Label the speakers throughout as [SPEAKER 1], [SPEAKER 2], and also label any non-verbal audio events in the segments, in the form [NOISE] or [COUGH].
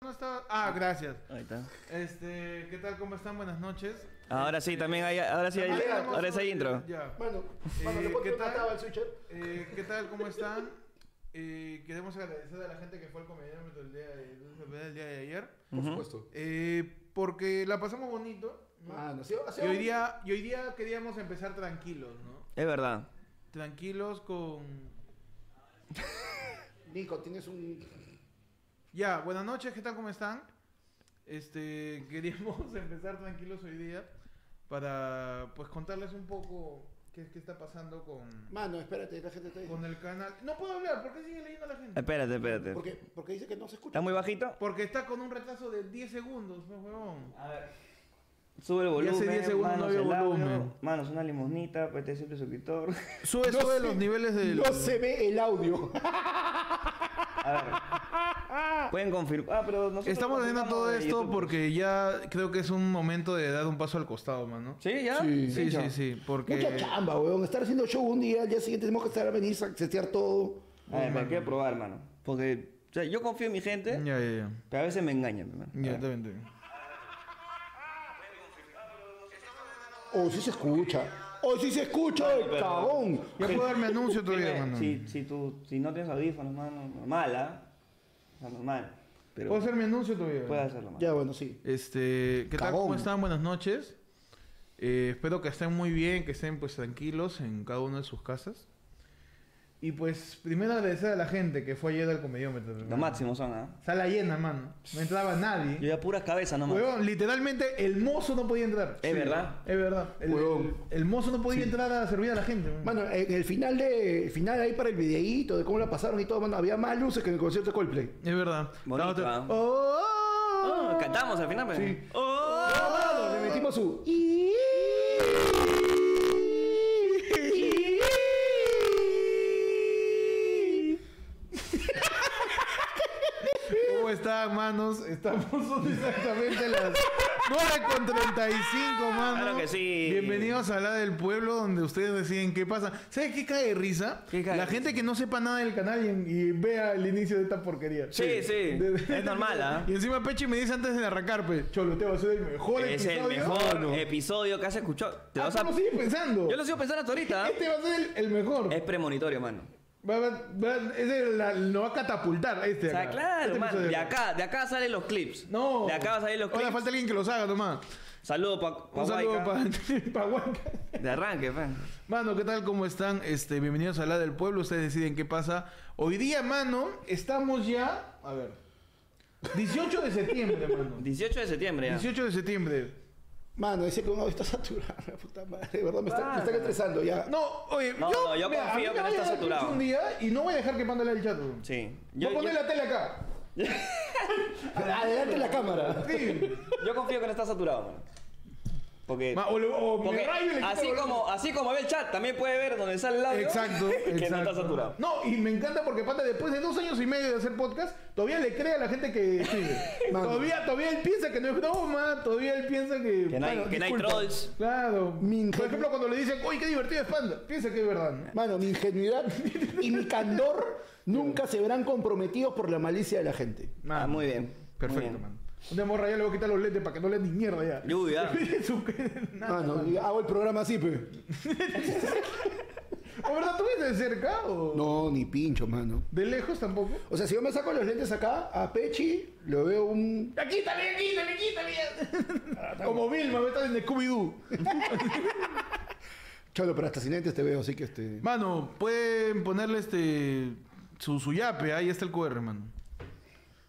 [SPEAKER 1] ¿Dónde está? Ah, gracias.
[SPEAKER 2] Ahí está.
[SPEAKER 1] Este, ¿qué tal? ¿Cómo están? Buenas noches.
[SPEAKER 2] Ahora sí, también hay, ahora sí hay,
[SPEAKER 1] Ahí tenemos
[SPEAKER 2] ahora sí hay
[SPEAKER 1] un-
[SPEAKER 2] intro.
[SPEAKER 1] Ya.
[SPEAKER 3] Mano, mano,
[SPEAKER 1] Eh,
[SPEAKER 3] ¿le puedo
[SPEAKER 1] ¿qué
[SPEAKER 3] tirar una
[SPEAKER 1] tal?
[SPEAKER 3] taba al switcher?
[SPEAKER 1] Eh, ¿Qué tal? ¿Cómo están? Eh, queremos agradecer a la gente que fue al comediómetro el día de, el día de ayer.
[SPEAKER 3] Por supuesto.
[SPEAKER 1] Eh, porque la pasamos bonito. ¿no?
[SPEAKER 3] Mano, sí, ha
[SPEAKER 1] Y
[SPEAKER 3] sido-
[SPEAKER 1] hoy día, y hoy día queríamos empezar tranquilos, ¿no?
[SPEAKER 2] Es verdad.
[SPEAKER 1] Tranquilos con...
[SPEAKER 3] Nico, tienes un.
[SPEAKER 1] Ya, buenas noches, ¿qué tal? ¿Cómo están? Este, [LAUGHS] queríamos empezar tranquilos hoy día para, pues, contarles un poco qué, qué está pasando con,
[SPEAKER 3] Mano, espérate, la gente está ahí.
[SPEAKER 1] con el canal. No puedo hablar, ¿por qué sigue leyendo la gente?
[SPEAKER 2] Espérate, espérate.
[SPEAKER 3] ¿Por qué? Porque dice que no se escucha.
[SPEAKER 2] ¿Está muy bajito?
[SPEAKER 1] Porque está con un retraso de 10 segundos, pues, huevón.
[SPEAKER 2] A ver. Sube el
[SPEAKER 1] Y
[SPEAKER 2] volumen.
[SPEAKER 1] hace 10 segundos no
[SPEAKER 2] manos,
[SPEAKER 1] había
[SPEAKER 2] el audio.
[SPEAKER 1] volumen.
[SPEAKER 2] Manos, una limosnita, para este simple
[SPEAKER 1] [LAUGHS]
[SPEAKER 2] suscriptor.
[SPEAKER 1] Sube,
[SPEAKER 3] No
[SPEAKER 1] sube
[SPEAKER 3] se-
[SPEAKER 1] los niveles del...
[SPEAKER 3] No se ve el audio.
[SPEAKER 2] A ver. Pueden confirmar. Ah, pero nosotros
[SPEAKER 1] Estamos haciendo
[SPEAKER 2] confirmamos
[SPEAKER 1] todo
[SPEAKER 2] de
[SPEAKER 1] esto
[SPEAKER 2] YouTube.
[SPEAKER 1] porque ya creo que es un momento de dar un paso al costado, mano.
[SPEAKER 2] ¿Sí? ¿Ya?
[SPEAKER 3] Sí.
[SPEAKER 1] Sí,
[SPEAKER 2] Pincho.
[SPEAKER 1] sí, sí,
[SPEAKER 3] Mucha
[SPEAKER 1] porque...
[SPEAKER 3] chamba, weón. Estar haciendo show un día, al día siguiente tenemos que estar a venir a setear todo.
[SPEAKER 2] A ver, me quiero probar, mano. Porque, o sea, yo confío en mi gente,
[SPEAKER 1] Ya, ya, ya.
[SPEAKER 2] pero a veces me engañan, hermano.
[SPEAKER 1] Ya, está bien, está bien.
[SPEAKER 3] O si se escucha. O si se escucha, el cagón.
[SPEAKER 1] Ya puedo darme
[SPEAKER 2] [LAUGHS]
[SPEAKER 1] anuncio todavía,
[SPEAKER 2] Dime,
[SPEAKER 1] mano.
[SPEAKER 2] Si, si, tú, si no tienes audífonos, mano, normal, ¿ah? O sea, normal. Pero
[SPEAKER 1] ¿Puedo hacer mi anuncio todavía?
[SPEAKER 2] puedes hacerlo, mano.
[SPEAKER 3] Ya, bueno, sí.
[SPEAKER 1] Este, ¿qué tal? ¿Cómo
[SPEAKER 3] Cagón.
[SPEAKER 1] están? Buenas noches. Eh, espero que estén muy bien, que estén pues tranquilos en cada una de sus casas. Y pues primero agradecer a la gente que fue ayer al comediómetro.
[SPEAKER 2] Lo
[SPEAKER 1] hermano.
[SPEAKER 2] máximo son, ¿ah?
[SPEAKER 1] Sala llena, mano. No entraba
[SPEAKER 2] Yo
[SPEAKER 1] nadie.
[SPEAKER 2] ya puras cabezas nomás.
[SPEAKER 1] Huevón, literalmente el mozo no podía entrar.
[SPEAKER 2] Es verdad.
[SPEAKER 1] Es verdad. El,
[SPEAKER 3] Huevón.
[SPEAKER 1] el- el mozo no podía entrar a servir a la gente. man.
[SPEAKER 3] Mano, en el final de. el final ahí para el videíto de cómo la pasaron y todo, mano, había más luces que en el concierto de Coldplay.
[SPEAKER 1] Es verdad.
[SPEAKER 2] Bonito,
[SPEAKER 1] La otra-
[SPEAKER 2] ¿ah?
[SPEAKER 1] ¡Oh!
[SPEAKER 2] Ah, cantamos al final, pero.
[SPEAKER 3] Sí.
[SPEAKER 2] ¡Oh!
[SPEAKER 3] Ah, mano, le metimos su.
[SPEAKER 1] ¿Cómo están, manos? Estamos [LAUGHS] son exactamente las 9.35, con 35, manos.
[SPEAKER 2] Claro que sí.
[SPEAKER 1] Bienvenidos a la del pueblo donde ustedes deciden qué pasa. ¿Sabes qué cae de risa?
[SPEAKER 2] ¿Qué cae
[SPEAKER 1] la
[SPEAKER 2] de
[SPEAKER 1] gente que no sepa nada del canal y, y vea el inicio de esta porquería.
[SPEAKER 2] Sí, sí. Es normal, ¿ah?
[SPEAKER 1] [LAUGHS] Y encima Peche me dice antes de arrancar, pues, pe, Cholo, te va a ser el mejor e-
[SPEAKER 2] Es el
[SPEAKER 1] episodio.
[SPEAKER 2] mejor
[SPEAKER 1] Mano.
[SPEAKER 2] episodio que has escuchado. Te
[SPEAKER 1] Ah,
[SPEAKER 2] vas a-
[SPEAKER 1] tú lo sigues pensando.
[SPEAKER 2] Yo lo sigo pensando hasta ahorita. ¿ah?
[SPEAKER 1] Este va a ser el, el mejor.
[SPEAKER 2] Es premonitorio, mano.
[SPEAKER 1] Va, va, va- ese la- lo va a catapultar este.
[SPEAKER 2] O
[SPEAKER 1] de
[SPEAKER 2] sea,
[SPEAKER 1] acá.
[SPEAKER 2] claro,
[SPEAKER 1] Este
[SPEAKER 2] mano.
[SPEAKER 1] episodio
[SPEAKER 2] De
[SPEAKER 1] acá.
[SPEAKER 2] acá, de acá salen los clips.
[SPEAKER 1] No.
[SPEAKER 2] De acá van a salir los clips.
[SPEAKER 1] Ahora falta alguien que los haga nomás.
[SPEAKER 2] Saludo pa, pa
[SPEAKER 1] Un saludo
[SPEAKER 2] Huayca.
[SPEAKER 1] para [LAUGHS] pa Huanca.
[SPEAKER 2] De arranque, pues. fan.
[SPEAKER 1] Mano, ¿qué tal? ¿Cómo están? Este, bienvenidos a La del Pueblo. Ustedes deciden qué pasa. Hoy día, mano, estamos ya. A ver. 18 de septiembre, mano.
[SPEAKER 2] 18 de septiembre, ya.
[SPEAKER 1] 18 de septiembre.
[SPEAKER 3] Mano, ese que está saturado, la puta madre. De verdad, me, está, me están
[SPEAKER 2] Mano.
[SPEAKER 3] estresando ya.
[SPEAKER 1] No, oye,
[SPEAKER 2] No,
[SPEAKER 1] yo,
[SPEAKER 2] no, yo
[SPEAKER 1] mira, a mí
[SPEAKER 2] confío
[SPEAKER 1] me
[SPEAKER 2] que no
[SPEAKER 1] voy a
[SPEAKER 2] está
[SPEAKER 1] dar
[SPEAKER 2] saturado.
[SPEAKER 1] pinche un día y no voy a dejar que mande la del chat. weón.
[SPEAKER 2] Sí.
[SPEAKER 1] voy a poner la tele acá.
[SPEAKER 3] Adelante la cámara.
[SPEAKER 1] Sí.
[SPEAKER 2] Yo confío que no está saturado, mano. Porque,
[SPEAKER 1] Ma- o le- o me
[SPEAKER 2] porque
[SPEAKER 1] rayo y le quito
[SPEAKER 2] así,
[SPEAKER 1] el volumen.
[SPEAKER 2] como, así como ve el chat, también puede ver donde sale el audio.
[SPEAKER 1] [LAUGHS] Exacto,
[SPEAKER 2] que
[SPEAKER 1] exacto.
[SPEAKER 2] no está saturado.
[SPEAKER 1] No, y me encanta porque pata, después de dos años y medio de hacer podcast, todavía le cree a la gente que
[SPEAKER 2] [LAUGHS]
[SPEAKER 1] escribe.
[SPEAKER 3] Mano.
[SPEAKER 1] todavía, todavía él piensa que no es broma, todavía él piensa que.
[SPEAKER 2] Que no hay,
[SPEAKER 1] Bueno,
[SPEAKER 2] que no hay
[SPEAKER 3] disculpa.
[SPEAKER 2] trolls.
[SPEAKER 1] Claro.
[SPEAKER 3] Mi
[SPEAKER 1] Por
[SPEAKER 3] ingenio-
[SPEAKER 1] ejemplo, cuando le dicen, uy, qué divertido es Panda, piensa que es verdad. ¿no?
[SPEAKER 3] Mano, mi ingenuidad y mi candor nunca se verán comprometidos por la malicia de la gente.
[SPEAKER 2] Ah, muy bien.
[SPEAKER 1] Perfecto,
[SPEAKER 2] muy bien.
[SPEAKER 1] man. Una morra ya le voy a quitar los lentes para que no le den ni mierda ya. [LAUGHS]
[SPEAKER 2] Lluvia.
[SPEAKER 1] Su- Nada.
[SPEAKER 3] Mano, hago el programa así, pues. pe.
[SPEAKER 1] ¿O verdad tú ves de cerca o.?
[SPEAKER 3] No, ni pincho, mano.
[SPEAKER 1] ¿De lejos tampoco?
[SPEAKER 3] O sea, si yo me saco los lentes acá, a Pechi lo veo un.
[SPEAKER 1] ¡Ya quítale, ya quítale, quítale! Como Vilma, me estás en Scooby-Doo.
[SPEAKER 3] Cholo, pero hasta sin lentes te veo, así que este.
[SPEAKER 1] Mano, pueden ponerle este. Su, su yape, ahí está el QR, mano.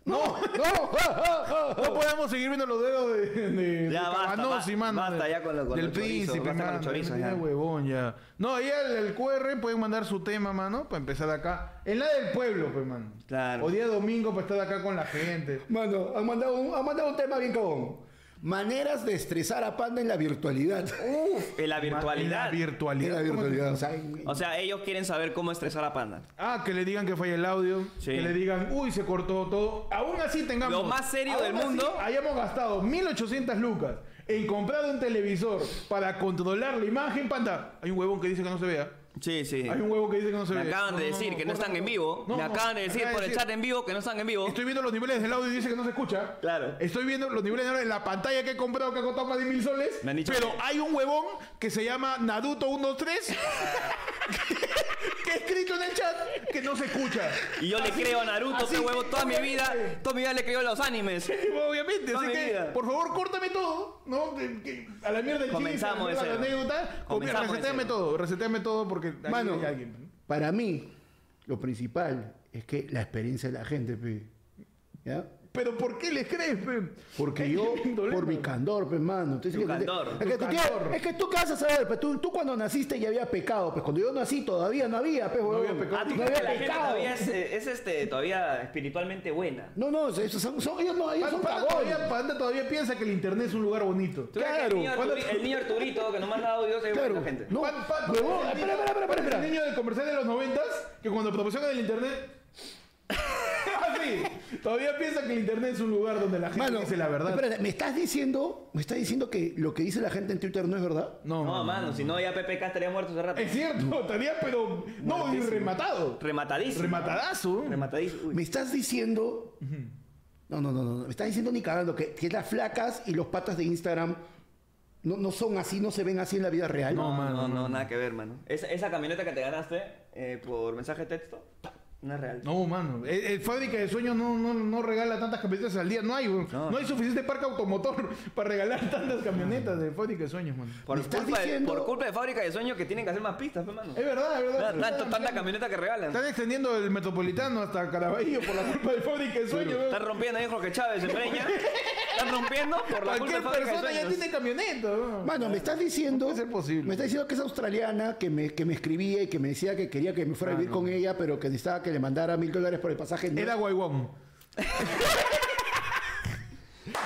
[SPEAKER 3] ¡No! ¡No!
[SPEAKER 1] No podemos seguir viendo los dedos de, de,
[SPEAKER 2] Ya
[SPEAKER 1] de
[SPEAKER 2] basta,
[SPEAKER 1] Cabanossi,
[SPEAKER 2] ba-
[SPEAKER 1] mano.
[SPEAKER 2] basta
[SPEAKER 1] de-
[SPEAKER 2] ya con lo- con
[SPEAKER 1] Del
[SPEAKER 2] los chorizos,
[SPEAKER 1] príncipe,
[SPEAKER 2] basta con
[SPEAKER 1] mano,
[SPEAKER 2] los chorizos,
[SPEAKER 1] ya
[SPEAKER 2] ya.
[SPEAKER 1] huevón, ya. No, ahí el, el QR pueden mandar su tema, mano, para empezar acá. En la del pueblo, pues, mano.
[SPEAKER 2] Claro.
[SPEAKER 1] O día domingo para estar acá con la gente.
[SPEAKER 3] [LAUGHS] Mano, han mandado un, han mandado un tema bien cagón. Maneras de estresar a Panda en la virtualidad.
[SPEAKER 2] Uf, en la virtualidad.
[SPEAKER 1] En la virtualidad.
[SPEAKER 3] En la virtualidad. O sea,
[SPEAKER 2] o sea, ellos quieren saber cómo estresar a Panda.
[SPEAKER 1] Ah, que le digan que falla el audio.
[SPEAKER 2] Sí.
[SPEAKER 1] Que le digan, uy, se cortó todo. Aún así tengamos.
[SPEAKER 2] Lo más serio
[SPEAKER 1] aún
[SPEAKER 2] del
[SPEAKER 1] así,
[SPEAKER 2] mundo.
[SPEAKER 1] hayamos gastado 1800 lucas en comprar un televisor para controlar la imagen, panda. Hay un huevón que dice que no se vea.
[SPEAKER 4] Sí, sí.
[SPEAKER 1] Hay un huevo que dice que no se
[SPEAKER 2] Me
[SPEAKER 1] ve.
[SPEAKER 2] acaban de decir que no
[SPEAKER 1] corta,
[SPEAKER 2] están en vivo.
[SPEAKER 1] No,
[SPEAKER 2] me
[SPEAKER 1] no,
[SPEAKER 2] acaban de decir
[SPEAKER 1] acaba
[SPEAKER 2] por el chat en vivo que no están en vivo.
[SPEAKER 1] Estoy viendo los niveles del audio y dice que no se escucha.
[SPEAKER 4] Claro.
[SPEAKER 1] Estoy viendo los niveles del audio en la pantalla que he comprado que ha costado más de mil soles.
[SPEAKER 4] Me han dicho
[SPEAKER 1] pero
[SPEAKER 4] que-
[SPEAKER 1] hay un huevón que se llama Naruto 123 [LAUGHS] que ha escrito en el chat que no se escucha.
[SPEAKER 2] Y yo le creo a Naruto,
[SPEAKER 1] así,
[SPEAKER 2] ese huevo, toda mi vida,
[SPEAKER 1] obviamente.
[SPEAKER 2] toda mi vida le creo a los animes.
[SPEAKER 1] Obviamente,
[SPEAKER 4] No,
[SPEAKER 1] así
[SPEAKER 4] mi
[SPEAKER 1] que
[SPEAKER 4] vida.
[SPEAKER 1] por favor córtame todo, ¿no? Que- que- a la mierda el
[SPEAKER 2] Comenzamos
[SPEAKER 1] chiste, a la
[SPEAKER 2] de
[SPEAKER 1] mierda
[SPEAKER 2] cero.
[SPEAKER 1] la anécdota.
[SPEAKER 2] Comenzamos de
[SPEAKER 1] Reseteame
[SPEAKER 2] cero.
[SPEAKER 1] todo, reseteame todo porque aquí
[SPEAKER 3] Mano,
[SPEAKER 1] hay alguien.
[SPEAKER 3] para mí, lo principal es que la experiencia de la gente, pe. ¿Ya?
[SPEAKER 1] Pero ¿por qué les crees? pe?
[SPEAKER 3] Porque
[SPEAKER 1] Qué
[SPEAKER 3] yo,
[SPEAKER 1] [LAUGHS] lindo,
[SPEAKER 3] por mi
[SPEAKER 1] Lema.
[SPEAKER 3] candor, pues, mano. Tú dices
[SPEAKER 2] Tu
[SPEAKER 3] que-
[SPEAKER 2] candor,
[SPEAKER 3] es, que
[SPEAKER 1] tu
[SPEAKER 3] tú quieres-
[SPEAKER 1] candor.
[SPEAKER 3] es que tú qué vas a saber, pues, tú, tú cuando naciste ya había pecado, pues, cuando yo nací todavía no había, pues, huevón.
[SPEAKER 1] había pecado.
[SPEAKER 4] Ah, tú
[SPEAKER 3] No
[SPEAKER 4] crees que
[SPEAKER 3] había
[SPEAKER 4] la gente
[SPEAKER 3] pecado.
[SPEAKER 4] todavía es, eh, es, este, todavía espiritualmente buena.
[SPEAKER 3] No, no, esos son, son- ellos no, ellos son
[SPEAKER 1] Panda todavía,
[SPEAKER 3] cagones.
[SPEAKER 1] Panda todavía piensa que el internet es un lugar bonito.
[SPEAKER 4] ¿Tú crees que
[SPEAKER 3] Claro,
[SPEAKER 4] El niño,
[SPEAKER 1] ¿cuándo-
[SPEAKER 4] Arturi- el niño Arturito que no me ha dado Dios es
[SPEAKER 3] Claro.
[SPEAKER 4] buena gente.
[SPEAKER 3] No,
[SPEAKER 1] Pan- pan-
[SPEAKER 3] huevón,
[SPEAKER 1] pan-
[SPEAKER 3] espera, espera, espera,
[SPEAKER 1] pan-
[SPEAKER 3] espera.
[SPEAKER 1] El niño del comercial de los noventas que cuando proporciona el internet. [LAUGHS] Así. Todavía piensa que el internet es un lugar donde la gente
[SPEAKER 3] Mano,
[SPEAKER 1] dice la verdad.
[SPEAKER 3] espérate, ¿me estás diciendo, me estás diciendo que lo que dice la gente en Twitter no es verdad?
[SPEAKER 1] No,
[SPEAKER 4] No,
[SPEAKER 1] mano.
[SPEAKER 4] mano, si no ya PPK estaría muerto hace rato.
[SPEAKER 1] Es cierto, estaría pero. No, y
[SPEAKER 4] Muertísimo.
[SPEAKER 1] rematado.
[SPEAKER 4] Rematadísimo.
[SPEAKER 1] Rematadazo.
[SPEAKER 4] Rematadísimo. Uy.
[SPEAKER 3] Me estás diciendo. No, no, no, no. no. Me estás diciendo ni cagando que, que las flacas y los patas de Instagram no, no son así, no se ven así en la vida real.
[SPEAKER 1] No,
[SPEAKER 4] No,
[SPEAKER 1] mano,
[SPEAKER 4] no,
[SPEAKER 1] no,
[SPEAKER 4] no,
[SPEAKER 1] no.
[SPEAKER 4] nada que ver, mano. Esa, esa camioneta que te ganaste eh, por mensaje de texto, ¡pa! no es real.
[SPEAKER 1] No, mano. El, el Fábrica de Sueños no, no, no regala tantas camionetas al día. No hay, weón.
[SPEAKER 4] No.
[SPEAKER 1] No, hay suficiente parque automotor [LAUGHS] para regalar tantas camionetas de Fábrica de Sueños, mano.
[SPEAKER 4] Por,
[SPEAKER 3] ¿me estás
[SPEAKER 4] culpa
[SPEAKER 3] diciendo?
[SPEAKER 4] de, por culpa de fábrica de sueños que tienen que hacer más pistas, pues, mano.
[SPEAKER 1] Es verdad, es verdad.
[SPEAKER 4] Tan- Tanto, tanta camioneta que regalan.
[SPEAKER 1] Están extendiendo el metropolitano hasta Caraballo por la culpa de Fábrica de Sueños, weón.
[SPEAKER 4] Están rompiendo ahí Jorge Chávez en Peña. Están rompiendo por la culpa de
[SPEAKER 1] Cualquier
[SPEAKER 4] fábrica de
[SPEAKER 1] persona ya
[SPEAKER 4] sueños.
[SPEAKER 1] tiene camioneta. ¿no?
[SPEAKER 3] Mano, me estás diciendo.
[SPEAKER 1] No puede ser posible.
[SPEAKER 3] Me estás diciendo que esa australiana que me, que me escribía y que me decía que quería que me fuera a vivir con ella, pero que necesitaba que le mandara mil dólares por el pasaje. no-
[SPEAKER 1] Ah, Era
[SPEAKER 2] [LAUGHS]
[SPEAKER 1] guaywón.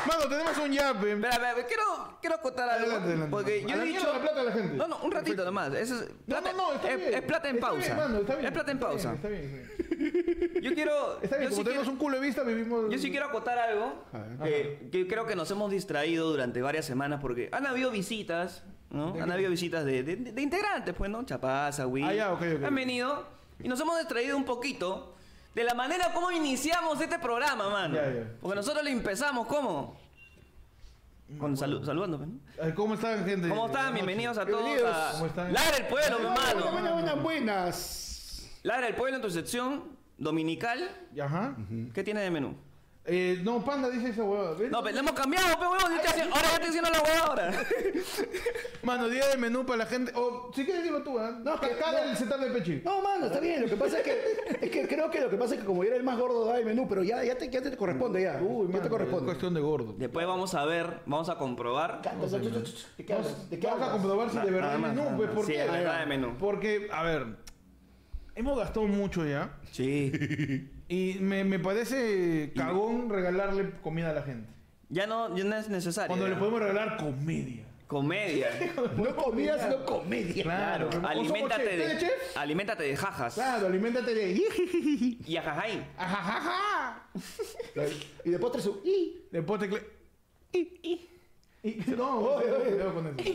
[SPEAKER 1] Mano, tenemos un eh. yape.
[SPEAKER 2] Espera, espera, espera, quiero, quiero contar algo.
[SPEAKER 1] Adelante, adelante.
[SPEAKER 2] Porque
[SPEAKER 1] A
[SPEAKER 2] yo
[SPEAKER 1] la
[SPEAKER 2] he
[SPEAKER 1] mierda
[SPEAKER 2] dicho.
[SPEAKER 1] la plata de la gente.
[SPEAKER 2] No, no, un ratito nomás. Eso es
[SPEAKER 1] No,
[SPEAKER 2] plata,
[SPEAKER 1] no, no, está
[SPEAKER 2] es,
[SPEAKER 1] bien.
[SPEAKER 2] es plata en
[SPEAKER 1] Está
[SPEAKER 2] pausa.
[SPEAKER 1] bien, mano, está bien,
[SPEAKER 2] es plata en
[SPEAKER 1] está bien,
[SPEAKER 2] pausa.
[SPEAKER 1] Está bien, está bien.
[SPEAKER 2] Yo quiero.
[SPEAKER 1] Está bien,
[SPEAKER 2] yo,
[SPEAKER 1] como
[SPEAKER 2] sí
[SPEAKER 1] tenemos
[SPEAKER 2] quiero
[SPEAKER 1] un culo de vista, vivimos.
[SPEAKER 2] yo sí quiero acotar algo. eh, que creo que nos hemos distraído durante varias semanas porque han habido visitas, ¿no?
[SPEAKER 1] ¿De
[SPEAKER 2] Han
[SPEAKER 1] qué?
[SPEAKER 2] habido visitas de, de- de integrantes, pues, ¿no? Chapaza, Will.
[SPEAKER 1] Ah, ya, ok, ok,
[SPEAKER 2] Han
[SPEAKER 1] ok.
[SPEAKER 2] venido y nos hemos distraído un poquito de la manera como iniciamos este programa, mano.
[SPEAKER 1] Ya, ya.
[SPEAKER 2] Porque nosotros lo empezamos, ¿cómo? Con salu- saludando, pues, ¿no?
[SPEAKER 1] Ay, ¿Cómo están, gente?
[SPEAKER 2] ¿Cómo
[SPEAKER 1] Buenas
[SPEAKER 2] están?
[SPEAKER 1] noches.
[SPEAKER 2] Bienvenidos a todos.
[SPEAKER 3] Bienvenidos.
[SPEAKER 2] a-
[SPEAKER 1] ¿Cómo están?
[SPEAKER 2] Ladra el pueblo, mi
[SPEAKER 3] Buenas, buenas,
[SPEAKER 2] hermano.
[SPEAKER 3] buenas, buenas, buenas.
[SPEAKER 2] Ladra el pueblo en tu sección dominical.
[SPEAKER 1] Ajá.
[SPEAKER 2] ¿Qué tiene de
[SPEAKER 1] [LAUGHS]
[SPEAKER 2] menú?
[SPEAKER 1] Eh, no, Panda dice esa huevada. ¿Ves?
[SPEAKER 2] No, pero le hemos cambiado, pero huevón. yo te hace- Ahora yo te diciendo la hueá
[SPEAKER 1] [LAUGHS]
[SPEAKER 2] ahora.
[SPEAKER 1] Mano, día de menú para la gente. O si quieres, dilo tú, ¿ah?
[SPEAKER 3] No,
[SPEAKER 1] No,
[SPEAKER 3] que-
[SPEAKER 1] Caga
[SPEAKER 3] no.
[SPEAKER 1] el setup de Pechi.
[SPEAKER 3] No, mano, está bien. Lo que pasa es que, es que creo que lo que pasa es que como yo era el más gordo daba el menú, pero ya, ya, te, ya te corresponde ya.
[SPEAKER 1] Uy,
[SPEAKER 3] ya
[SPEAKER 1] mano,
[SPEAKER 3] te
[SPEAKER 1] Es
[SPEAKER 3] corresponde.
[SPEAKER 1] cuestión de gordo.
[SPEAKER 2] Después vamos a ver, vamos a comprobar.
[SPEAKER 3] Canta, ch- ch- ch- ch- ¿De qué hablas? ¿De qué
[SPEAKER 1] Vamos a
[SPEAKER 3] hablas?
[SPEAKER 1] comprobar si
[SPEAKER 2] Na-
[SPEAKER 1] de verdad
[SPEAKER 2] nada
[SPEAKER 1] hay
[SPEAKER 2] más,
[SPEAKER 1] menú.
[SPEAKER 2] nada
[SPEAKER 1] pues,
[SPEAKER 2] más.
[SPEAKER 1] ¿por
[SPEAKER 2] Sí,
[SPEAKER 1] qué?
[SPEAKER 2] de verdad hay menú.
[SPEAKER 1] Porque, a ver, hemos gastado mucho ya.
[SPEAKER 2] Sí.
[SPEAKER 1] [LAUGHS] Y me, me parece cagón regalarle comida a la gente.
[SPEAKER 2] Ya no, ya no es necesario.
[SPEAKER 1] Cuando
[SPEAKER 2] ya.
[SPEAKER 1] le podemos regalar comedia.
[SPEAKER 2] Comedia.
[SPEAKER 3] No comida, sino comedia.
[SPEAKER 1] Claro. ¿O somos
[SPEAKER 2] aliméntate
[SPEAKER 1] chef? ¿Tú eres
[SPEAKER 2] de,
[SPEAKER 1] chef?
[SPEAKER 2] aliméntate de jajas.
[SPEAKER 1] Claro, alimentate de.
[SPEAKER 2] Y ajajay.
[SPEAKER 1] Ajajaja.
[SPEAKER 3] Y de postre su. ¡Y!
[SPEAKER 1] Después te. cle- Y- No, oye, oye, cuidado con eso.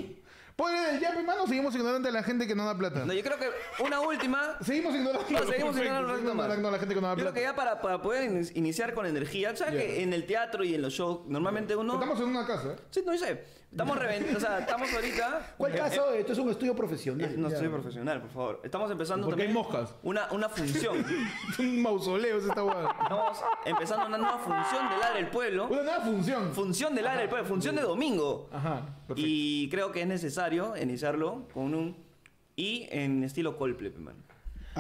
[SPEAKER 1] Ponle el yape, mano, seguimos ignorando a la gente que no da plata.
[SPEAKER 2] No, yo creo que
[SPEAKER 1] [LAUGHS]
[SPEAKER 2] una última.
[SPEAKER 1] Seguimos ignorando.
[SPEAKER 2] No, seguimos ignorando un ratito más.
[SPEAKER 1] ignorando a la gente que no da
[SPEAKER 2] Yo creo que
[SPEAKER 1] Ah, plata.
[SPEAKER 2] ya para, para poder in- iniciar con energía, ¿sabes
[SPEAKER 1] Ya.
[SPEAKER 2] que en el teatro y en los shows normalmente uno...
[SPEAKER 1] Estamos en una casa. ¿eh?
[SPEAKER 2] Sí, no sé. Estamos reventando, o sea, estamos ahorita...
[SPEAKER 3] ¿Cuál
[SPEAKER 2] Eh,
[SPEAKER 3] caso? Esto es un estudio
[SPEAKER 2] eh,
[SPEAKER 3] profesional.
[SPEAKER 2] no soy profesional, por favor. Estamos empezando
[SPEAKER 1] Porque hay
[SPEAKER 2] también
[SPEAKER 1] moscas.
[SPEAKER 2] [LAUGHS] Una, una función.
[SPEAKER 1] Es un mausoleo es esta hueá.
[SPEAKER 2] [LAUGHS] Estamos empezando una nueva función de Ladra del Pueblo.
[SPEAKER 1] Una nueva función.
[SPEAKER 2] Función de Ladra del Pueblo, función de domingo.
[SPEAKER 1] Ajá, perfecto.
[SPEAKER 2] Y creo que es necesario iniciarlo con un y en estilo Coldplay, man.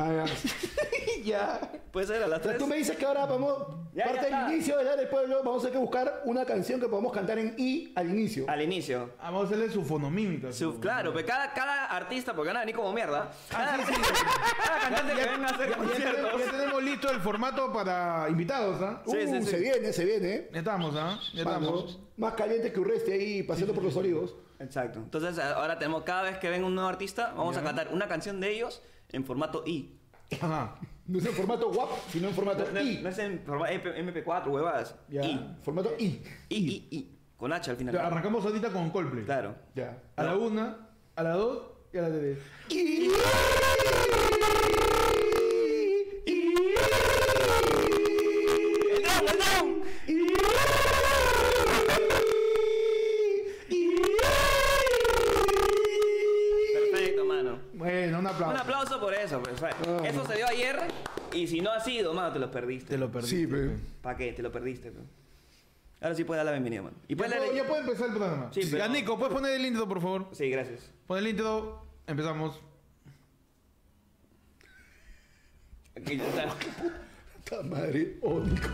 [SPEAKER 3] Ah,
[SPEAKER 2] [LAUGHS]
[SPEAKER 3] ya.
[SPEAKER 2] Puede ser a las
[SPEAKER 3] O sea,
[SPEAKER 2] 3.
[SPEAKER 3] tú me dices que ahora vamos,
[SPEAKER 2] Ya,
[SPEAKER 3] parte
[SPEAKER 2] ya está.
[SPEAKER 3] del inicio de dar el pueblo, vamos a tener que buscar una canción que podamos cantar en I al inicio.
[SPEAKER 2] Al inicio.
[SPEAKER 1] Ah, Vamos a hacerle su fonomímica.
[SPEAKER 2] Su-
[SPEAKER 1] su-
[SPEAKER 2] claro, pero cada, cada artista, porque nada, ni como mierda. Cada,
[SPEAKER 1] Ah, sí, sí.
[SPEAKER 2] [LAUGHS] cada cantante que venga a hacer
[SPEAKER 1] Ya tenemos,
[SPEAKER 2] conciertos.
[SPEAKER 1] ya tenemos listo el formato para invitados, ¿ah?
[SPEAKER 2] sí, sí,
[SPEAKER 3] Uh,
[SPEAKER 2] sí.
[SPEAKER 3] Se viene, se viene. ¿eh?
[SPEAKER 1] Ya estamos, ¿ah? Ya
[SPEAKER 3] Mano,
[SPEAKER 1] estamos.
[SPEAKER 3] más caliente que Urreste ahí paseando por los olivos.
[SPEAKER 4] Exacto.
[SPEAKER 2] Entonces, ahora tenemos cada vez que venga un nuevo artista, vamos a cantar una canción de ellos en formato I.
[SPEAKER 1] Ajá.
[SPEAKER 3] No es en formato WAP, sino en formato
[SPEAKER 2] No,
[SPEAKER 3] I.
[SPEAKER 2] no es en formato MP4, huevadas.
[SPEAKER 1] Ya.
[SPEAKER 2] I.
[SPEAKER 3] Formato I.
[SPEAKER 2] I, I, I. Con H al
[SPEAKER 1] Ya,
[SPEAKER 2] final.
[SPEAKER 1] Arrancamos ahorita con Coldplay.
[SPEAKER 2] Claro.
[SPEAKER 3] Ya.
[SPEAKER 1] A la una, a la dos Ya la tenés.
[SPEAKER 3] Y-
[SPEAKER 2] ¡El down, el down! Perfecto, mano.
[SPEAKER 1] Bueno, un aplauso.
[SPEAKER 2] Un aplauso por eso, pues. fa-
[SPEAKER 1] Ah.
[SPEAKER 2] Eso se dio ayer y si no ha sido, mano, te lo perdiste.
[SPEAKER 1] Te lo perdí.
[SPEAKER 3] Sí, pe.
[SPEAKER 2] ¿Para qué? Te lo perdiste, pues. Ahora sí puedes dar la bienvenida, mano. Y
[SPEAKER 1] Ya
[SPEAKER 2] puedes leer-
[SPEAKER 1] puedo, ya puedo empezar el programa.
[SPEAKER 2] Sí, pero-
[SPEAKER 1] Ya, Nico, ¿puedes poner el intro, por favor?
[SPEAKER 2] Sí, gracias.
[SPEAKER 1] Pon el intro, empezamos.
[SPEAKER 2] Aquí ya
[SPEAKER 1] [LAUGHS]
[SPEAKER 2] está.
[SPEAKER 3] Puta madre, oh, Nico.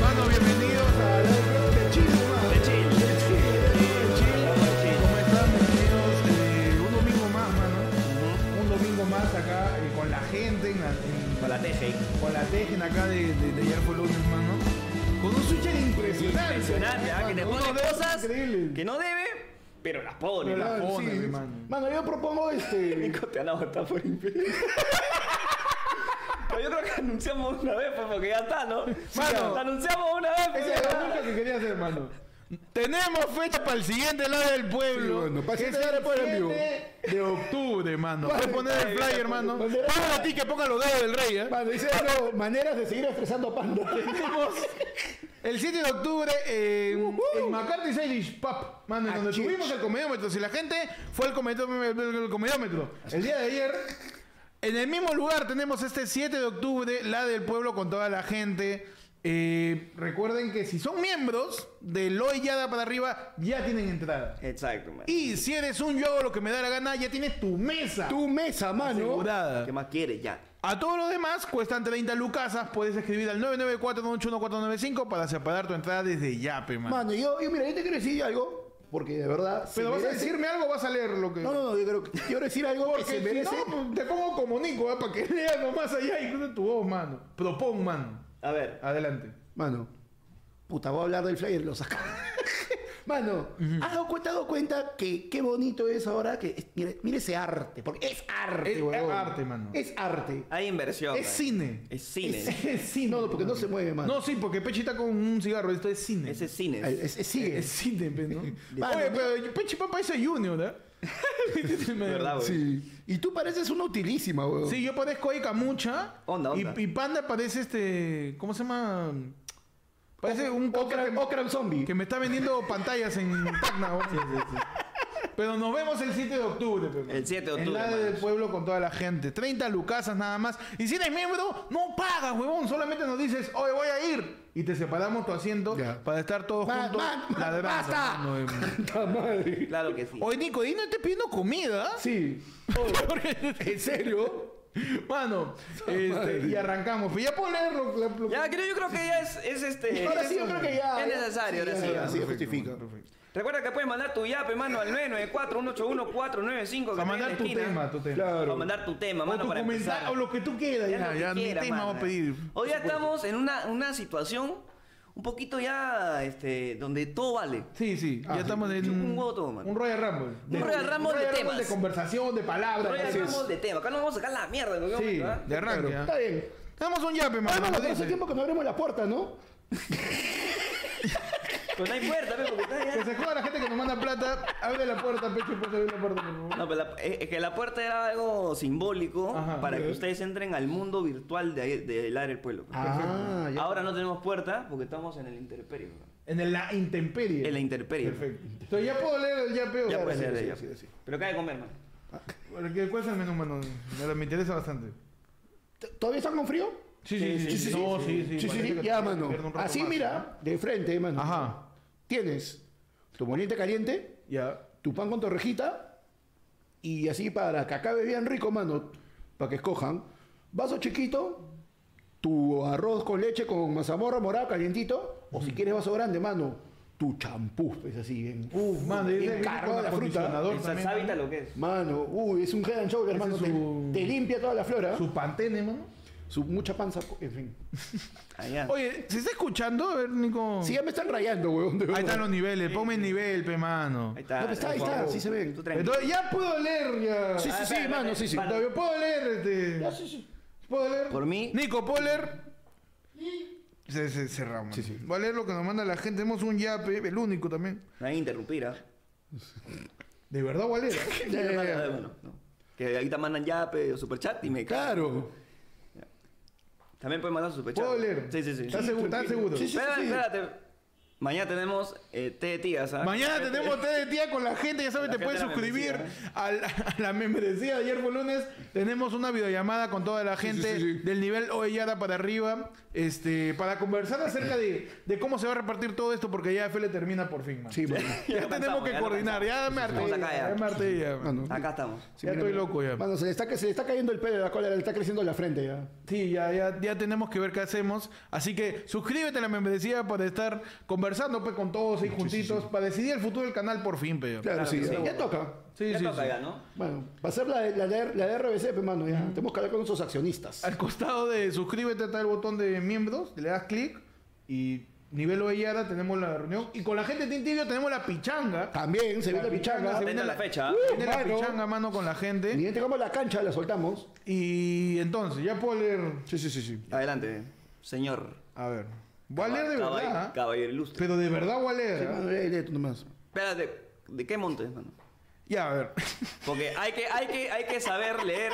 [SPEAKER 1] Mano, bienvenidos a la de Chile, mano.
[SPEAKER 2] De chill.
[SPEAKER 1] De Chile. ¿Cómo están? Bienvenidos eh, un domingo más, mano. Un domingo más acá eh, con la gente, en la- en-
[SPEAKER 2] Con la teje.
[SPEAKER 1] con la tejen acá de, de, de ayer fue lunes, mano. Con un switcher impresionante.
[SPEAKER 2] Impresionante, ¿ah? Que te
[SPEAKER 1] Mano,
[SPEAKER 2] pone
[SPEAKER 1] uno de esos
[SPEAKER 2] cosas
[SPEAKER 1] increíbles.
[SPEAKER 2] que no debe, pero las pone.
[SPEAKER 1] Pero
[SPEAKER 2] mano.
[SPEAKER 1] la-
[SPEAKER 3] Ah,
[SPEAKER 1] pone,
[SPEAKER 3] sí.
[SPEAKER 1] mi mano.
[SPEAKER 3] Mano, yo
[SPEAKER 1] [LAUGHS]
[SPEAKER 3] propongo este.
[SPEAKER 2] Nico, te han agotado por imbécil. [LAUGHS] Pero yo creo que anunciamos una vez, pues, porque ya está, ¿no?
[SPEAKER 1] Mano.
[SPEAKER 2] Mano, anunciamos una vez, pues,
[SPEAKER 1] Esa es
[SPEAKER 2] ya
[SPEAKER 1] la
[SPEAKER 2] está.
[SPEAKER 1] única que quería hacer, mano. Tenemos fecha para el siguiente lado del pueblo.
[SPEAKER 3] Sí, bueno, para el
[SPEAKER 1] que es
[SPEAKER 3] siguiente
[SPEAKER 1] el
[SPEAKER 3] Lado del Pueblo en
[SPEAKER 1] 7 de octubre, mano.
[SPEAKER 3] Vale.
[SPEAKER 1] Puedes poner el flyer, mano.
[SPEAKER 3] Bandera-
[SPEAKER 1] Ponga ti que ponga los dedos del rey, ¿eh?
[SPEAKER 3] Mano, dice no, maneras de seguir estresando a Panda.
[SPEAKER 1] [LAUGHS] Tenemos el 7 de octubre en, en McCarthy's Irish Pub, mano, en donde
[SPEAKER 3] Achich.
[SPEAKER 1] tuvimos el comediómetro. Si la gente fue al comediómetro, el comediómetro el día de ayer, en el mismo lugar tenemos este 7 de octubre, la del pueblo con toda la gente. Eh, recuerden que si son miembros de Loy Yada para arriba, ya tienen entrada.
[SPEAKER 2] Exacto, man.
[SPEAKER 1] Y si eres un yo hago lo que me da la gana, ya tienes tu mesa
[SPEAKER 3] Tu mesa, mano.
[SPEAKER 1] asegurada.
[SPEAKER 2] ¿Qué más quieres ya?
[SPEAKER 1] A todos los demás cuestan 30 lucasas. Puedes escribir al 994-981-495 para separar tu entrada desde Yape, man.
[SPEAKER 3] Mano, yo, yo, mira, yo te quiero decir algo, porque de verdad. se
[SPEAKER 1] Pero vas a
[SPEAKER 3] merece-
[SPEAKER 1] decirme algo, vas a leer lo que.
[SPEAKER 3] No, no, no, yo creo que yo quiero decir algo que
[SPEAKER 1] Porque
[SPEAKER 3] se
[SPEAKER 1] si
[SPEAKER 3] merece.
[SPEAKER 1] no, pues, te pongo como Nico, ¿eh? para que [LAUGHS] leas nomás allá y cruce tu voz, mano. Propon, mano.
[SPEAKER 2] A ver.
[SPEAKER 1] Adelante.
[SPEAKER 3] Mano, puta, voy a hablar del flyer, lo saca. [LAUGHS] Mano, ¿has dado cuenta, dado cuenta que qué bonito es ahora que. es- mire, mire ese arte, porque es arte,
[SPEAKER 1] Es- es
[SPEAKER 3] huevón.
[SPEAKER 1] arte, mano.
[SPEAKER 3] Es arte.
[SPEAKER 2] Hay inversión.
[SPEAKER 1] Es
[SPEAKER 2] man.
[SPEAKER 1] cine.
[SPEAKER 2] Es cine.
[SPEAKER 1] Es [LAUGHS] cine.
[SPEAKER 3] No, no, porque no se mueve, mano.
[SPEAKER 1] No, sí, porque Pechi está con un cigarro. Esto es cine.
[SPEAKER 2] Ese es cine.
[SPEAKER 3] Ay, es- es- sigue.
[SPEAKER 1] Es cine, pe,
[SPEAKER 2] [LAUGHS]
[SPEAKER 1] ¿no?
[SPEAKER 3] Mano,
[SPEAKER 1] Oye, pero Pechi Papá es Junior, [LAUGHS] ¿eh?
[SPEAKER 2] ¿Verdad, güey?
[SPEAKER 3] sí. Y tú pareces una utilísima, weón.
[SPEAKER 1] Sí, yo parezco ahí camucha.
[SPEAKER 2] Onda, onda.
[SPEAKER 1] Y, y Panda parece este. ¿Cómo se llama? Parece un cocker
[SPEAKER 3] Okra, Okra zombie.
[SPEAKER 1] que me está vendiendo pantallas en Tacna. ¿no? Pero nos vemos el 7 de octubre. pe, mano.
[SPEAKER 2] El 7 de octubre,
[SPEAKER 1] En la
[SPEAKER 2] manos.
[SPEAKER 1] del pueblo con toda la gente. 30 lucasas nada más. Y si eres miembro, no pagas, huevón. Solamente nos dices, hoy voy a ir. Y te separamos tu asiento
[SPEAKER 3] Ya.
[SPEAKER 1] para estar todos
[SPEAKER 3] Ma-
[SPEAKER 1] juntos.
[SPEAKER 3] ma- ma-
[SPEAKER 1] ladrando,
[SPEAKER 3] basta.
[SPEAKER 1] mano, em.
[SPEAKER 3] Puta madre.
[SPEAKER 2] Claro que sí.
[SPEAKER 1] Oye, Nico, ¿y no te pidiendo comida?
[SPEAKER 3] Sí.
[SPEAKER 1] [LAUGHS]
[SPEAKER 3] ¿En serio?
[SPEAKER 1] Mano, este,
[SPEAKER 3] madre.
[SPEAKER 1] y arrancamos. Pero ya puedo leer lo- lo- lo-
[SPEAKER 2] Ya, creo, yo creo que ya es,
[SPEAKER 1] [LAUGHS]
[SPEAKER 2] es este.
[SPEAKER 3] Ahora sí, yo creo que ya.
[SPEAKER 2] Es necesario, ahora sí.
[SPEAKER 3] ahora
[SPEAKER 2] ¿no?
[SPEAKER 3] sí, justifica.
[SPEAKER 2] Recuerda que puedes mandar tu yape, mano, al 994-181-495.
[SPEAKER 1] Para mandar tu tema, tu tema.
[SPEAKER 2] Para
[SPEAKER 3] Claro.
[SPEAKER 2] mandar tu tema,
[SPEAKER 1] O
[SPEAKER 2] mano,
[SPEAKER 1] tu
[SPEAKER 2] para
[SPEAKER 1] comentario,
[SPEAKER 2] empezar.
[SPEAKER 1] o lo que tú quieras.
[SPEAKER 2] Es lo
[SPEAKER 1] Ya,
[SPEAKER 2] que
[SPEAKER 1] ya, mi
[SPEAKER 2] quiera,
[SPEAKER 1] tema va
[SPEAKER 2] mano.
[SPEAKER 1] a pedir.
[SPEAKER 2] Hoy ya estamos en una, una situación un poquito ya, este, donde todo vale.
[SPEAKER 1] Sí, sí, ya estamos en
[SPEAKER 2] Ah, un huevo todo, mano.
[SPEAKER 1] Un Royal Rumble. De-
[SPEAKER 2] Royal Rumble de
[SPEAKER 1] Royal
[SPEAKER 2] temas.
[SPEAKER 1] de conversación, de palabras.
[SPEAKER 2] Ahora ya
[SPEAKER 1] así es.
[SPEAKER 2] hablamos de tema. Acá no vamos a sacar la mierda. ¿no?
[SPEAKER 1] Sí,
[SPEAKER 2] ¿verdad?
[SPEAKER 1] de arranque.
[SPEAKER 3] Claro,
[SPEAKER 1] ¿ah?
[SPEAKER 3] Está bien.
[SPEAKER 1] Tenemos un yape,
[SPEAKER 3] Ah,
[SPEAKER 1] mano.
[SPEAKER 3] mano,
[SPEAKER 1] nos
[SPEAKER 3] pero hace
[SPEAKER 1] dice.
[SPEAKER 3] tiempo que no abrimos la puerta, ¿no?
[SPEAKER 2] Pero Pues no hay puerta, pe, porque está
[SPEAKER 1] Que
[SPEAKER 2] ya.
[SPEAKER 1] se joda la gente que nos manda plata. Abre la puerta, pecho, pues abre la puerta, por favor.
[SPEAKER 2] No, pero la- eh, es es que la puerta era algo simbólico
[SPEAKER 1] Ajá.
[SPEAKER 2] para que ustedes entren al mundo virtual de, ahí- de Hilar el Pueblo. pe.
[SPEAKER 3] Ah, ya.
[SPEAKER 2] Ahora no tenemos puerta porque estamos en el interperio. pe.
[SPEAKER 1] En el- la intemperie.
[SPEAKER 2] En la interperie.
[SPEAKER 1] Perfecto. Entonces ya puedo leer el yape. o-
[SPEAKER 2] Ya
[SPEAKER 1] Ahora
[SPEAKER 2] puedes
[SPEAKER 1] sí,
[SPEAKER 2] leer
[SPEAKER 1] sí,
[SPEAKER 2] el yape.
[SPEAKER 1] sí, sí, sí.
[SPEAKER 2] Pero cae de comer, man.
[SPEAKER 1] Porque, ¿Cuál es el menú, mano? Me me interesa bastante.
[SPEAKER 3] T- ¿Todavía están con frío?
[SPEAKER 1] Sí, sí, sí. sí, No, sí, sí.
[SPEAKER 3] Sí, sí,
[SPEAKER 1] parece que
[SPEAKER 3] ya,
[SPEAKER 1] te-
[SPEAKER 3] mano.
[SPEAKER 1] pierdo un rato
[SPEAKER 3] Así,
[SPEAKER 1] más,
[SPEAKER 3] mira, de frente, mano.
[SPEAKER 1] ¿no? Ajá.
[SPEAKER 3] Tienes tu moliente caliente,
[SPEAKER 1] Ya.
[SPEAKER 3] tu pan con torrejita, y así para que acabe bien rico, mano, para que escojan. Vaso chiquito, tu arroz con leche con mazamorra morada calientito, o si quieres vaso grande, mano, tu champú, es así, bien.
[SPEAKER 1] Uf, mano, es
[SPEAKER 3] bien caro la fruta.
[SPEAKER 2] El salsávita lo que es.
[SPEAKER 3] Mano, uy, es un head and shoulder,
[SPEAKER 1] Ese
[SPEAKER 3] mano,
[SPEAKER 1] es su-
[SPEAKER 3] te, te limpia toda la flora.
[SPEAKER 1] Su pantene, mano.
[SPEAKER 3] su mucha panza, en fin.
[SPEAKER 2] Allá.
[SPEAKER 1] Oye, ¿se está escuchando? A ver, Nico.
[SPEAKER 3] Sí, ya me están rayando, weón. de
[SPEAKER 1] Ahí
[SPEAKER 3] verdad.
[SPEAKER 1] están los niveles. Ponme el nivel, pe, mano.
[SPEAKER 2] Ahí
[SPEAKER 3] No,
[SPEAKER 2] está.
[SPEAKER 3] pero está, ahí está, sí se ven.
[SPEAKER 2] Tú tranquilo.
[SPEAKER 1] Entonces, ya puedo leer, ya.
[SPEAKER 3] Sí, sí, sí, mano, sí, sí.
[SPEAKER 1] No, yo puedo leer, este.
[SPEAKER 3] Ya, sí, sí.
[SPEAKER 1] ¿Puedo leer?
[SPEAKER 2] Por mí.
[SPEAKER 1] Nico, ¿puedo leer? Se, se, cerramos.
[SPEAKER 3] Sí, sí.
[SPEAKER 1] Voy a leer lo que nos manda la gente. Tenemos un yape, el único también.
[SPEAKER 2] No hay que interrumpir, ¿ah?
[SPEAKER 1] Eh. De verdad, voy a leer. ¿eh? [LAUGHS]
[SPEAKER 3] Ya, ya, ya, ya.
[SPEAKER 2] Bueno, no. Que ahí te mandan ya pe, superchat y me cago.
[SPEAKER 3] Claro.
[SPEAKER 2] También puedes mandar superchat.
[SPEAKER 1] ¿Puedo leer?
[SPEAKER 2] Sí, sí, sí.
[SPEAKER 1] ¿Estás seguro? ¿Estás
[SPEAKER 3] tranquilo.
[SPEAKER 1] seguro?
[SPEAKER 3] Sí, sí.
[SPEAKER 2] Espérate, espérate. Mañana tenemos eh, té de tías, ¿ah?
[SPEAKER 1] Mañana tenemos té de tía con la gente, ya sabes,
[SPEAKER 2] La
[SPEAKER 1] te puedes
[SPEAKER 2] gente de la
[SPEAKER 1] suscribir a la, [LAUGHS] a la membresía de ayer por lunes. Tenemos una videollamada con toda la gente
[SPEAKER 3] sí, sí.
[SPEAKER 1] del nivel Oellada para arriba, este, para conversar acerca de, de cómo se va a repartir todo esto, porque ya FL termina por fin, man.
[SPEAKER 3] Sí, [LAUGHS] mano.
[SPEAKER 1] Ya,
[SPEAKER 2] lo
[SPEAKER 1] tenemos
[SPEAKER 2] pensamos,
[SPEAKER 1] que
[SPEAKER 2] ya lo
[SPEAKER 1] coordinar, ya me harté,
[SPEAKER 2] Vamos acá,
[SPEAKER 1] ya,
[SPEAKER 2] ya.
[SPEAKER 1] ya me harté, ya, man.
[SPEAKER 3] Mano,
[SPEAKER 2] Acá estamos.
[SPEAKER 3] Ah, sí,
[SPEAKER 1] ya
[SPEAKER 3] mira,
[SPEAKER 1] estoy
[SPEAKER 3] mira.
[SPEAKER 1] loco, ya.
[SPEAKER 3] Mano, se le, está, ca- se le está cayendo el pelo de la cola, le está creciendo la frente ya.
[SPEAKER 1] Sí, ya, ya, ya tenemos que ver qué hacemos. Así que suscríbete a la membresía para estar conversando pues, con todos ahí juntitos, para decidir el futuro del canal por fin, pe.
[SPEAKER 3] Claro, sí,
[SPEAKER 2] que
[SPEAKER 3] ya,
[SPEAKER 2] sí.
[SPEAKER 3] ya toca.
[SPEAKER 1] Sí,
[SPEAKER 2] ya
[SPEAKER 1] sí,
[SPEAKER 2] toca
[SPEAKER 1] sí.
[SPEAKER 2] ya, ¿no?
[SPEAKER 3] Bueno, va a ser la, la, la, la de RBC, pues, mano, ya. Tenemos que hablar con nuestros accionistas.
[SPEAKER 1] Al costado de suscríbete está el botón de miembros, le das clic y nivel Oellada tenemos la reunión. Y con la gente de Tintibio tenemos la pichanga.
[SPEAKER 3] También se viene la pichanga.
[SPEAKER 1] se
[SPEAKER 2] Atenta
[SPEAKER 1] viene
[SPEAKER 2] a la fecha, ¿ah?
[SPEAKER 1] se viene la
[SPEAKER 3] mano.
[SPEAKER 1] pichanga mano con la
[SPEAKER 3] Ni
[SPEAKER 1] gente.
[SPEAKER 3] bien tengamos la cancha, la soltamos.
[SPEAKER 1] Y entonces, ya puedo leer.
[SPEAKER 3] Sí, sí, sí, sí.
[SPEAKER 2] Adelante, señor.
[SPEAKER 1] A ver. Voy a leer de
[SPEAKER 2] Caball-
[SPEAKER 1] verdad. ¿ah?
[SPEAKER 2] Caballero ilustre.
[SPEAKER 1] Pero de verdad voy a leer. ¿ah?
[SPEAKER 3] mano, lee, lee tú nomás.
[SPEAKER 2] Espérate, ¿de qué montes, mano?
[SPEAKER 1] Ya, a ver. [LAUGHS]
[SPEAKER 2] Porque hay que, hay que, hay que saber leer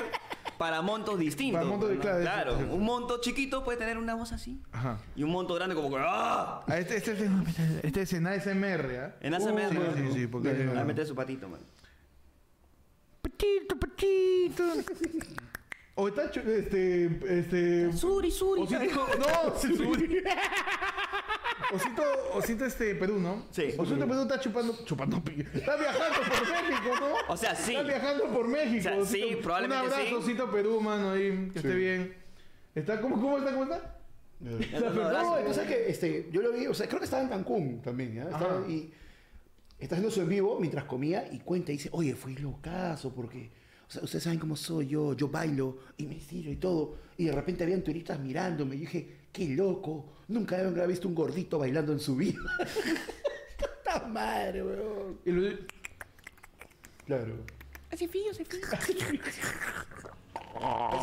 [SPEAKER 2] para montos distintos.
[SPEAKER 1] Para montos de-
[SPEAKER 2] ¿no?
[SPEAKER 1] claro,
[SPEAKER 2] claro,
[SPEAKER 1] sí, sí.
[SPEAKER 2] un monto chiquito puede tener una voz así.
[SPEAKER 1] Ajá.
[SPEAKER 2] Y un monto grande como que. ¡Ah!
[SPEAKER 1] Ah, Este, este, este, este es en ASMR, ¿ah?
[SPEAKER 2] En ASMR,
[SPEAKER 1] Sí,
[SPEAKER 2] ¿no?
[SPEAKER 1] sí, sí, porque...
[SPEAKER 2] Ahí mete su patito, man.
[SPEAKER 1] Patito, patito. [LAUGHS] O está... chu- Este... Este...
[SPEAKER 2] Suri, suri.
[SPEAKER 1] Osito, no, Suri. Osito, Osito este Perú, ¿no?
[SPEAKER 2] Sí.
[SPEAKER 1] Osito Perú está chupando, chupando [LAUGHS] pi- Está viajando por México, ¿no?
[SPEAKER 2] O sea, sí.
[SPEAKER 1] Está viajando por México.
[SPEAKER 2] O sea, sí, probablemente
[SPEAKER 1] Un abrazo,
[SPEAKER 2] sí.
[SPEAKER 1] Osito Perú, mano, ahí, que esté bien. Está, ¿cómo, cómo está, cómo está?
[SPEAKER 2] Ya, no, no,
[SPEAKER 3] Pero
[SPEAKER 2] abrazo.
[SPEAKER 3] no, entonces que este, yo lo vi, o sea, creo que estaba en Cancún también, ¿ya? Estaba-
[SPEAKER 1] Ajá.
[SPEAKER 3] y está haciendo su en vivo mientras comía y cuenta y dice, oye, fue locazo porque, o sea, ustedes saben cómo soy yo, yo bailo y me estiro y todo. Y de repente habían turistas mirándome y yo dije, qué loco, nunca había visto un gordito bailando en su vida. [LAUGHS] Puta madre, weón.
[SPEAKER 1] Y lo-
[SPEAKER 3] Claro.
[SPEAKER 5] Se fio, se fio.
[SPEAKER 1] ese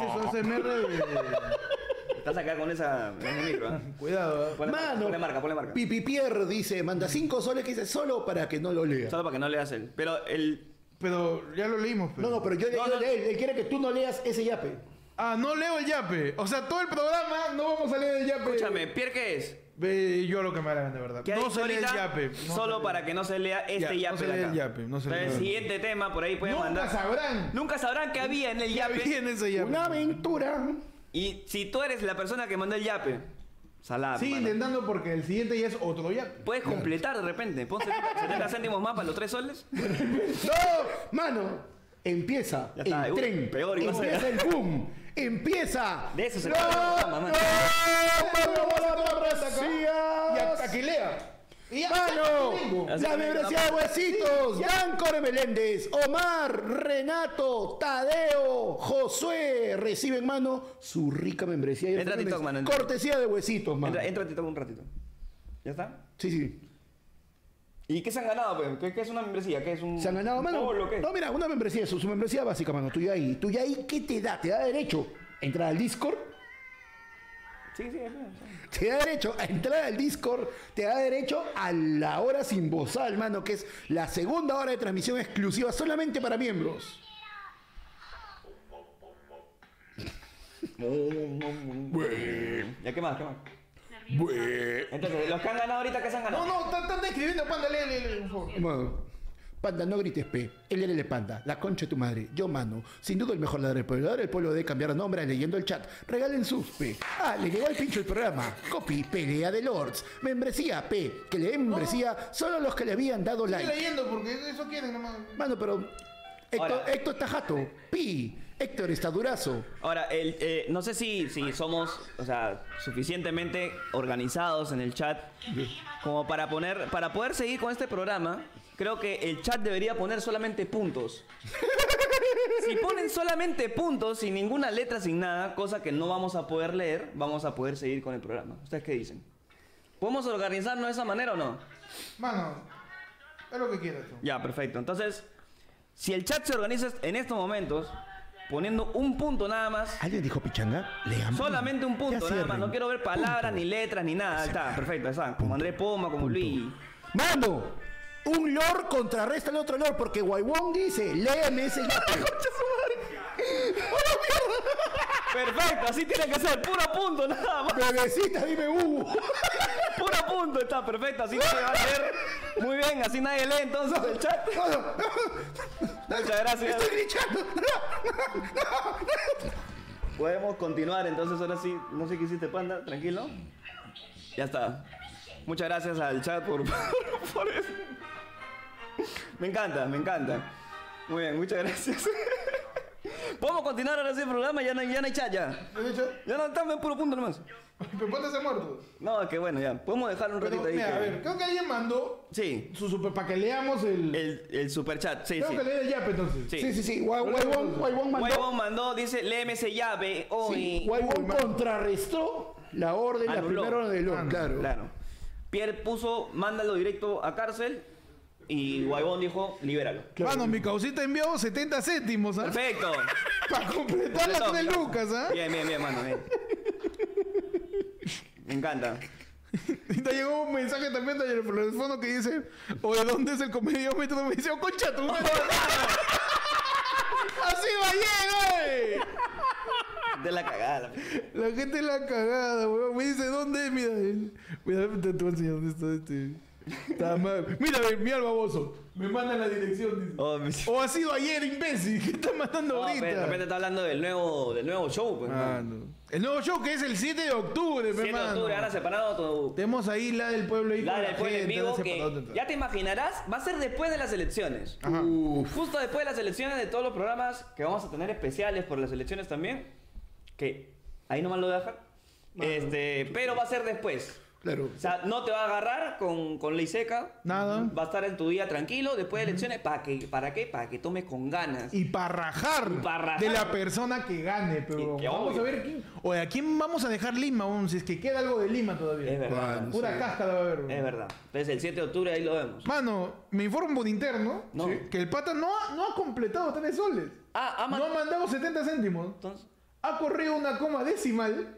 [SPEAKER 1] es un ASMR de...
[SPEAKER 2] Estás acá con esa. con ese micro, ¿ah?
[SPEAKER 1] Cuidado,
[SPEAKER 3] ¿eh?
[SPEAKER 1] ¿ah?
[SPEAKER 2] Ponle marca,
[SPEAKER 3] Mano.
[SPEAKER 2] ponle marca, ponle marca.
[SPEAKER 3] Pipipier dice, manda cinco soles que dice solo para que no lo lea.
[SPEAKER 2] Solo para que no leas él. Pero el.
[SPEAKER 1] Pero ya lo leímos, pero...
[SPEAKER 3] No, no, pero yo le
[SPEAKER 2] No,
[SPEAKER 3] yo
[SPEAKER 2] no.
[SPEAKER 3] le- él, quiere que tú no leas ese yape.
[SPEAKER 1] Ah, no leo el yape. O sea, todo el programa no vamos a leer el yape.
[SPEAKER 2] Escúchame, ¿Pierre qué es?
[SPEAKER 1] Ve, yo lo que me hagan, de verdad.
[SPEAKER 2] ¿Qué
[SPEAKER 1] No
[SPEAKER 2] hay
[SPEAKER 1] se lee el
[SPEAKER 2] ahorita?
[SPEAKER 1] yape. No
[SPEAKER 2] solo
[SPEAKER 1] se
[SPEAKER 2] para
[SPEAKER 1] lee.
[SPEAKER 2] que no se lea
[SPEAKER 1] Ya,
[SPEAKER 2] este
[SPEAKER 1] no
[SPEAKER 2] yape.
[SPEAKER 1] se
[SPEAKER 2] de
[SPEAKER 1] lee el
[SPEAKER 2] acá.
[SPEAKER 1] yape, no se
[SPEAKER 2] Entonces,
[SPEAKER 1] lee el
[SPEAKER 2] el
[SPEAKER 1] yape.
[SPEAKER 2] siguiente tema por ahí pueden
[SPEAKER 1] Nunca
[SPEAKER 2] mandar.
[SPEAKER 1] sabrán.
[SPEAKER 2] Nunca sabrán qué había en el
[SPEAKER 1] Ya
[SPEAKER 2] yape.
[SPEAKER 1] viene ese yape.
[SPEAKER 3] Una aventura.
[SPEAKER 2] Y si tú eres la persona que mandó el yape, salada.
[SPEAKER 1] Sigue
[SPEAKER 2] mano.
[SPEAKER 1] intentando porque el siguiente ya es otro yape.
[SPEAKER 2] Puedes completar de repente. Pon
[SPEAKER 1] [LAUGHS]
[SPEAKER 2] 70, 70 céntimos más para los 3 soles.
[SPEAKER 3] ¡No! Mano, empieza
[SPEAKER 2] Ya está,
[SPEAKER 3] el
[SPEAKER 2] uy,
[SPEAKER 3] tren.
[SPEAKER 2] peor iba a ser.
[SPEAKER 3] empieza el boom. Empieza.
[SPEAKER 2] De eso se
[SPEAKER 3] ¡No!
[SPEAKER 2] trata el programa, mano.
[SPEAKER 3] ¡No! ¡Vamos a la
[SPEAKER 1] Y
[SPEAKER 3] membresía!
[SPEAKER 1] hasta que lea. Y ya-
[SPEAKER 3] ¡Mano!
[SPEAKER 1] Tengo.
[SPEAKER 2] Así
[SPEAKER 3] La
[SPEAKER 2] también,
[SPEAKER 3] membresía de huesitos. Dan Core Meléndez, Omar, Renato, Tadeo, Josué. Reciben, mano, su rica membresía. Y
[SPEAKER 2] Entra a TikTok, mano, entra.
[SPEAKER 3] Cortesía de huesitos, mano.
[SPEAKER 2] Entra, entra a TikTok un ratito. ¿Ya está?
[SPEAKER 3] Sí, sí.
[SPEAKER 2] ¿Y qué se han ganado, pues? ¿Qué, qué es una membresía? ¿Qué es un.
[SPEAKER 3] ¿Se han ganado,
[SPEAKER 2] un
[SPEAKER 3] mano?
[SPEAKER 2] polo, qué?
[SPEAKER 3] No, mira, una membresía, su, su membresía básica, mano. Tú ya ahí. Tú ya ahí, ¿qué te da? Te da derecho a entrar al Discord.
[SPEAKER 2] Sí, sí, sí.
[SPEAKER 3] Te da derecho a entrar al Discord. Te da derecho a la hora sin bozal, mano, que es la segunda hora de transmisión exclusiva solamente para miembros.
[SPEAKER 2] ¿Ya qué más? ¿Qué más? Entonces, los que han ganado ahorita, ¿qué se han ganado?
[SPEAKER 1] No, no, están están escribiendo, panda, lee, lee, lee, por favor.
[SPEAKER 3] Mano, Panda, no grites, P. LL Panda, la concha de tu madre. Yo, mano, sin duda el mejor ladrón del pueblo. Ladrón del pueblo de cambiar nombre a leyendo el chat. Regalen sus, P. Ah, le llegó al pincho el programa. Copy, pelea de lords. Membresía, P. Que le den membresía solo los que le habían dado
[SPEAKER 1] Sigue
[SPEAKER 3] like.
[SPEAKER 1] leyendo porque eso quieren nomás.
[SPEAKER 3] Mano, pero... Héctor,
[SPEAKER 2] Ahora.
[SPEAKER 3] Héctor está jato. Pi. Héctor está durazo.
[SPEAKER 2] Ahora, el, eh, no sé si, si somos, o sea, suficientemente organizados en el chat como para poner, para poder seguir con este programa. Creo que el chat debería poner solamente puntos. Si ponen solamente puntos, sin ninguna letra, sin nada, cosa que no vamos a poder leer, vamos a poder seguir con el programa. ¿Ustedes qué dicen? ¿Podemos organizarnos de esa manera o no?
[SPEAKER 1] Mano, es lo que quieras tú.
[SPEAKER 2] Ya, perfecto. Entonces, si el chat se organiza en estos momentos, poniendo un punto nada más,
[SPEAKER 6] ¿Alguien dijo pichanga? Lean.
[SPEAKER 2] solamente un
[SPEAKER 6] Ya
[SPEAKER 2] punto nada
[SPEAKER 6] cierren.
[SPEAKER 2] más, no quiero ver palabras, ni letras, ni nada. Ahí está, perfecto, ahí está. Como André Poma,
[SPEAKER 6] [LAUGHS]
[SPEAKER 2] como Luis.
[SPEAKER 6] ¡Mano! Un lord contrarresta al otro lord porque Guaywón dice, léeme ese yate.
[SPEAKER 2] Perfecto, así tiene que ser, puro punto nada más.
[SPEAKER 3] Bebecita, dime uh. Hugo.
[SPEAKER 2] Puro punto, está perfecto, así no se va a leer. Muy bien, así nadie lee entonces el chat. Muchas gracias.
[SPEAKER 3] Estoy gritando.
[SPEAKER 2] Podemos continuar, entonces ahora sí, no sé qué hiciste, panda, tranquilo. Ya está. Muchas gracias al chat por, [LAUGHS] por, por eso. Me encanta, me encanta. Muy bien, muchas gracias. [LAUGHS] Podemos continuar ahora sí el programa, ya no, hay- ya no hay chat, ya.
[SPEAKER 1] ¿Lo he dicho?
[SPEAKER 2] Ya no estamos en puro punto nomás.
[SPEAKER 1] [LAUGHS] Pero ponte ese muerto.
[SPEAKER 2] No, es que bueno, ya. Podemos dejarlo un
[SPEAKER 1] Pero,
[SPEAKER 2] ratito ahí.
[SPEAKER 1] mira, a
[SPEAKER 2] que-
[SPEAKER 1] ver, creo que alguien mandó
[SPEAKER 2] Sí,
[SPEAKER 1] su super para que leamos el.
[SPEAKER 2] el, el super chat, sí,
[SPEAKER 1] Tengo
[SPEAKER 2] Eh, sí.
[SPEAKER 1] que leer el yape entonces.
[SPEAKER 2] Sí.
[SPEAKER 3] Sí, sí, sí. Guay- Guaywón Guaywón mandó.
[SPEAKER 2] Huevón mandó, dice, léeme ese llave. hoy.
[SPEAKER 3] Sí,
[SPEAKER 1] Uy,
[SPEAKER 3] Guaywón
[SPEAKER 1] mano.
[SPEAKER 3] contrarrestó la orden, la
[SPEAKER 2] Anuló.
[SPEAKER 3] primera orden del Lord. Claro.
[SPEAKER 2] Claro. Pierre puso, mándalo directo a cárcel. Y Guaybón dijo, libéralo.
[SPEAKER 1] Mano, mi causita envió 70 céntimos,
[SPEAKER 2] [LAUGHS]
[SPEAKER 1] ¿ah? [LAUGHS]
[SPEAKER 2] Perfecto.
[SPEAKER 1] Para completar las
[SPEAKER 2] Completó.
[SPEAKER 1] tres lucas, ¿ah?
[SPEAKER 2] Bien, bien, bien, mano.
[SPEAKER 1] [LAUGHS]
[SPEAKER 2] bien. Me encanta.
[SPEAKER 1] Y te llegó un mensaje también de por el fondo que dice, o de dónde es el comediómetro, me dice, oh, concha tu
[SPEAKER 2] [LAUGHS]
[SPEAKER 1] madre. Así va bien,
[SPEAKER 2] De la cagada. la p-
[SPEAKER 1] güey. La gente es la cagada, weón. Me dice, ¿dónde es? Mira, eh, mira, te te voy a enseñar dónde está este. Está mal. Mira, ve, mira el baboso. Me manda la dirección, dice.
[SPEAKER 2] Oh, mi-
[SPEAKER 1] O ha sido ayer, imbécil. ¿Qué estás mandando
[SPEAKER 2] No,
[SPEAKER 1] ahorita?
[SPEAKER 2] pe, de repente está hablando del nuevo, del nuevo show. Pues,
[SPEAKER 1] Ah,
[SPEAKER 2] mano.
[SPEAKER 1] no. El nuevo show que es el 7 de octubre,
[SPEAKER 2] 7 de
[SPEAKER 1] hermano.
[SPEAKER 2] octubre, ahora separado tu...
[SPEAKER 1] Tenemos ahí la del pueblo y
[SPEAKER 2] La del pueblo en vivo que ya te imaginarás, va a ser después de las elecciones.
[SPEAKER 1] Ajá.
[SPEAKER 2] Justo después de las elecciones, de todos los programas que vamos a tener especiales por las elecciones también, que ahí nomás lo voy a dejar. Este, pero va a ser después.
[SPEAKER 3] Claro.
[SPEAKER 2] O sea, no te va a agarrar con, con ley seca.
[SPEAKER 1] Nada.
[SPEAKER 2] Va a estar en tu día tranquilo después de elecciones. ¿Para qué? ¿Para qué? Para que tomes con ganas.
[SPEAKER 1] Y para rajar,
[SPEAKER 2] pa' rajar.
[SPEAKER 1] de la persona que gane, pero
[SPEAKER 2] Y que
[SPEAKER 1] vamos
[SPEAKER 2] obvio.
[SPEAKER 1] a ver quién. O a quién vamos a dejar Lima, aún, si es que queda algo de Lima todavía.
[SPEAKER 2] Es verdad.
[SPEAKER 3] Bueno,
[SPEAKER 1] Pura
[SPEAKER 3] sí.
[SPEAKER 1] cáscara va a haber.
[SPEAKER 2] Es verdad. Entonces el 7 de octubre ahí lo vemos.
[SPEAKER 1] Mano, me informan por interno
[SPEAKER 2] No.
[SPEAKER 1] ¿sí? que el pata no ha, no ha completado tres soles.
[SPEAKER 2] Ah, ah, man-
[SPEAKER 1] no ha mandado 70 céntimos.
[SPEAKER 2] Entonces,
[SPEAKER 1] Ha corrido una coma decimal.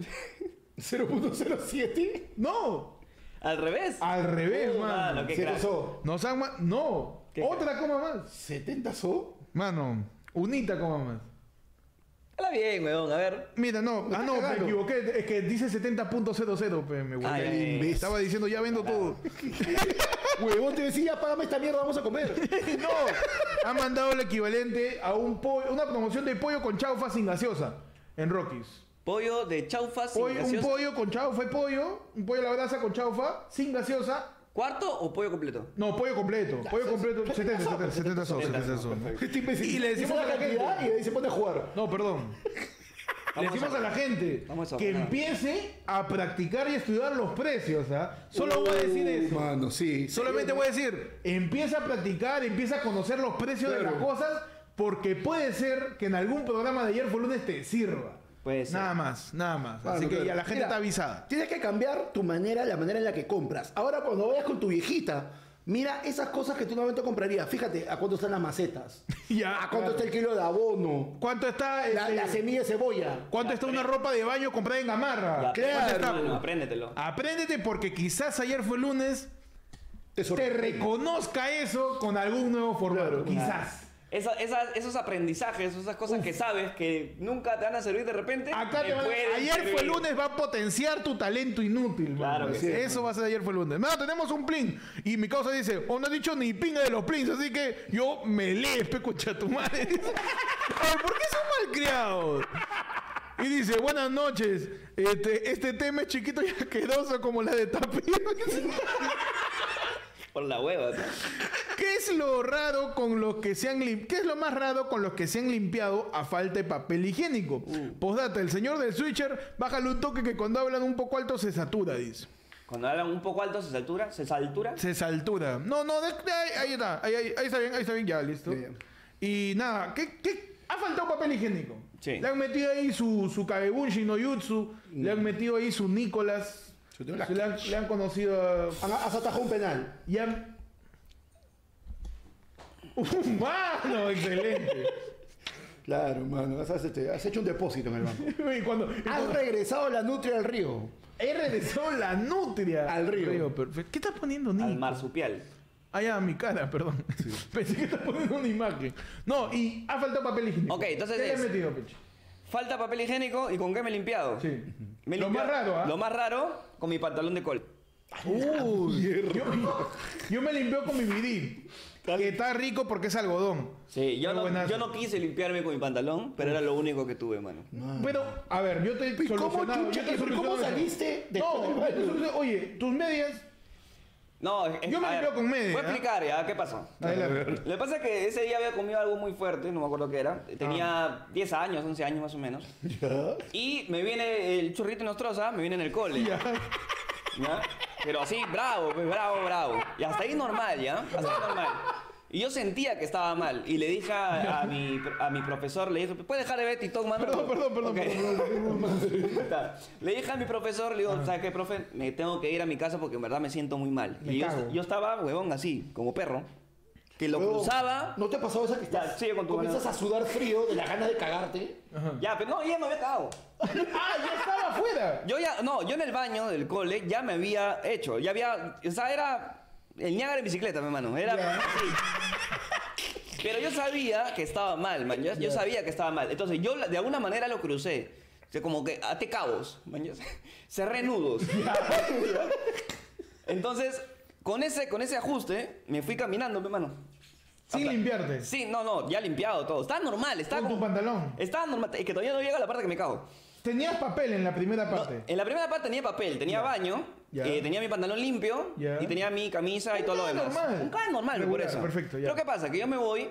[SPEAKER 3] 0.07.
[SPEAKER 1] No.
[SPEAKER 2] al revés.
[SPEAKER 1] Al revés,
[SPEAKER 2] Uh,
[SPEAKER 1] mano.
[SPEAKER 2] mano, qué
[SPEAKER 3] ¿Qué
[SPEAKER 2] crack.
[SPEAKER 3] pasó?
[SPEAKER 1] Nos han ma- No.
[SPEAKER 2] ¿Qué?
[SPEAKER 1] Otra coma más.
[SPEAKER 3] ¿70 so?
[SPEAKER 1] Mano, unita coma más.
[SPEAKER 2] Habla bien, weón. A ver.
[SPEAKER 1] Mira, no, ah, no, me
[SPEAKER 3] cagando.
[SPEAKER 1] equivoqué. Es que dice 70.00, pe, me
[SPEAKER 2] Ay, eh, ay, ay.
[SPEAKER 1] huevón. Estaba diciendo, ya vendo todo.
[SPEAKER 3] Huevón te decía, págame esta mierda, vamos a
[SPEAKER 2] [LAUGHS]
[SPEAKER 3] comer.
[SPEAKER 1] No, ha mandado el equivalente a un po- una promoción de pollo con chaufa sin gaseosa en Rockies.
[SPEAKER 2] Pollo de chaufa sin
[SPEAKER 1] Pollo- un
[SPEAKER 2] gaseosa.
[SPEAKER 1] pollo con chaufa y pollo, un pollo a la brasa con chaufa sin gaseosa.
[SPEAKER 2] ¿Cuarto o pollo completo?
[SPEAKER 1] No, pollo completo, pollo completo, 70, 70, 70 son, 70 son.
[SPEAKER 3] Este imbécil.
[SPEAKER 1] Y le decimos
[SPEAKER 3] Dice
[SPEAKER 1] a
[SPEAKER 3] la
[SPEAKER 1] la gente-
[SPEAKER 3] cantidad y de ahí se pone a jugar.
[SPEAKER 1] No, perdón. Le
[SPEAKER 2] Vamos
[SPEAKER 1] decimos
[SPEAKER 2] a-
[SPEAKER 1] a la gente
[SPEAKER 2] vamos a
[SPEAKER 1] que
[SPEAKER 2] ordenar.
[SPEAKER 1] empiece a practicar y estudiar los precios, ¿ah? Solo voy a decir
[SPEAKER 3] Uh.
[SPEAKER 1] eso.
[SPEAKER 3] Mano, sí.
[SPEAKER 1] Solamente voy a decir, empieza a practicar, empieza a conocer los precios de
[SPEAKER 3] Claro.
[SPEAKER 1] las cosas, porque puede ser que en algún programa de ayer fue lunes te sirva.
[SPEAKER 2] Puede ser.
[SPEAKER 1] Nada más, nada más.
[SPEAKER 3] Mano,
[SPEAKER 1] Así que
[SPEAKER 3] claro.
[SPEAKER 1] ya la gente
[SPEAKER 3] Mira,
[SPEAKER 1] está avisada.
[SPEAKER 3] [LAUGHS] Tienes que cambiar tu manera, la manera en la que compras. Ahora, cuando vayas con tu viejita, mira esas cosas que tú normalmente comprarías. Fíjate a cuánto están las macetas.
[SPEAKER 1] Ya,
[SPEAKER 3] a cuánto
[SPEAKER 1] claro.
[SPEAKER 3] está el kilo de abono.
[SPEAKER 1] ¿Cuánto está,
[SPEAKER 3] La,
[SPEAKER 1] este,
[SPEAKER 3] la semilla de cebolla.
[SPEAKER 1] cuánto está una ropa de baño comprada en Gamarra?
[SPEAKER 2] Ya,
[SPEAKER 1] ¿Cuánto está?
[SPEAKER 2] hermano, apréndetelo.
[SPEAKER 1] Apréndete porque quizás ayer fue lunes,
[SPEAKER 3] Te
[SPEAKER 1] te
[SPEAKER 3] sorprende.
[SPEAKER 1] reconozca eso con algún nuevo formato.
[SPEAKER 3] Claro.
[SPEAKER 1] quizás.
[SPEAKER 2] Esa- esas- esos aprendizajes, esas cosas que sabes que nunca te van a servir de repente. [LAUGHS]
[SPEAKER 1] Acá te van a-
[SPEAKER 2] pueden
[SPEAKER 1] Ayer fue
[SPEAKER 2] servir.
[SPEAKER 1] lunes, va a potenciar tu talento inútil.
[SPEAKER 2] Claro
[SPEAKER 1] mano.
[SPEAKER 2] que sí,
[SPEAKER 1] Eso va a ser ayer fue lunes. Nada, tenemos un plin. Y mi causa dice, o no he dicho ni pinga de los plins, así que yo me [LAUGHS] lees, pecocha tu madre. [LAUGHS] Ay, ¿Por qué son malcriados? Y dice, buenas noches. Este, este tema es chiquito y asqueroso como la de [LAUGHS] Tapi.
[SPEAKER 2] Por la hueva. ¿sí?
[SPEAKER 1] ¿Qué es lo raro con los que se han lim- ¿Qué es lo más raro con los que se han limpiado a falta de papel higiénico? Postdata, el señor del switcher, bájale un toque que cuando hablan un poco alto se satura, dice.
[SPEAKER 2] Cuando hablan un poco alto, se saltura. Se saltura.
[SPEAKER 1] Se saltura. No, no, de- de- ahí, ahí está. Ahí, ahí- ahí está bien, ahí está bien, ya, listo. Y nada, ¿qué, qué, Ha faltado papel higiénico.
[SPEAKER 2] Sí.
[SPEAKER 1] Le han metido ahí su, su Kagebunshi no Jutsu. Le han metido ahí su Nicolás.
[SPEAKER 3] Yo tengo la-
[SPEAKER 1] Se le, han, le han conocido a...
[SPEAKER 3] Han- Has atajado un penal.
[SPEAKER 1] Y han... ¡Humano! ¡Uh, ¡Excelente!
[SPEAKER 3] Claro, mano. Has, has- este, has hecho un depósito en el banco.
[SPEAKER 1] y cuando... y
[SPEAKER 3] [LAUGHS] Has
[SPEAKER 1] cuando-
[SPEAKER 3] regresado la nutria al río.
[SPEAKER 1] Ahí regresó la nutria.
[SPEAKER 3] Al río.
[SPEAKER 1] perfecto. ¿Qué estás poniendo, Nico?
[SPEAKER 2] Al marsupial.
[SPEAKER 1] Ah, ya, mi cara, perdón. [LAUGHS] Pensé que estás poniendo una imagen. No, y ha faltado papel higiénico.
[SPEAKER 2] Ok, entonces
[SPEAKER 1] ¿Qué le has
[SPEAKER 2] es-
[SPEAKER 1] metido, Peche?
[SPEAKER 2] Falta papel higiénico y con qué me he limpiado.
[SPEAKER 1] Sí.
[SPEAKER 2] Me he
[SPEAKER 1] Lo más
[SPEAKER 2] limpiado-
[SPEAKER 1] raro, ¿ah?
[SPEAKER 2] Lo más raro con mi pantalón de col.
[SPEAKER 1] [LAUGHS] Uy, yo, yo me limpio con mi bidí. Que está rico porque es algodón.
[SPEAKER 2] Sí, yo
[SPEAKER 1] Está
[SPEAKER 2] no,
[SPEAKER 1] buenazo.
[SPEAKER 2] yo no quise limpiarme con mi pantalón, pero era lo único que tuve, mano.
[SPEAKER 1] Ah. Pero, a ver, yo te he
[SPEAKER 3] ¿Y cómo,
[SPEAKER 1] solucionado,
[SPEAKER 3] chucha,
[SPEAKER 1] yo te he
[SPEAKER 3] que- pero
[SPEAKER 1] solucionado
[SPEAKER 3] cómo
[SPEAKER 1] eso.
[SPEAKER 3] saliste después del
[SPEAKER 1] No,
[SPEAKER 3] baño?
[SPEAKER 1] yo te solucioné- oye, tus medias.
[SPEAKER 2] No, es-
[SPEAKER 1] Yo me
[SPEAKER 2] a ver,
[SPEAKER 1] limpio con media,
[SPEAKER 2] Voy a
[SPEAKER 1] ¿ah?
[SPEAKER 2] explicar, ¿ya? ¿Qué pasó?
[SPEAKER 1] Adelante.
[SPEAKER 2] Lo que pasa es que ese día había comido algo muy fuerte, no me acuerdo qué era.
[SPEAKER 1] Ah.
[SPEAKER 2] Tenía 10 años, 11 años más o menos.
[SPEAKER 3] Ya.
[SPEAKER 2] Y me viene el churrito nostrosa, me viene en el cole. ¿Ya? Pero así, bravo, pues, bravo, bravo. Y hasta ahí normal, ¿ya? Hasta ahí normal. Y yo sentía que estaba mal. Y le dije a, a mi, a mi profesor, le dije, ¿puedes dejar de ver TikTok, mano?
[SPEAKER 1] Perdón, perdón, perdón,
[SPEAKER 2] Ok.
[SPEAKER 1] perdón, perdón, perdón.
[SPEAKER 2] [LAUGHS]
[SPEAKER 1] Ah.
[SPEAKER 2] Puta, Le dije a mi profesor, le digo, ¿sabes qué, profe? Me tengo que ir a mi casa porque en verdad me siento muy mal.
[SPEAKER 1] Me
[SPEAKER 2] y yo,
[SPEAKER 1] cago.
[SPEAKER 2] yo estaba, huevón, así, como perro. Que lo
[SPEAKER 3] Huevón,
[SPEAKER 2] cruzaba.
[SPEAKER 3] ¿No te ha pasado esa que
[SPEAKER 2] Ya,
[SPEAKER 3] estás,
[SPEAKER 2] sigue con tu
[SPEAKER 3] comienzas
[SPEAKER 2] banana.
[SPEAKER 3] a sudar frío de la gana de cagarte?
[SPEAKER 2] Ya, pero no, ya me había cagado.
[SPEAKER 1] Ah, ya estaba afuera.
[SPEAKER 2] Yo ya, no, yo en el baño del cole ya me había hecho. Ya había, o sea, era el Niágara en bicicleta, mi hermano. Era así. Pero yo sabía que estaba mal, man. Yo, yo sabía que estaba mal. Entonces yo la- de alguna manera lo crucé. O sea, como que até cabos, man. Yo- [LAUGHS] cerré nudos. Entonces, con ese, con ese ajuste, me fui caminando, mi hermano.
[SPEAKER 1] Sin
[SPEAKER 2] Hasta-
[SPEAKER 1] limpiarte.
[SPEAKER 2] Sí, no, no, ya limpiado todo. Está normal, está
[SPEAKER 1] Con tu pantalón.
[SPEAKER 2] Está normal. Es que todavía no llega a la parte que me cago.
[SPEAKER 1] Tenías papel en la primera
[SPEAKER 2] No,
[SPEAKER 1] parte.
[SPEAKER 2] en la primera parte tenía papel, tenía baño,
[SPEAKER 1] Ya.
[SPEAKER 2] eh, tenía mi pantalón limpio
[SPEAKER 1] Ya.
[SPEAKER 2] y tenía mi camisa y
[SPEAKER 1] Un
[SPEAKER 2] todo lo
[SPEAKER 1] cae
[SPEAKER 2] demás.
[SPEAKER 1] normal.
[SPEAKER 2] Un cae normal,
[SPEAKER 1] Regular,
[SPEAKER 2] por eso.
[SPEAKER 1] perfecto, ya.
[SPEAKER 2] Pero ¿qué pasa? Que yo me voy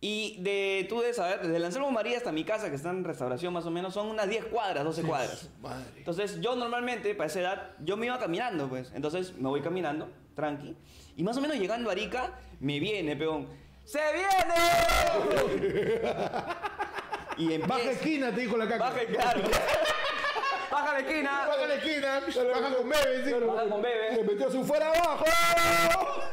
[SPEAKER 2] y de, tú debes saber, desde el Anselmo María hasta mi casa, que está en restauración más o menos, son unas 10 cuadras, 12 cuadras. Entonces yo normalmente, para esa edad, yo me iba caminando, pues. Entonces me voy caminando, tranqui. Y más o menos llegando a Arica, me viene, peón. ¡Se viene!
[SPEAKER 1] [LAUGHS]
[SPEAKER 2] y empieza...
[SPEAKER 1] Baja esquina, te dijo la caca.
[SPEAKER 2] Baja, claro. [LAUGHS] Baja la esquina.
[SPEAKER 1] Baja la esquina. Baja con bebé. sí.
[SPEAKER 2] Baja con
[SPEAKER 3] Le
[SPEAKER 2] bebé.
[SPEAKER 3] metió su fuera abajo.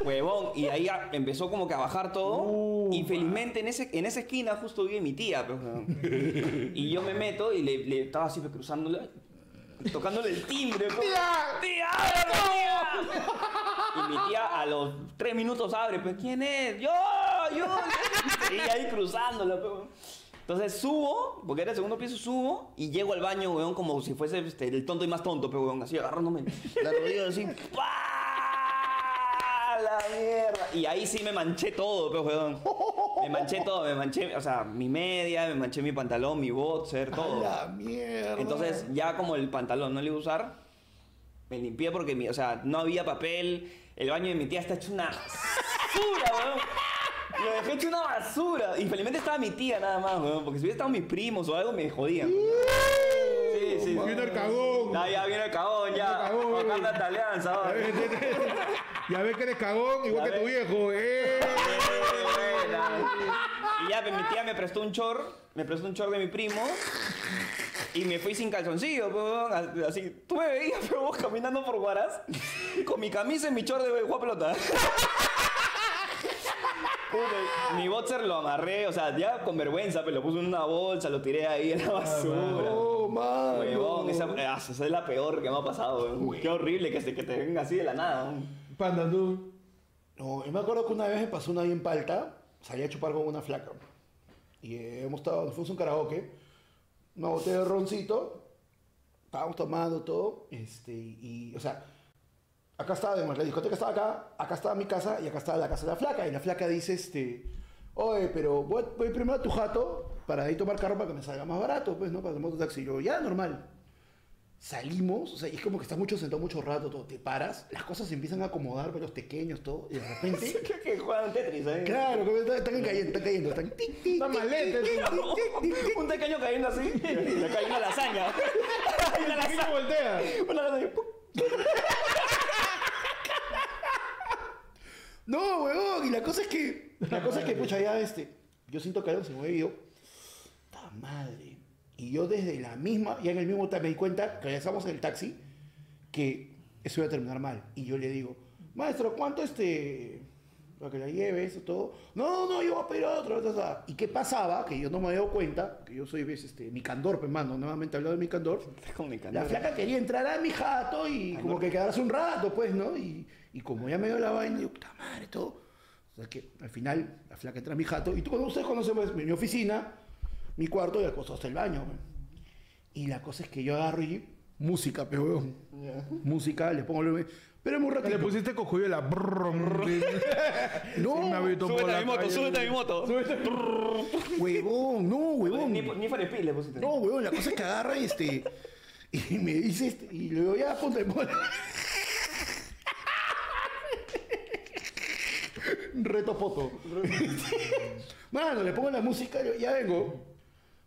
[SPEAKER 2] Huevón, y ahí a- empezó como que a bajar todo. y felizmente en, ese, en esa esquina justo vive mi tía. pues, huevón. y yo me meto y le, le estaba así pues, cruzándole, tocándole el timbre. pues.
[SPEAKER 1] ¡Tía!
[SPEAKER 2] ¡Tía, ábreme, tía! Y mi tía a los tres minutos abre, pues ¿quién es? ¡Yo! ¡Yo! Y ahí cruzándola, pues. huevón. Entonces subo, porque era el segundo piso, subo y llego al baño, weón, como si fuese este, el tonto y más tonto, pues, weón, así agarrándome la rodilla, así, ¡pa! ¡La mierda! Y ahí sí me manché todo, pues, weón. Me manché todo, me manché, o sea, mi media, me manché mi pantalón, mi boxer, todo.
[SPEAKER 3] La mierda.
[SPEAKER 2] Entonces, ya como el pantalón no le iba a usar, me limpié porque, mi- o sea, no había papel. El baño de mi tía está hecho una basura, weón. Lo dejé hecho una basura. Y felizmente estaba mi tía nada más, weón. Porque si hubiera estado mis primos o algo, me jodían. Sí, sí.
[SPEAKER 1] Viene el cagón.
[SPEAKER 2] Ya, ya viene el cagón,
[SPEAKER 1] el
[SPEAKER 2] ya.
[SPEAKER 1] cagón.
[SPEAKER 2] Acá anda esta alianza,
[SPEAKER 1] Ya
[SPEAKER 2] weón.
[SPEAKER 1] ves, Ya ves que eres cagón, igual
[SPEAKER 2] Ya
[SPEAKER 1] que tu
[SPEAKER 2] ves.
[SPEAKER 1] viejo. ¡Eh!
[SPEAKER 2] Y ya pues, mi tía me prestó un chor, me prestó un chor de mi primo. Y me fui sin calzoncillo, pues, weón, así. Tú me veías, [LAUGHS] pero vos caminando por Guaraz con mi camisa y mi chor de guapelota. Puta, Mi boxer lo amarré, o sea, ya con vergüenza, pero lo puse en una bolsa, lo tiré ahí en la basura.
[SPEAKER 3] Oh, Ah, mano.
[SPEAKER 2] Huevón, esa, ah, esa es la peor que me ha pasado, weón. Qué horrible que, se- que te venga así de la nada. weón.
[SPEAKER 1] Panda, tú.
[SPEAKER 3] No, yo me acuerdo que una vez me pasó una bien palta, salí a chupar con una flaca. Y eh, hemos estado, nos fuimos a un karaoke, una botella de roncito, estábamos tomando todo, este, y, o sea, acá estaba, digamos, la discoteca estaba acá, acá estaba mi casa y acá estaba la casa de la flaca. Y la flaca dice, este, oye, pero voy, voy primero a tu jato para ahí tomar carro para que me salga más barato, pues, ¿no? Para tomar tu taxi. Y yo, ya, normal. Salimos, o sea, y es como que estás mucho sentado mucho rato, todo, te paras, las cosas se empiezan a acomodar, los pequeños, todo, y de repente...
[SPEAKER 2] Que, [LAUGHS] que juegan Tetris, ¿eh?
[SPEAKER 3] Claro, como están, están cayendo, están cayendo, están... tic, tic,
[SPEAKER 1] Una
[SPEAKER 3] tic,
[SPEAKER 1] maleta,
[SPEAKER 3] tic,
[SPEAKER 1] tío.
[SPEAKER 3] tic, tic, tic, tic.
[SPEAKER 2] Un tecaño cayendo así. Le cayó una lasaña. una
[SPEAKER 1] ¿Qué
[SPEAKER 2] lasaña.
[SPEAKER 1] voltea?
[SPEAKER 2] Una lasaña. ¡pum!
[SPEAKER 3] No, huevón, y la cosa es que... La cosa es que, pucha, ya este... Yo siento calor, se me había ido. madre. Y yo desde la misma, ya en el mismo taxi me di cuenta, que ya estamos en el taxi, que eso iba a terminar mal. Y yo le digo, maestro, ¿cuánto este... para que la lleve, eso todo? No, no, yo voy a pedir otro. ta, ta". ¿Y qué pasaba? Que yo no me doy cuenta, que yo soy, ves, este, mi candor, hermano, nuevamente hablando de mi candor.
[SPEAKER 2] Con mi
[SPEAKER 3] La
[SPEAKER 2] candela.
[SPEAKER 3] flaca quería entrar a mi jato y como que quedarse un rato, pues, ¿no? Y, y como ya me dio la vaina, yo, puta madre, todo. O sea que al final la flaca entra a mi jato y tú conoces, conoces pues, mi, mi oficina, mi cuarto y la cosa hasta el baño. pues. Y la cosa es que yo agarro y música, pero música, le pongo el... Pero es muy ratito.
[SPEAKER 1] Le pusiste cojuyo la [LAUGHS]
[SPEAKER 3] No,
[SPEAKER 1] Sí, me habito por
[SPEAKER 2] Súbete a
[SPEAKER 1] la
[SPEAKER 2] mi moto,
[SPEAKER 1] calle.
[SPEAKER 2] súbete a mi moto.
[SPEAKER 3] huevón, no, huevón.
[SPEAKER 2] Ni, ni for speed le pusiste.
[SPEAKER 3] No, weón, la cosa es que agarra este. Y me dice este. Y le digo, ya, ponte mola. Reto foto. Este, Mano, le pongo la música, yo, ya vengo.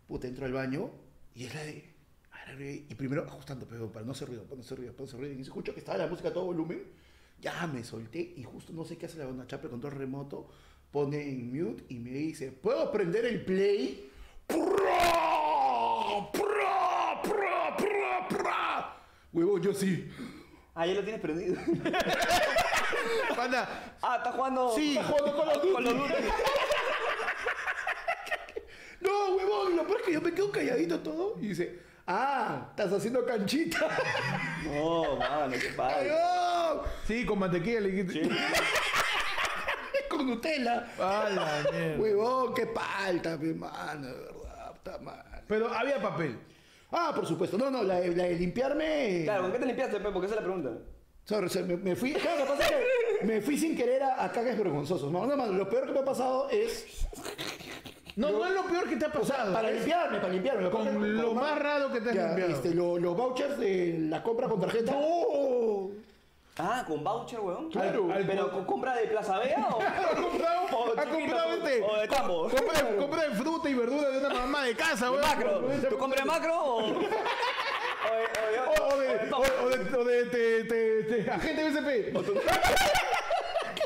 [SPEAKER 3] Puta, entro al baño y es la de. Y primero ajustando, pero para no hacer ruido, para no hacer ruido, para no hacer ruido. Y escucho que estaba la música a todo volumen. Ya me solté y justo no sé qué hace la banda chape control remoto. Pone en mute y me dice, ¿puedo prender el play? ¡Pro! ¡Pro! ¡Pro! ¡Pro! ¡Pro! Huevón, yo sí.
[SPEAKER 2] Ah, ya lo tienes prendido. [LAUGHS]
[SPEAKER 1] Panda, [LAUGHS]
[SPEAKER 2] Ah, está jugando.
[SPEAKER 1] sí.
[SPEAKER 2] Está jugando con los con los Duty.
[SPEAKER 3] No, huevón, lo peor es que yo me quedo calladito todo. Y dice, ah, estás haciendo canchita. [LAUGHS]
[SPEAKER 2] No, mano, qué
[SPEAKER 3] Ay,
[SPEAKER 2] padre.
[SPEAKER 3] oh,
[SPEAKER 1] Sí, con mantequilla le dijiste.
[SPEAKER 3] Con Nutella.
[SPEAKER 1] [LAUGHS] Ah, la mierda.
[SPEAKER 3] Huevón, oh, qué palta, mi hermano, de verdad, puta madre.
[SPEAKER 1] Pero había papel.
[SPEAKER 3] Ah, por supuesto. No, no, la de, la de limpiarme.
[SPEAKER 2] Claro, ¿con qué te limpiaste, Pepe? Porque esa es la pregunta.
[SPEAKER 3] Sorry, o sea, me, me fui. Claro, lo que pasa es que me fui sin querer a, a cagas vergonzosos. No, no, mano, lo peor que me ha pasado es.
[SPEAKER 1] No, no es lo peor que te ha pasado.
[SPEAKER 3] Para
[SPEAKER 1] Es
[SPEAKER 3] limpiarme, para limpiarme. Lo peor
[SPEAKER 1] Con
[SPEAKER 3] que-
[SPEAKER 1] lo más raro que te has
[SPEAKER 3] Ya,
[SPEAKER 1] limpiado.
[SPEAKER 3] este, lo- los vouchers de la compra con tarjeta. ¡No!
[SPEAKER 2] Ah, con voucher, weón.
[SPEAKER 3] Claro.
[SPEAKER 2] Al- ¿Pero con compra de Plaza Vea [LAUGHS] o.?
[SPEAKER 1] Ha comprado,
[SPEAKER 2] o
[SPEAKER 1] ha
[SPEAKER 2] chiquito,
[SPEAKER 1] comprado este.
[SPEAKER 2] O de Tambo.
[SPEAKER 1] Compra, de- compra de fruta y verdura de una mamá de casa, weón.
[SPEAKER 2] Macro. ¿Tú compras macro o.? [LAUGHS] o de-
[SPEAKER 1] O, o de, o, o
[SPEAKER 2] o de- o de Tambo?
[SPEAKER 1] de, o de, te- te- te- agente BCP.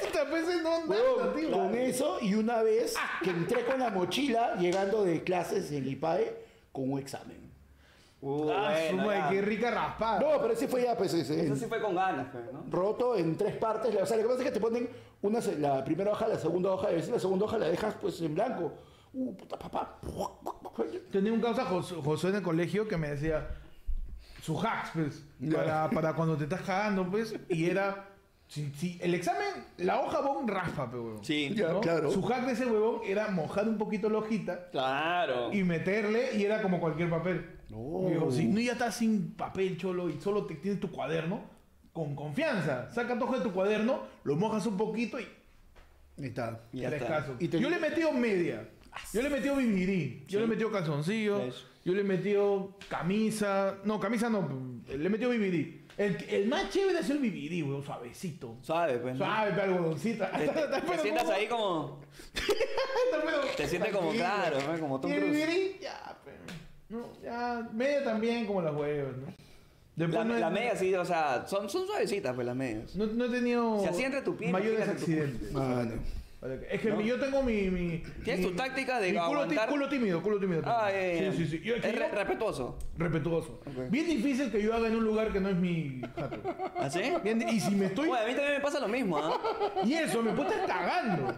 [SPEAKER 1] Puta, pues, ¿en dónde anda, tío?
[SPEAKER 3] Con eso y una vez que entré con la mochila llegando de clases en IPAE E con un examen.
[SPEAKER 2] Uh,
[SPEAKER 1] Ah, su
[SPEAKER 2] bueno,
[SPEAKER 1] madre,
[SPEAKER 2] ya.
[SPEAKER 1] qué rica raspada.
[SPEAKER 3] No, pero ese fue ya, pues, ese-
[SPEAKER 2] Eso sí fue con ganas, pues, ¿no?
[SPEAKER 3] roto en tres partes. O sea, lo que pasa es que te ponen una, se- la primera hoja, la segunda hoja, y a veces la segunda hoja la dejas pues en blanco. Uh, puta papá.
[SPEAKER 1] Tenía un causa Jos- Josué en el colegio que me decía sus hacks, pues, para, para cuando te estás cagando, pues, y era... si- si- el examen, la hoja va un raspa, pues, huevón.
[SPEAKER 2] Sí.
[SPEAKER 1] ¿no?
[SPEAKER 3] Ya, claro.
[SPEAKER 1] Su hack de ese huevón era mojar un poquito la hojita
[SPEAKER 2] Claro.
[SPEAKER 1] y meterle y era como cualquier papel.
[SPEAKER 3] No.
[SPEAKER 1] Digo, si no ya estás sin papel, cholo, y solo te tienes tu cuaderno, con confianza, saca tu hoja de tu cuaderno, lo mojas un poquito y
[SPEAKER 3] Ahí está.
[SPEAKER 2] Y ya
[SPEAKER 1] tres
[SPEAKER 2] está.
[SPEAKER 1] casos.
[SPEAKER 3] Y te-
[SPEAKER 1] Yo le he metido media. Yo le he metido vivirín. Yo le he metido calzoncillo.
[SPEAKER 2] Eso.
[SPEAKER 1] Yo le he metido camisa. No, camisa no. Le he metido vivirí. El, el más chévere es el vivirí, weón. Suavecito.
[SPEAKER 2] Suave, pues. ¿no?
[SPEAKER 1] Suave, pe, algodoncita. [LAUGHS]
[SPEAKER 2] Te, te- te sientas ahí como. Te sientes como claro, ¿no? como Tom
[SPEAKER 1] Y el
[SPEAKER 2] Cruise.
[SPEAKER 1] vivirí, ya, pero. No, ya. Media también, como las huevas, ¿no? Después
[SPEAKER 2] La,
[SPEAKER 1] no he-
[SPEAKER 2] la media sí, o sea, son, son suavecitas, pues las medias.
[SPEAKER 1] No, no he tenido.
[SPEAKER 2] Si así entre tu pie,
[SPEAKER 1] Mayores
[SPEAKER 2] fíjate tu culo.
[SPEAKER 1] accidentes.
[SPEAKER 3] Mano.
[SPEAKER 1] Para que- Es que yo tengo mi. mi
[SPEAKER 2] Tienes
[SPEAKER 1] mi-
[SPEAKER 2] tu táctica de
[SPEAKER 1] mi culo, ti-
[SPEAKER 2] aguantar-
[SPEAKER 1] culo tímido, culo tímido. tengo.
[SPEAKER 2] Ah, eh,
[SPEAKER 1] sí, sí, sí. Yo- es que
[SPEAKER 2] es
[SPEAKER 1] yo-
[SPEAKER 2] re-
[SPEAKER 1] [LAUGHS]
[SPEAKER 2] respetuoso.
[SPEAKER 1] respetuoso. Bien difícil que yo haga en un lugar que no es mi jato.
[SPEAKER 2] ¿Así?
[SPEAKER 1] Bien, y si me estoy.
[SPEAKER 2] Bueno, a mí también me pasa lo mismo, ¿ah?
[SPEAKER 1] Y eso, me puedo estar cagando.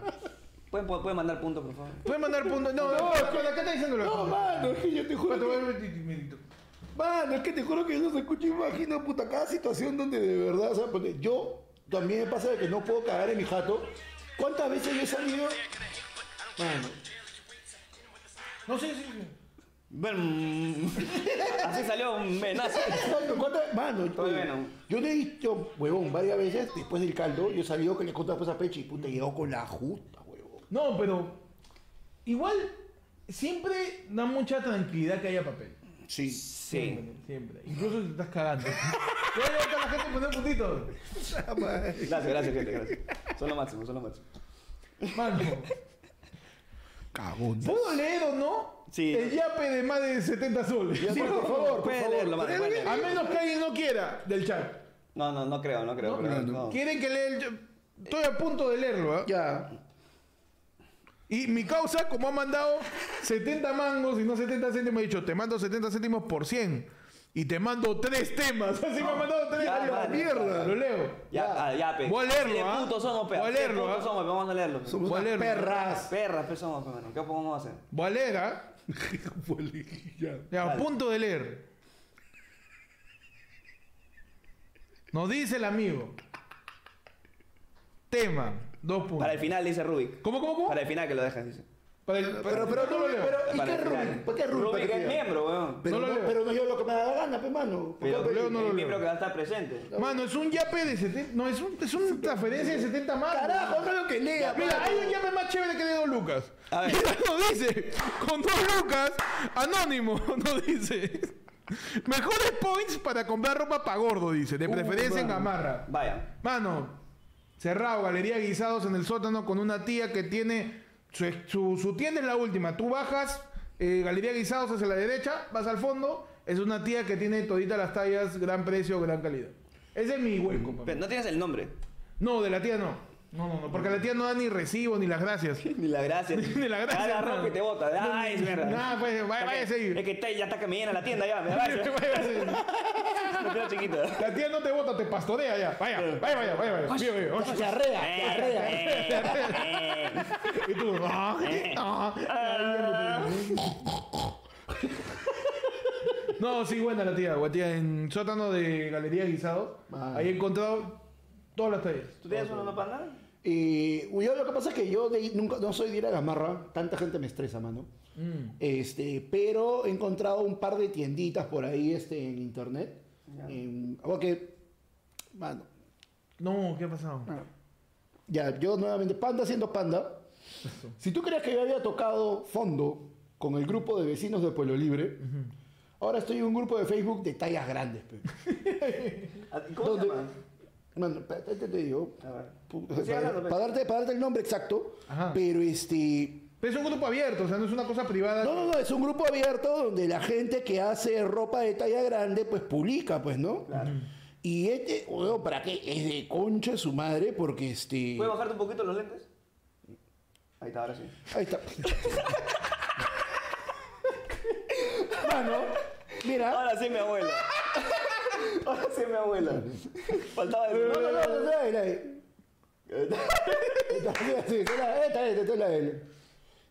[SPEAKER 2] Pueden, pueden pueden mandar puntos, por favor.
[SPEAKER 1] Puedes mandar puntos. No, no, espera, ¿qué está diciendo la
[SPEAKER 3] No,
[SPEAKER 1] cosa?
[SPEAKER 3] mano, es que yo te juro.
[SPEAKER 1] Espérate,
[SPEAKER 3] que-
[SPEAKER 1] voy a ver mi- mi- mi-
[SPEAKER 3] Mano, es que te juro que yo se escucha, imagino, puta, cada situación donde de verdad, o sea, porque yo también me pasa de que no puedo cagar en mi jato. ¿Cuántas veces yo he salido? [LAUGHS] Mano,
[SPEAKER 1] No sé, sí, sí. mm.
[SPEAKER 2] Ven. [LAUGHS] Así salió un menazo.
[SPEAKER 3] Exacto, ¿cuántas- Mano, yo,
[SPEAKER 2] Todavía no.
[SPEAKER 3] yo le he dicho, huevón, varias veces después del caldo, yo he salido que le contaba pues a Pechi, puta, llegó con la justa, huevón.
[SPEAKER 1] No, pero. Igual, siempre da mucha tranquilidad que haya papel.
[SPEAKER 3] Sí.
[SPEAKER 2] Sí.
[SPEAKER 1] Siempre. Incluso si te estás cagando. Ya ya está la gente poniendo puntitos.
[SPEAKER 2] Gracias, gracias, gente, gracias. Son lo máximo, son lo máximo.
[SPEAKER 1] Mano.
[SPEAKER 3] Cagón.
[SPEAKER 1] ¿Puedo leer o no?
[SPEAKER 2] Sí.
[SPEAKER 1] El yape de más de 70 soles. [LAUGHS]
[SPEAKER 3] Sí, por favor, por
[SPEAKER 2] Puede leerlo,
[SPEAKER 3] favor.
[SPEAKER 2] vale, puede
[SPEAKER 1] A
[SPEAKER 2] leerlo.
[SPEAKER 1] menos que alguien no quiera del chat.
[SPEAKER 2] No, no, no creo, no creo. pero- no.
[SPEAKER 1] ¿eh? [LAUGHS] ¿Quieren que lea el yape? Estoy a punto de leerlo, ¿ah?
[SPEAKER 3] Ya.
[SPEAKER 1] Y mi causa, como ha mandado 70 mangos y no 70 céntimos, ha dicho, te mando 70 céntimos por 100. Y te mando tres temas. [LAUGHS] Así me ha mandado tres.
[SPEAKER 2] Ya,
[SPEAKER 1] Ay, la
[SPEAKER 2] vale.
[SPEAKER 1] mierda. Lo leo.
[SPEAKER 2] Ya, ah, ya, pe.
[SPEAKER 1] Voy a leerlo,
[SPEAKER 2] Qué
[SPEAKER 1] ¿ah?
[SPEAKER 2] putos somos, pe.
[SPEAKER 1] Voy a
[SPEAKER 2] Qué
[SPEAKER 1] leerlo,
[SPEAKER 2] putos
[SPEAKER 1] ¿ah?
[SPEAKER 2] somos, pe. Vamos a leerlo. pe.
[SPEAKER 1] Voy a leerlo.
[SPEAKER 5] perras.
[SPEAKER 2] Perras, pe, somos, pe, mano. ¿Qué podemos hacer?
[SPEAKER 1] Voy a leer, ¿ah? Ya, a punto de leer. Nos dice el amigo. Tema. Dos puntos.
[SPEAKER 2] Para el final, dice Rubik.
[SPEAKER 1] ¿Cómo, cómo, cómo?
[SPEAKER 2] Para el final que lo dejas, dice.
[SPEAKER 1] Para el-
[SPEAKER 3] Pero, pero,
[SPEAKER 1] no lo leo.
[SPEAKER 3] pero, ¿y
[SPEAKER 2] Para
[SPEAKER 3] qué
[SPEAKER 2] el final.
[SPEAKER 3] Rubik? ¿Por qué Rubik?
[SPEAKER 2] Rubik es miembro, weón.
[SPEAKER 3] Pero
[SPEAKER 1] No lo
[SPEAKER 3] no,
[SPEAKER 1] leo.
[SPEAKER 3] pero no yo lo que me da la gana, pe, mano.
[SPEAKER 2] Pero
[SPEAKER 1] lo leo, no lo
[SPEAKER 2] el
[SPEAKER 1] leo.
[SPEAKER 2] miembro que va a estar presente.
[SPEAKER 1] Mano, es un yape de 70. No, es, un, es una transferencia de 70 más.
[SPEAKER 3] Carajo, déjalo que lea.
[SPEAKER 1] Mira,
[SPEAKER 3] mano.
[SPEAKER 1] hay un llame más chévere que de dos lucas.
[SPEAKER 2] A ver.
[SPEAKER 1] Mira, nos dice, con dos lucas, anónimo, [LAUGHS] nos dice. Mejores points para comprar ropa para gordo, dice.
[SPEAKER 2] Uh,
[SPEAKER 1] De preferencia en gamarra.
[SPEAKER 2] Vaya.
[SPEAKER 1] Mano, cerrado, galería guisados en el sótano con una tía que tiene. Su, su, su tienda es la última. Tú bajas, eh, galería guisados hacia la derecha, vas al fondo. Es una tía que tiene toditas las tallas, gran precio, gran calidad. Ese es mi hueco, papá.
[SPEAKER 2] Pero no tienes el nombre.
[SPEAKER 1] No, de la tía no. No, no, no. Porque la tía no da ni recibo ni las
[SPEAKER 2] [LAUGHS]
[SPEAKER 1] gracias.
[SPEAKER 2] Ni la
[SPEAKER 1] [LAUGHS]
[SPEAKER 2] gracia.
[SPEAKER 1] Ni la gracia,
[SPEAKER 2] Cada
[SPEAKER 1] hermano.
[SPEAKER 2] ropa y te bota. Ay, es mierda.
[SPEAKER 1] Nada, pues, vaya,
[SPEAKER 2] Es
[SPEAKER 1] váyase. [LAUGHS]
[SPEAKER 2] que- Es que está- ya está que me llena la tienda ya. Me váyase. Me quedo chiquito.
[SPEAKER 1] La tía no te vota, te pastorea ya. Vaya, vaya, vaya, vaya. vaya. Mira, mira,
[SPEAKER 2] [LAUGHS]
[SPEAKER 1] oye.
[SPEAKER 5] Se arrea,
[SPEAKER 1] [LAUGHS]
[SPEAKER 5] se arrea.
[SPEAKER 2] Eh, eh, eh.
[SPEAKER 1] Y tú, "Ah, no, [LAUGHS] no. [LAUGHS] No, sí, buena la tía. La tía en sótano de Galería Guisado. Ahí he encontrado todas las tallas.
[SPEAKER 2] ¿Tú tienes uno no panda?
[SPEAKER 3] Y uy, yo lo que pasa es que yo de- nunca, no soy de ir a Gamarra, tanta gente me estresa, mano.
[SPEAKER 2] Mm.
[SPEAKER 3] Este, pero he encontrado un par de tienditas por ahí este, en internet. En- porque, mano,
[SPEAKER 1] No, ¿qué ha pasado?
[SPEAKER 3] Ah. ya, yo nuevamente, panda siendo panda. Si tú creías que yo había tocado fondo con el grupo de vecinos de Pueblo Libre, ahora estoy en un grupo de Facebook de tallas grandes. pe.
[SPEAKER 2] Ah, ¿Cómo se
[SPEAKER 3] Donde-
[SPEAKER 2] llama?
[SPEAKER 3] Mano, espérate, te, te digo. ah,
[SPEAKER 2] A ver.
[SPEAKER 3] Pu-
[SPEAKER 2] Sí,
[SPEAKER 3] para,
[SPEAKER 2] háblalo, pe.
[SPEAKER 3] para darte, para darte el nombre exacto,
[SPEAKER 1] Ajá.
[SPEAKER 3] pero este.
[SPEAKER 1] Pero es un grupo abierto, o sea, no es una cosa privada.
[SPEAKER 3] No, no, no, es un grupo abierto donde la gente que hace ropa de talla grande, pues publica, pues, ¿no? Y este, weón, ¿para qué? Es de concha de su madre, porque este.
[SPEAKER 2] ¿Puedes bajarte un poquito los lentes? Ahí está, ahora sí.
[SPEAKER 3] Ahí está. Mano, mira.
[SPEAKER 2] Ahora sí, mi abuela. [LAUGHS] Ahora sí, mi abuela. Faltaba el.
[SPEAKER 3] No, no, no, no, no, era él. Esta sí, era- esta es, esta es la de él.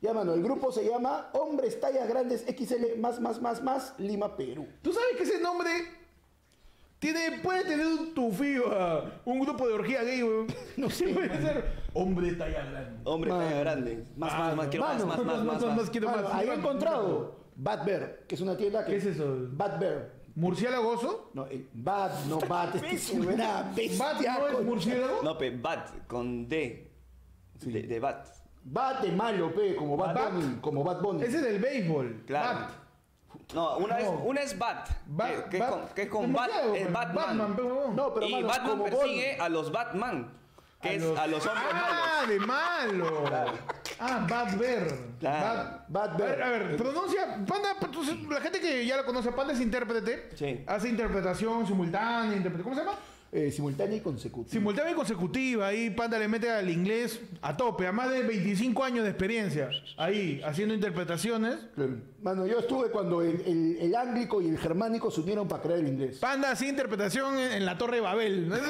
[SPEAKER 3] Ya, mano, el grupo se llama Hombres Tallas Grandes XL más, más, más, más, Lima, Perú.
[SPEAKER 1] ¿Tú sabes que ese nombre tiene, puede tener un tufío a un grupo de orgía gay, weón? No sé,
[SPEAKER 2] [LAUGHS]
[SPEAKER 1] puede ser hombre de talla grande.
[SPEAKER 2] Hombre, talla grande. Más, más, más. Quiero más,
[SPEAKER 1] Mano,
[SPEAKER 2] más,
[SPEAKER 1] no,
[SPEAKER 2] más,
[SPEAKER 1] no,
[SPEAKER 2] más.
[SPEAKER 1] no,
[SPEAKER 2] más.
[SPEAKER 1] no, quiero
[SPEAKER 3] Mano,
[SPEAKER 1] más.
[SPEAKER 3] Ah, ahí he
[SPEAKER 1] Llévame.
[SPEAKER 3] encontrado Bad Bear, que es una tienda que.
[SPEAKER 1] ¿Qué es eso?
[SPEAKER 3] Bad Bear.
[SPEAKER 1] ¿Murciélagoso?
[SPEAKER 3] No, el Bad, no Bat, este es una bestia.
[SPEAKER 1] ¿Bat no es
[SPEAKER 3] con-
[SPEAKER 1] murciélago?
[SPEAKER 2] No, pe, bat, con D. De, de bat.
[SPEAKER 3] Bat de malo, pe, como Bad
[SPEAKER 1] Bat.
[SPEAKER 3] Bunny, como Bad Bunny.
[SPEAKER 1] Ese es del béisbol.
[SPEAKER 2] Claro.
[SPEAKER 1] Bat.
[SPEAKER 2] No, una,
[SPEAKER 1] No.
[SPEAKER 2] Es, una es bat. Eh,
[SPEAKER 1] Bat-
[SPEAKER 2] que, que es
[SPEAKER 1] Bat-
[SPEAKER 2] con, que es con bat,
[SPEAKER 1] murciélago,
[SPEAKER 2] es
[SPEAKER 1] man.
[SPEAKER 2] Batman.
[SPEAKER 1] Batman, pe, huevón.
[SPEAKER 3] No, pero
[SPEAKER 2] y
[SPEAKER 3] mano,
[SPEAKER 2] Batman
[SPEAKER 3] como
[SPEAKER 2] persigue a los Batman. Que es a los hombres malos.
[SPEAKER 1] ah, de malo. Ah, Bad Bear.
[SPEAKER 2] Claro.
[SPEAKER 1] Bad,
[SPEAKER 3] Bad Bear.
[SPEAKER 1] A ver, a ver, pronuncia. Panda, entonces, la gente que ya lo conoce, Panda es intérprete.
[SPEAKER 2] Sí.
[SPEAKER 1] Hace interpretación simultánea, interprete- ¿Cómo se llama?
[SPEAKER 3] Eh, simultánea y consecutiva.
[SPEAKER 1] Simultánea y consecutiva, ahí Panda le mete al inglés a tope, a más de 25 años de experiencia, ahí haciendo interpretaciones.
[SPEAKER 3] Claro. Mano, yo estuve cuando el, el, el ánglico y el germánico se unieron para crear el inglés.
[SPEAKER 1] Panda hacía interpretación en, en la Torre de Babel. [LAUGHS]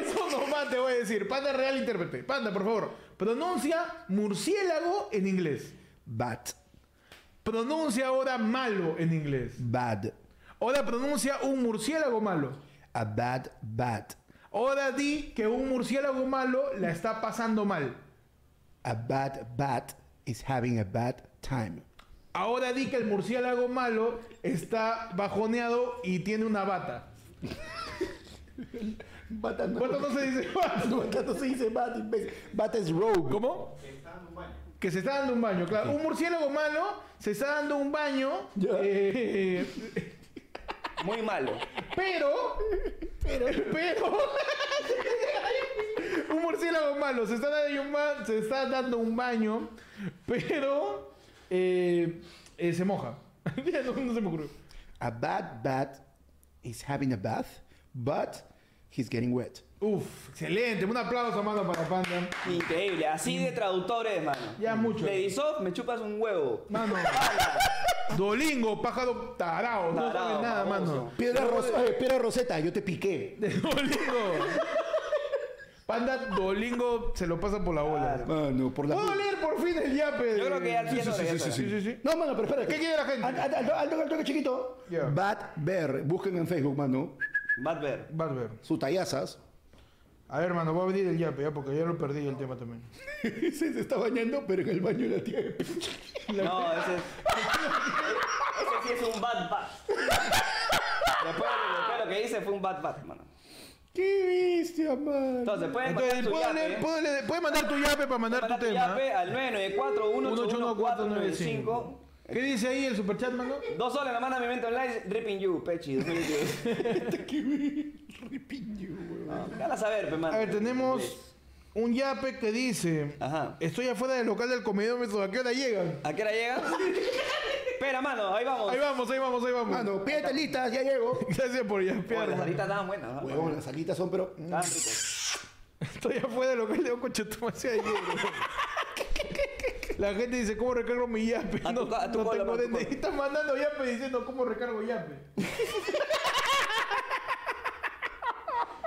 [SPEAKER 1] Eso nomás te voy a decir. Panda real intérprete. Panda, por favor, pronuncia murciélago en inglés.
[SPEAKER 3] Bat,
[SPEAKER 1] Pronuncia ahora malo en inglés.
[SPEAKER 3] bad,
[SPEAKER 1] Ahora pronuncia un murciélago malo.
[SPEAKER 3] a bad, bat,
[SPEAKER 1] Ahora di que un murciélago malo la está pasando mal.
[SPEAKER 3] a bad bat is having a bad time.
[SPEAKER 1] Ahora di que el murciélago malo está bajoneado y tiene una bata.
[SPEAKER 3] Bata no,
[SPEAKER 1] ¿Cuánto no se dice bata?
[SPEAKER 3] bata no se dice bat, imbécil. Bat es rogue.
[SPEAKER 1] ¿Cómo? Que se está dando un baño. claro. Un murciélago malo se está dando un baño.
[SPEAKER 3] Ya.
[SPEAKER 1] eh,
[SPEAKER 2] Muy malo.
[SPEAKER 1] pero. Pero. [LAUGHS] un murciélago malo se está dando un, ba- se está dando un baño. Pero. eh, eh, se moja. [LAUGHS] Ya, no, no se me ocurrió.
[SPEAKER 3] A bad bat is having a bath, but he's getting wet.
[SPEAKER 1] Uf, excelente. Un aplauso, mano, para Panda.
[SPEAKER 2] Increíble, así de traductores, mano.
[SPEAKER 1] Ya mucho.
[SPEAKER 2] De Disoft me chupas un huevo.
[SPEAKER 1] Mano. Dolingo, pájaro tarao. No
[SPEAKER 2] Tarao,
[SPEAKER 1] sabes nada,
[SPEAKER 2] baboso.
[SPEAKER 1] mano.
[SPEAKER 5] Piedra, Ros-
[SPEAKER 3] eh,
[SPEAKER 5] oye, Piedra Roseta, yo te piqué.
[SPEAKER 1] [LAUGHS] Dolingo. Panda Dolingo se lo pasa por la bola.
[SPEAKER 3] Mano, por la.
[SPEAKER 1] ¿Puedo leer por fin el yape?
[SPEAKER 2] Yo creo que ya
[SPEAKER 1] sí,
[SPEAKER 2] tiene
[SPEAKER 1] sí,
[SPEAKER 2] hora,
[SPEAKER 1] sí,
[SPEAKER 2] ya
[SPEAKER 1] sí,
[SPEAKER 2] es
[SPEAKER 1] sí, sí, sí.
[SPEAKER 3] No, mano, pero espérate.
[SPEAKER 1] ¿Qué quiere la gente?
[SPEAKER 3] Al, al- al- al toque, al toque chiquito.
[SPEAKER 1] Ya.
[SPEAKER 3] Bat Bear. Busquen en Facebook, mano.
[SPEAKER 2] Badber.
[SPEAKER 1] Barber.
[SPEAKER 3] Sus tallazas.
[SPEAKER 1] A ver, mano, voy a venir el yape, ya, porque ya lo perdí el tema también.
[SPEAKER 3] se, [LAUGHS] se está bañando, pero en el baño de la tía. de pinche.
[SPEAKER 2] No, ese es. ese sí es un bad bat. Después, después lo que hice fue un bad bat, mano.
[SPEAKER 3] ¡Qué bestia, mano!
[SPEAKER 2] Entonces, pueden
[SPEAKER 1] Entonces,
[SPEAKER 2] mandar su
[SPEAKER 1] puedes,
[SPEAKER 2] yape.
[SPEAKER 1] leer- puedes leer- puedes mandar tu yape para mandar tu
[SPEAKER 2] mandar tu
[SPEAKER 1] tema.
[SPEAKER 2] yape al 994-181-495.
[SPEAKER 1] 181-495. ¿Qué dice ahí el superchat, mano?
[SPEAKER 2] Dos soles la manda mi mente online, Ripping You,
[SPEAKER 1] [LAUGHS]
[SPEAKER 2] Pechi, 2022.
[SPEAKER 3] Ripiño, weón.
[SPEAKER 2] Ah, Déjala saber, pe, mano.
[SPEAKER 1] A ver, tenemos un yape que dice:
[SPEAKER 2] Ajá.
[SPEAKER 1] Estoy afuera del local del comedor, ¿a qué hora llegan?
[SPEAKER 2] ¿A qué hora llega? Espera, mano, ahí vamos.
[SPEAKER 1] Ahí vamos, ahí vamos, ahí vamos.
[SPEAKER 3] Mano, Ah, pídete listas, ya llego.
[SPEAKER 1] [LAUGHS] Gracias por
[SPEAKER 2] Oye,
[SPEAKER 1] yapear.
[SPEAKER 2] las
[SPEAKER 1] mano.
[SPEAKER 2] alitas estaban buenas, ¿no?
[SPEAKER 3] Huevón, las alitas son, pero. mm,
[SPEAKER 2] Estaban ricas.
[SPEAKER 1] Estoy afuera del local de Ocochetumacea ayer. La gente dice, ¿cómo recargo mi yape?
[SPEAKER 2] A tu
[SPEAKER 1] no
[SPEAKER 2] co- a tu
[SPEAKER 1] no
[SPEAKER 2] cola,
[SPEAKER 1] tengo
[SPEAKER 2] a tu
[SPEAKER 1] DNI. [LAUGHS]
[SPEAKER 2] cola.
[SPEAKER 1] Están mandando yape diciendo, ¿cómo recargo yape?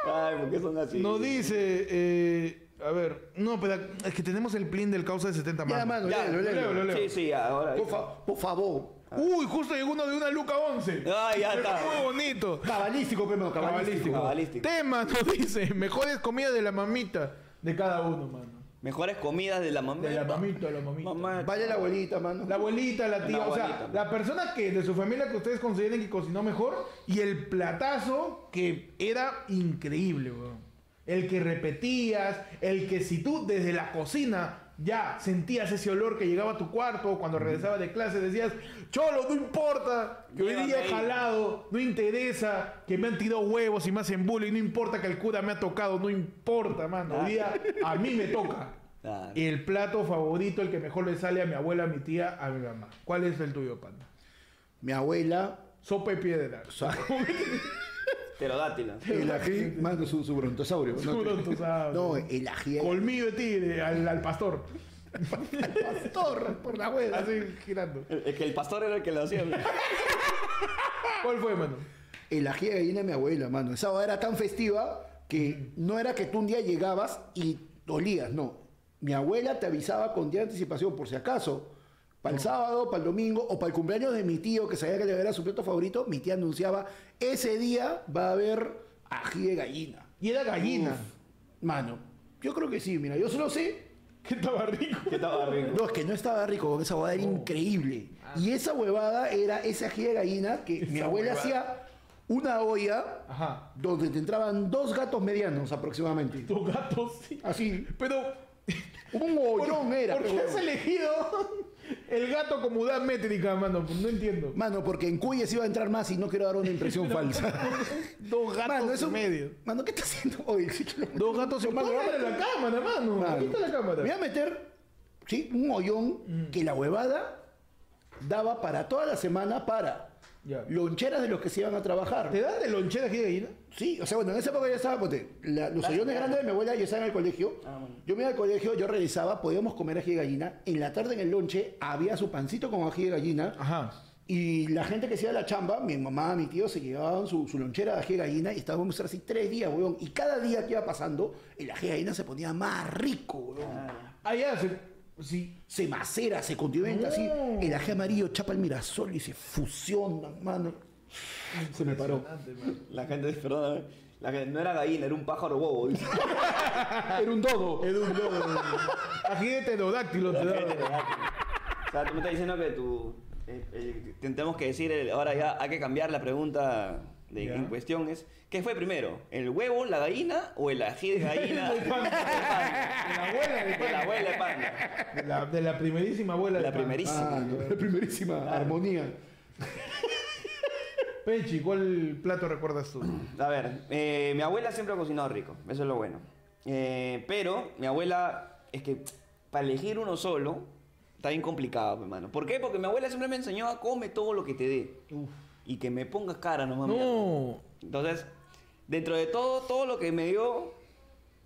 [SPEAKER 7] Ay, ¿por qué son así?
[SPEAKER 1] Nos dice, eh, a ver, no, pero es que tenemos el plin del causa de 70 más.
[SPEAKER 3] Ya, mano,
[SPEAKER 2] Ya,
[SPEAKER 3] léelo,
[SPEAKER 1] lo leo,
[SPEAKER 3] léelo.
[SPEAKER 1] lo leo.
[SPEAKER 2] Sí, sí, ahora.
[SPEAKER 3] Por, fa- por favor.
[SPEAKER 1] Uy, justo llegó uno de una Luca 11.
[SPEAKER 2] Ay, Ah, ya
[SPEAKER 1] Pero
[SPEAKER 2] está.
[SPEAKER 1] Muy bonito.
[SPEAKER 3] Cabalístico, pero no, cabalístico.
[SPEAKER 2] Cabalístico.
[SPEAKER 1] Tema [LAUGHS] nos dice, mejores comidas de la mamita. De cada uno, mano.
[SPEAKER 2] Mejores comidas de la mamá.
[SPEAKER 1] De la mamita, la mamita.
[SPEAKER 2] Mamá.
[SPEAKER 3] Vaya la abuelita, mano.
[SPEAKER 1] La abuelita, la tía,
[SPEAKER 2] La
[SPEAKER 1] o sea,
[SPEAKER 2] abuelita.
[SPEAKER 1] la persona que de su familia que ustedes consideren que cocinó mejor y el platazo que era increíble, weón. El que repetías, el que si tú desde la cocina ya sentías ese olor que llegaba a tu cuarto o cuando regresabas de clase decías, cholo, no importa, que hoy
[SPEAKER 2] Llévame
[SPEAKER 1] día he
[SPEAKER 2] ahí".
[SPEAKER 1] jalado, no interesa, que me han tirado huevos y me hacen bullying, no importa que el cura me ha tocado, no importa, mano, hoy día a mí me toca.
[SPEAKER 2] Claro.
[SPEAKER 1] El plato favorito, el que mejor le sale a mi abuela, a mi tía, a mi mamá. ¿Cuál es el tuyo, panda?
[SPEAKER 3] Mi abuela.
[SPEAKER 1] Sopa y piedra.
[SPEAKER 2] Pterodátila.
[SPEAKER 3] [LAUGHS] El ají, mano, su, su brontosaurio.
[SPEAKER 1] Su brontosaurio.
[SPEAKER 3] No, el ají.
[SPEAKER 1] Colmillo de tigre al, al pastor. pastor, por la abuela. Así girando.
[SPEAKER 2] Es que el pastor era el que lo hacía. güey.
[SPEAKER 1] ¿Cuál fue, mano?
[SPEAKER 3] El ají de gallina de mi abuela, mano. Esa hora era tan festiva que no era que tú un día llegabas y dolías, no. Mi abuela te avisaba con día de anticipación, por si acaso. Para el sábado, para el domingo o para el cumpleaños de mi tío, que sabía que le era su plato favorito, mi tía anunciaba, ese día va a haber ají de gallina.
[SPEAKER 1] Y era gallina.
[SPEAKER 3] Uf, mano, yo creo que sí, mira, yo solo sé
[SPEAKER 1] Que estaba rico.
[SPEAKER 7] ¿Qué estaba rico?
[SPEAKER 3] No, es que no estaba rico, esa huevada era increíble. Y esa huevada era ese ají de gallina que mi abuela hacía una olla
[SPEAKER 1] Ajá.
[SPEAKER 3] donde te entraban dos gatos medianos aproximadamente.
[SPEAKER 1] Tu gato sí.
[SPEAKER 3] Así.
[SPEAKER 1] Pero.
[SPEAKER 3] Un
[SPEAKER 1] ¿Por,
[SPEAKER 3] hoyón era.
[SPEAKER 1] ¿por qué
[SPEAKER 3] pero-
[SPEAKER 1] has elegido el gato como unidad métrica, mano? pues No entiendo.
[SPEAKER 3] Mano, porque en Cuyes iba a entrar más y no quiero dar una impresión falsa.
[SPEAKER 1] Dos gatos
[SPEAKER 3] Mano, eso-
[SPEAKER 1] y medio.
[SPEAKER 3] Mano, ¿qué está haciendo hoy?
[SPEAKER 1] Dos gatos y medio. Póngale la cámara, mano. Aquí está la cámara. Mm.
[SPEAKER 3] Voy a meter, sí, un hoyón que la huevada daba para toda la semana para
[SPEAKER 1] Ya.
[SPEAKER 3] loncheras de los que se iban a trabajar.
[SPEAKER 1] ¿Te dan de lonchera aquí de gallina?
[SPEAKER 3] Sí, o sea, bueno, en esa época yo estaba, ponte, la- los hoyones grandes de mi abuela, yo estaba en el colegio. Yo me iba al colegio, yo regresaba, podíamos comer ají de gallina. En la tarde, en el lonche, había su pancito con ají de gallina.
[SPEAKER 1] Ajá.
[SPEAKER 3] Y la gente que se iba a la chamba, mi mamá, mi tío, se llevaban su, su lonchera de ají de gallina y estábamos así tres días, weón. Y cada día que iba pasando, el ají de gallina se ponía más rico, weón.
[SPEAKER 1] Ah, ya, se- sí.
[SPEAKER 3] Se macera, se condimenta así. El ají amarillo chapa el mirasol y se fusionan, mano. Se me paró.
[SPEAKER 2] La gente, perdóname. La gente no era gallina, era un pájaro huevo. dice.
[SPEAKER 3] Era un dodo.
[SPEAKER 1] Es un globo. Ají de pterodáctilo te da.
[SPEAKER 2] O sea, tú me estás diciendo que tú. eh, eh, tenemos que decir, el- ahora ya hay que cambiar la pregunta de,
[SPEAKER 1] Ya.
[SPEAKER 2] en cuestión: es, ¿qué fue primero? ¿El huevo, la gallina o el ají de
[SPEAKER 1] [LAUGHS]
[SPEAKER 2] gallina? de panda?
[SPEAKER 1] La abuela de
[SPEAKER 2] De la
[SPEAKER 1] pana.
[SPEAKER 2] abuela de panda.
[SPEAKER 1] De la, de la primerísima abuela de
[SPEAKER 2] La
[SPEAKER 1] pana.
[SPEAKER 2] primerísima.
[SPEAKER 3] Ah, no, la primerísima armonía.
[SPEAKER 1] Pechi, ¿cuál plato recuerdas tú?
[SPEAKER 2] A ver, eh, mi abuela siempre ha cocinado rico, eso es lo bueno. Eh, pero mi abuela, es que para elegir uno solo, está bien complicado, hermano. ¿Por qué? Porque mi abuela siempre me enseñó a come todo lo que te dé. Y que me pongas cara nomás. mierda.
[SPEAKER 1] No.
[SPEAKER 2] Entonces, dentro de todo, todo lo que me dio,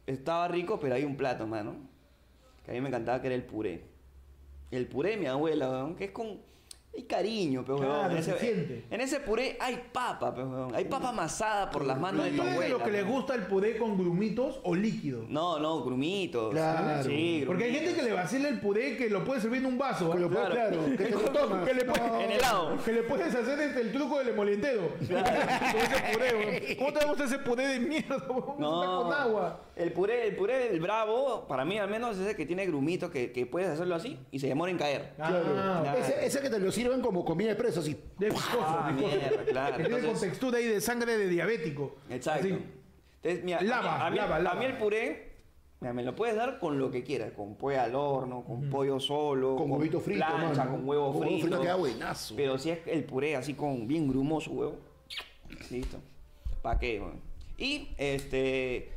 [SPEAKER 2] estaba rico, pero hay un plato, mano. Que a mí me encantaba que era el puré. El puré de mi abuela, weón, que es con. Hay cariño, pero
[SPEAKER 1] Claro,
[SPEAKER 2] En
[SPEAKER 1] se
[SPEAKER 2] ese,
[SPEAKER 1] siente.
[SPEAKER 2] en ese puré hay papa, pe, weón. Hay papa amasada por las manos de tu
[SPEAKER 1] ¿Tú eres de
[SPEAKER 2] abuela.
[SPEAKER 1] los que les
[SPEAKER 2] pe.
[SPEAKER 1] gusta el puré con grumitos o líquido?
[SPEAKER 2] No, no, grumitos.
[SPEAKER 3] Claro.
[SPEAKER 2] Sí,
[SPEAKER 1] Porque hay
[SPEAKER 2] grumitos.
[SPEAKER 1] gente que le vacila el puré que lo puede servir en un vaso. ¿ah?
[SPEAKER 3] Con lo cual, pues, claro, que te lo tomas.
[SPEAKER 1] Que le puedes,
[SPEAKER 2] En helado.
[SPEAKER 1] Que le puedes hacer este, el truco del emolientero. [LAUGHS] Con ese puré, weón. ¿Cómo te gusta ese puré de mierda? [LAUGHS] weón? Está
[SPEAKER 2] No.
[SPEAKER 1] con agua.
[SPEAKER 2] El puré, el puré del bravo, para mí al menos es el que tiene grumitos que, que puedes hacerlo así y se demora en caer.
[SPEAKER 1] Ah,
[SPEAKER 3] Claro.
[SPEAKER 2] claro.
[SPEAKER 3] Ese, ese que te lo sirven como comida de preso, así.
[SPEAKER 1] de viscoso,
[SPEAKER 2] Ah,
[SPEAKER 1] viscoso.
[SPEAKER 2] mierda, claro.
[SPEAKER 1] Que tiene con
[SPEAKER 2] Entonces-
[SPEAKER 1] textura ahí de sangre de diabético.
[SPEAKER 2] Exacto.
[SPEAKER 1] Así.
[SPEAKER 2] Entonces, mira, a mí-
[SPEAKER 1] Lava,
[SPEAKER 2] a mí,
[SPEAKER 1] lava,
[SPEAKER 2] a
[SPEAKER 1] lava.
[SPEAKER 2] mí el puré, mira, me lo puedes dar con lo que quieras, con pollo al horno, con pollo solo,
[SPEAKER 3] Con huevito frito,
[SPEAKER 2] plancha,
[SPEAKER 3] mano.
[SPEAKER 2] con huevo
[SPEAKER 3] Con
[SPEAKER 2] frito.
[SPEAKER 3] huevo frito queda buenazo.
[SPEAKER 2] Pero si es el puré así con bien grumoso huevo, listo. ¿Para qué? weón? Y este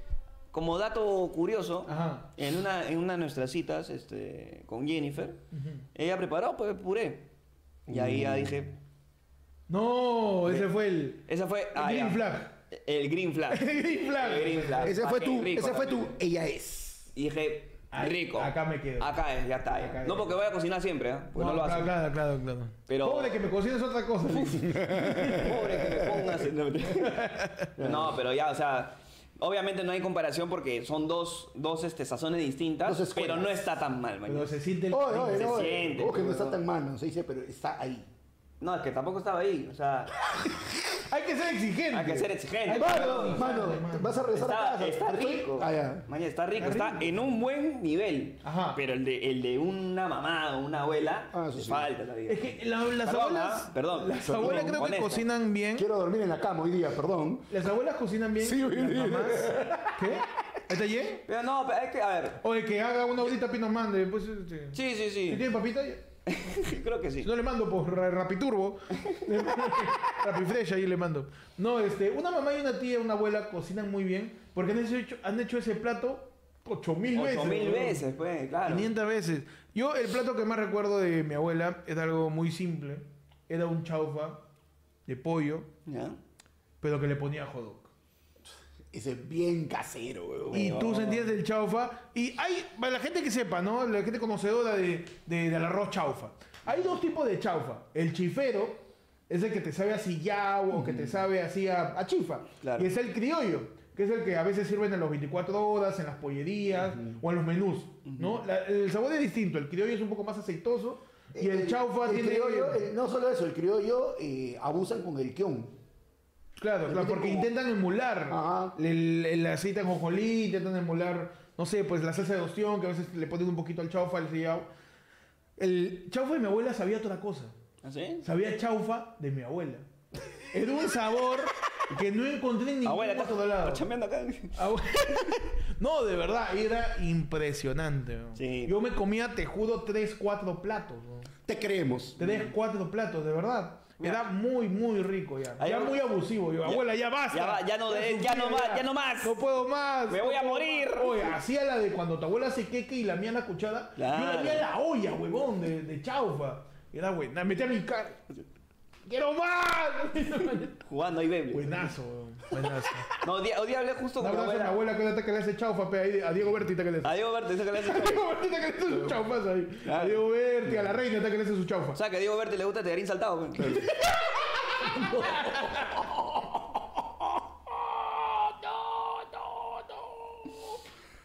[SPEAKER 2] como dato curioso,
[SPEAKER 1] Ajá.
[SPEAKER 2] en una en una de nuestras citas este con Jennifer, ella preparó pues puré. Y ahí ya dije,
[SPEAKER 1] No, ese fue el.
[SPEAKER 2] esa fue ah,
[SPEAKER 1] Green
[SPEAKER 2] ya.
[SPEAKER 1] flag.
[SPEAKER 2] El green flag.
[SPEAKER 1] [LAUGHS] El green flag.
[SPEAKER 2] El green flag.
[SPEAKER 3] Ese
[SPEAKER 2] Pa'
[SPEAKER 3] fue
[SPEAKER 2] qué
[SPEAKER 3] tu,
[SPEAKER 2] rico
[SPEAKER 3] ese fue tu,
[SPEAKER 2] también.
[SPEAKER 3] ella es.
[SPEAKER 2] Y dije,
[SPEAKER 1] Ahí,
[SPEAKER 2] rico.
[SPEAKER 1] acá me quedo.
[SPEAKER 2] Acá es, ya está. ya.
[SPEAKER 1] Acá es.
[SPEAKER 2] No porque voy a cocinar siempre, ¿ah? Pues no, lo hace.
[SPEAKER 1] claro, claro, claro, claro.
[SPEAKER 2] Pero-
[SPEAKER 1] Pobre que me cocines otra cosa.
[SPEAKER 2] Pobre que me pongas. en-
[SPEAKER 1] [LAUGHS]
[SPEAKER 2] No, mentira. No, pero ya, o sea. Obviamente no hay comparación porque son dos, dos este, sazones distintas,
[SPEAKER 3] Dos escuelas.
[SPEAKER 2] pero no está tan mal, mañana.
[SPEAKER 1] Pero se siente el.
[SPEAKER 3] Oye,
[SPEAKER 1] cariño.
[SPEAKER 3] oye,
[SPEAKER 2] se
[SPEAKER 3] oye.
[SPEAKER 2] siente,
[SPEAKER 3] Oh, que no
[SPEAKER 2] pero-
[SPEAKER 3] está tan mal, no se dice, pero está ahí.
[SPEAKER 2] No, es que tampoco estaba ahí, o sea,
[SPEAKER 1] Hay que ser exigente.
[SPEAKER 2] hay que ser exigente.
[SPEAKER 1] Ay,
[SPEAKER 3] Mano,
[SPEAKER 2] perdón.
[SPEAKER 3] mano, vas a regresar a
[SPEAKER 2] Está,
[SPEAKER 3] casa.
[SPEAKER 2] está
[SPEAKER 3] Estoy-
[SPEAKER 2] rico.
[SPEAKER 3] Ah, ya.
[SPEAKER 2] Maña, está rico,
[SPEAKER 1] Está
[SPEAKER 2] está,
[SPEAKER 1] rico.
[SPEAKER 2] en un buen nivel.
[SPEAKER 1] Ajá.
[SPEAKER 2] Pero el de, el de una mamá o una abuela,
[SPEAKER 3] Ah, eso
[SPEAKER 2] le
[SPEAKER 3] sí.
[SPEAKER 2] falta la vida.
[SPEAKER 1] Es que la- las
[SPEAKER 2] Perdón,
[SPEAKER 1] abuelas.
[SPEAKER 2] ¿ah? Perdón.
[SPEAKER 1] Las abuelas creo que
[SPEAKER 2] Honesto.
[SPEAKER 1] cocinan bien.
[SPEAKER 3] Quiero dormir en la cama hoy día, perdón.
[SPEAKER 1] Las abuelas cocinan bien.
[SPEAKER 3] Sí, hoy
[SPEAKER 1] las
[SPEAKER 3] día.
[SPEAKER 1] mamás. ¿Qué? ¿Está bien?
[SPEAKER 2] Pero no, pero es que, a ver.
[SPEAKER 1] Oye, que haga una horita pino mande. Pues, este,
[SPEAKER 2] Sí, sí,
[SPEAKER 1] Si
[SPEAKER 2] sí.
[SPEAKER 1] tiene papita, yo-
[SPEAKER 2] Creo que sí.
[SPEAKER 1] si no le mando por ra- Rapiturbo. [LAUGHS] Rapifresh ahí le mando. No, este, una mamá y una tía, una abuela cocinan muy bien porque han hecho, han hecho ese plato 8000 veces.
[SPEAKER 2] Ocho mil
[SPEAKER 1] weón.
[SPEAKER 2] veces, pues, claro.
[SPEAKER 1] 500 veces. Yo, el plato que más recuerdo de mi abuela es algo muy simple. Era un chaufa de pollo,
[SPEAKER 2] ¿Ya?
[SPEAKER 1] pero que le ponía hot dog.
[SPEAKER 3] Ese es bien casero, weón.
[SPEAKER 1] Y tú sentías el chaufa. Y hay, para la gente que sepa, ¿no? La gente conocedora de, de- del arroz chaufa. Hay dos tipos de chaufa. El chifero es el que te sabe así ya o que te sabe así a, a chifa.
[SPEAKER 2] Claro.
[SPEAKER 1] Y es el criollo, que es el que a veces sirven en los 24 horas, en las pollerías o en los menús, ¿no? La- el sabor es distinto. El criollo es un poco más aceitoso y el, chaufa
[SPEAKER 3] el
[SPEAKER 1] tiene...
[SPEAKER 3] criollo, el- no solo eso, el criollo eh, abusan con el kion.
[SPEAKER 1] Claro, claro, porque intentan emular
[SPEAKER 3] Ajá.
[SPEAKER 1] el, el aceite con jolí, intentan emular, no sé, pues la salsa de ostión, que a veces le ponen un poquito al chaufa, al sillao. El chaufa de mi abuela sabía otra cosa.
[SPEAKER 2] ¿Así?
[SPEAKER 1] Sabía chaufa de mi abuela. Era un sabor que no encontré en ningún
[SPEAKER 2] Abuela,
[SPEAKER 1] otro
[SPEAKER 2] estás
[SPEAKER 1] lado.
[SPEAKER 2] estás chambeando acá. [LAUGHS]
[SPEAKER 1] Abue- [LAUGHS] no, de verdad, era impresionante. ¿no?
[SPEAKER 2] Sí.
[SPEAKER 1] Yo me comía, te juro, 3, 4 platos. ¿no?
[SPEAKER 3] Te creemos.
[SPEAKER 1] Tres, cuatro platos, de verdad. Era muy, muy rico ya.
[SPEAKER 2] Ahí
[SPEAKER 1] ya
[SPEAKER 2] va.
[SPEAKER 1] muy abusivo. Yo, abuela, ya basta.
[SPEAKER 2] ya va- ya no de-
[SPEAKER 1] sufrí,
[SPEAKER 2] ya no más, ya no más.
[SPEAKER 1] No puedo más.
[SPEAKER 2] Me
[SPEAKER 1] no
[SPEAKER 2] voy a
[SPEAKER 1] puedo
[SPEAKER 2] morir.
[SPEAKER 1] más. Oye, hacía la de cuando tu abuela hace queque y lamía la cuchara. Yo
[SPEAKER 2] Claro.
[SPEAKER 1] lamía la olla, huevón, de, de chaufa. Era buena. Metí a mi cara. ¡Quiero más! [LAUGHS]
[SPEAKER 2] Jugando ahí, baby.
[SPEAKER 1] Buenazo, weón. Buenazo.
[SPEAKER 2] No, hoy día hoy día hablé justo
[SPEAKER 1] Un
[SPEAKER 2] con mi
[SPEAKER 1] abrazo a mi
[SPEAKER 2] abuela.
[SPEAKER 1] abuela que le que le hace chaufa, pe, ahí, a Diego Berti, está que le hace. A
[SPEAKER 2] Adiós, Berti, esa que le
[SPEAKER 1] [LAUGHS]
[SPEAKER 2] hace.
[SPEAKER 1] Diego Berti, está que le hace su chaufa ahí. A
[SPEAKER 2] Claro.
[SPEAKER 1] Diego Berti, a la reina, está que le hace su chaufa.
[SPEAKER 2] O sea, que a Diego Berti le gusta Tegarín saltado. pues. güey.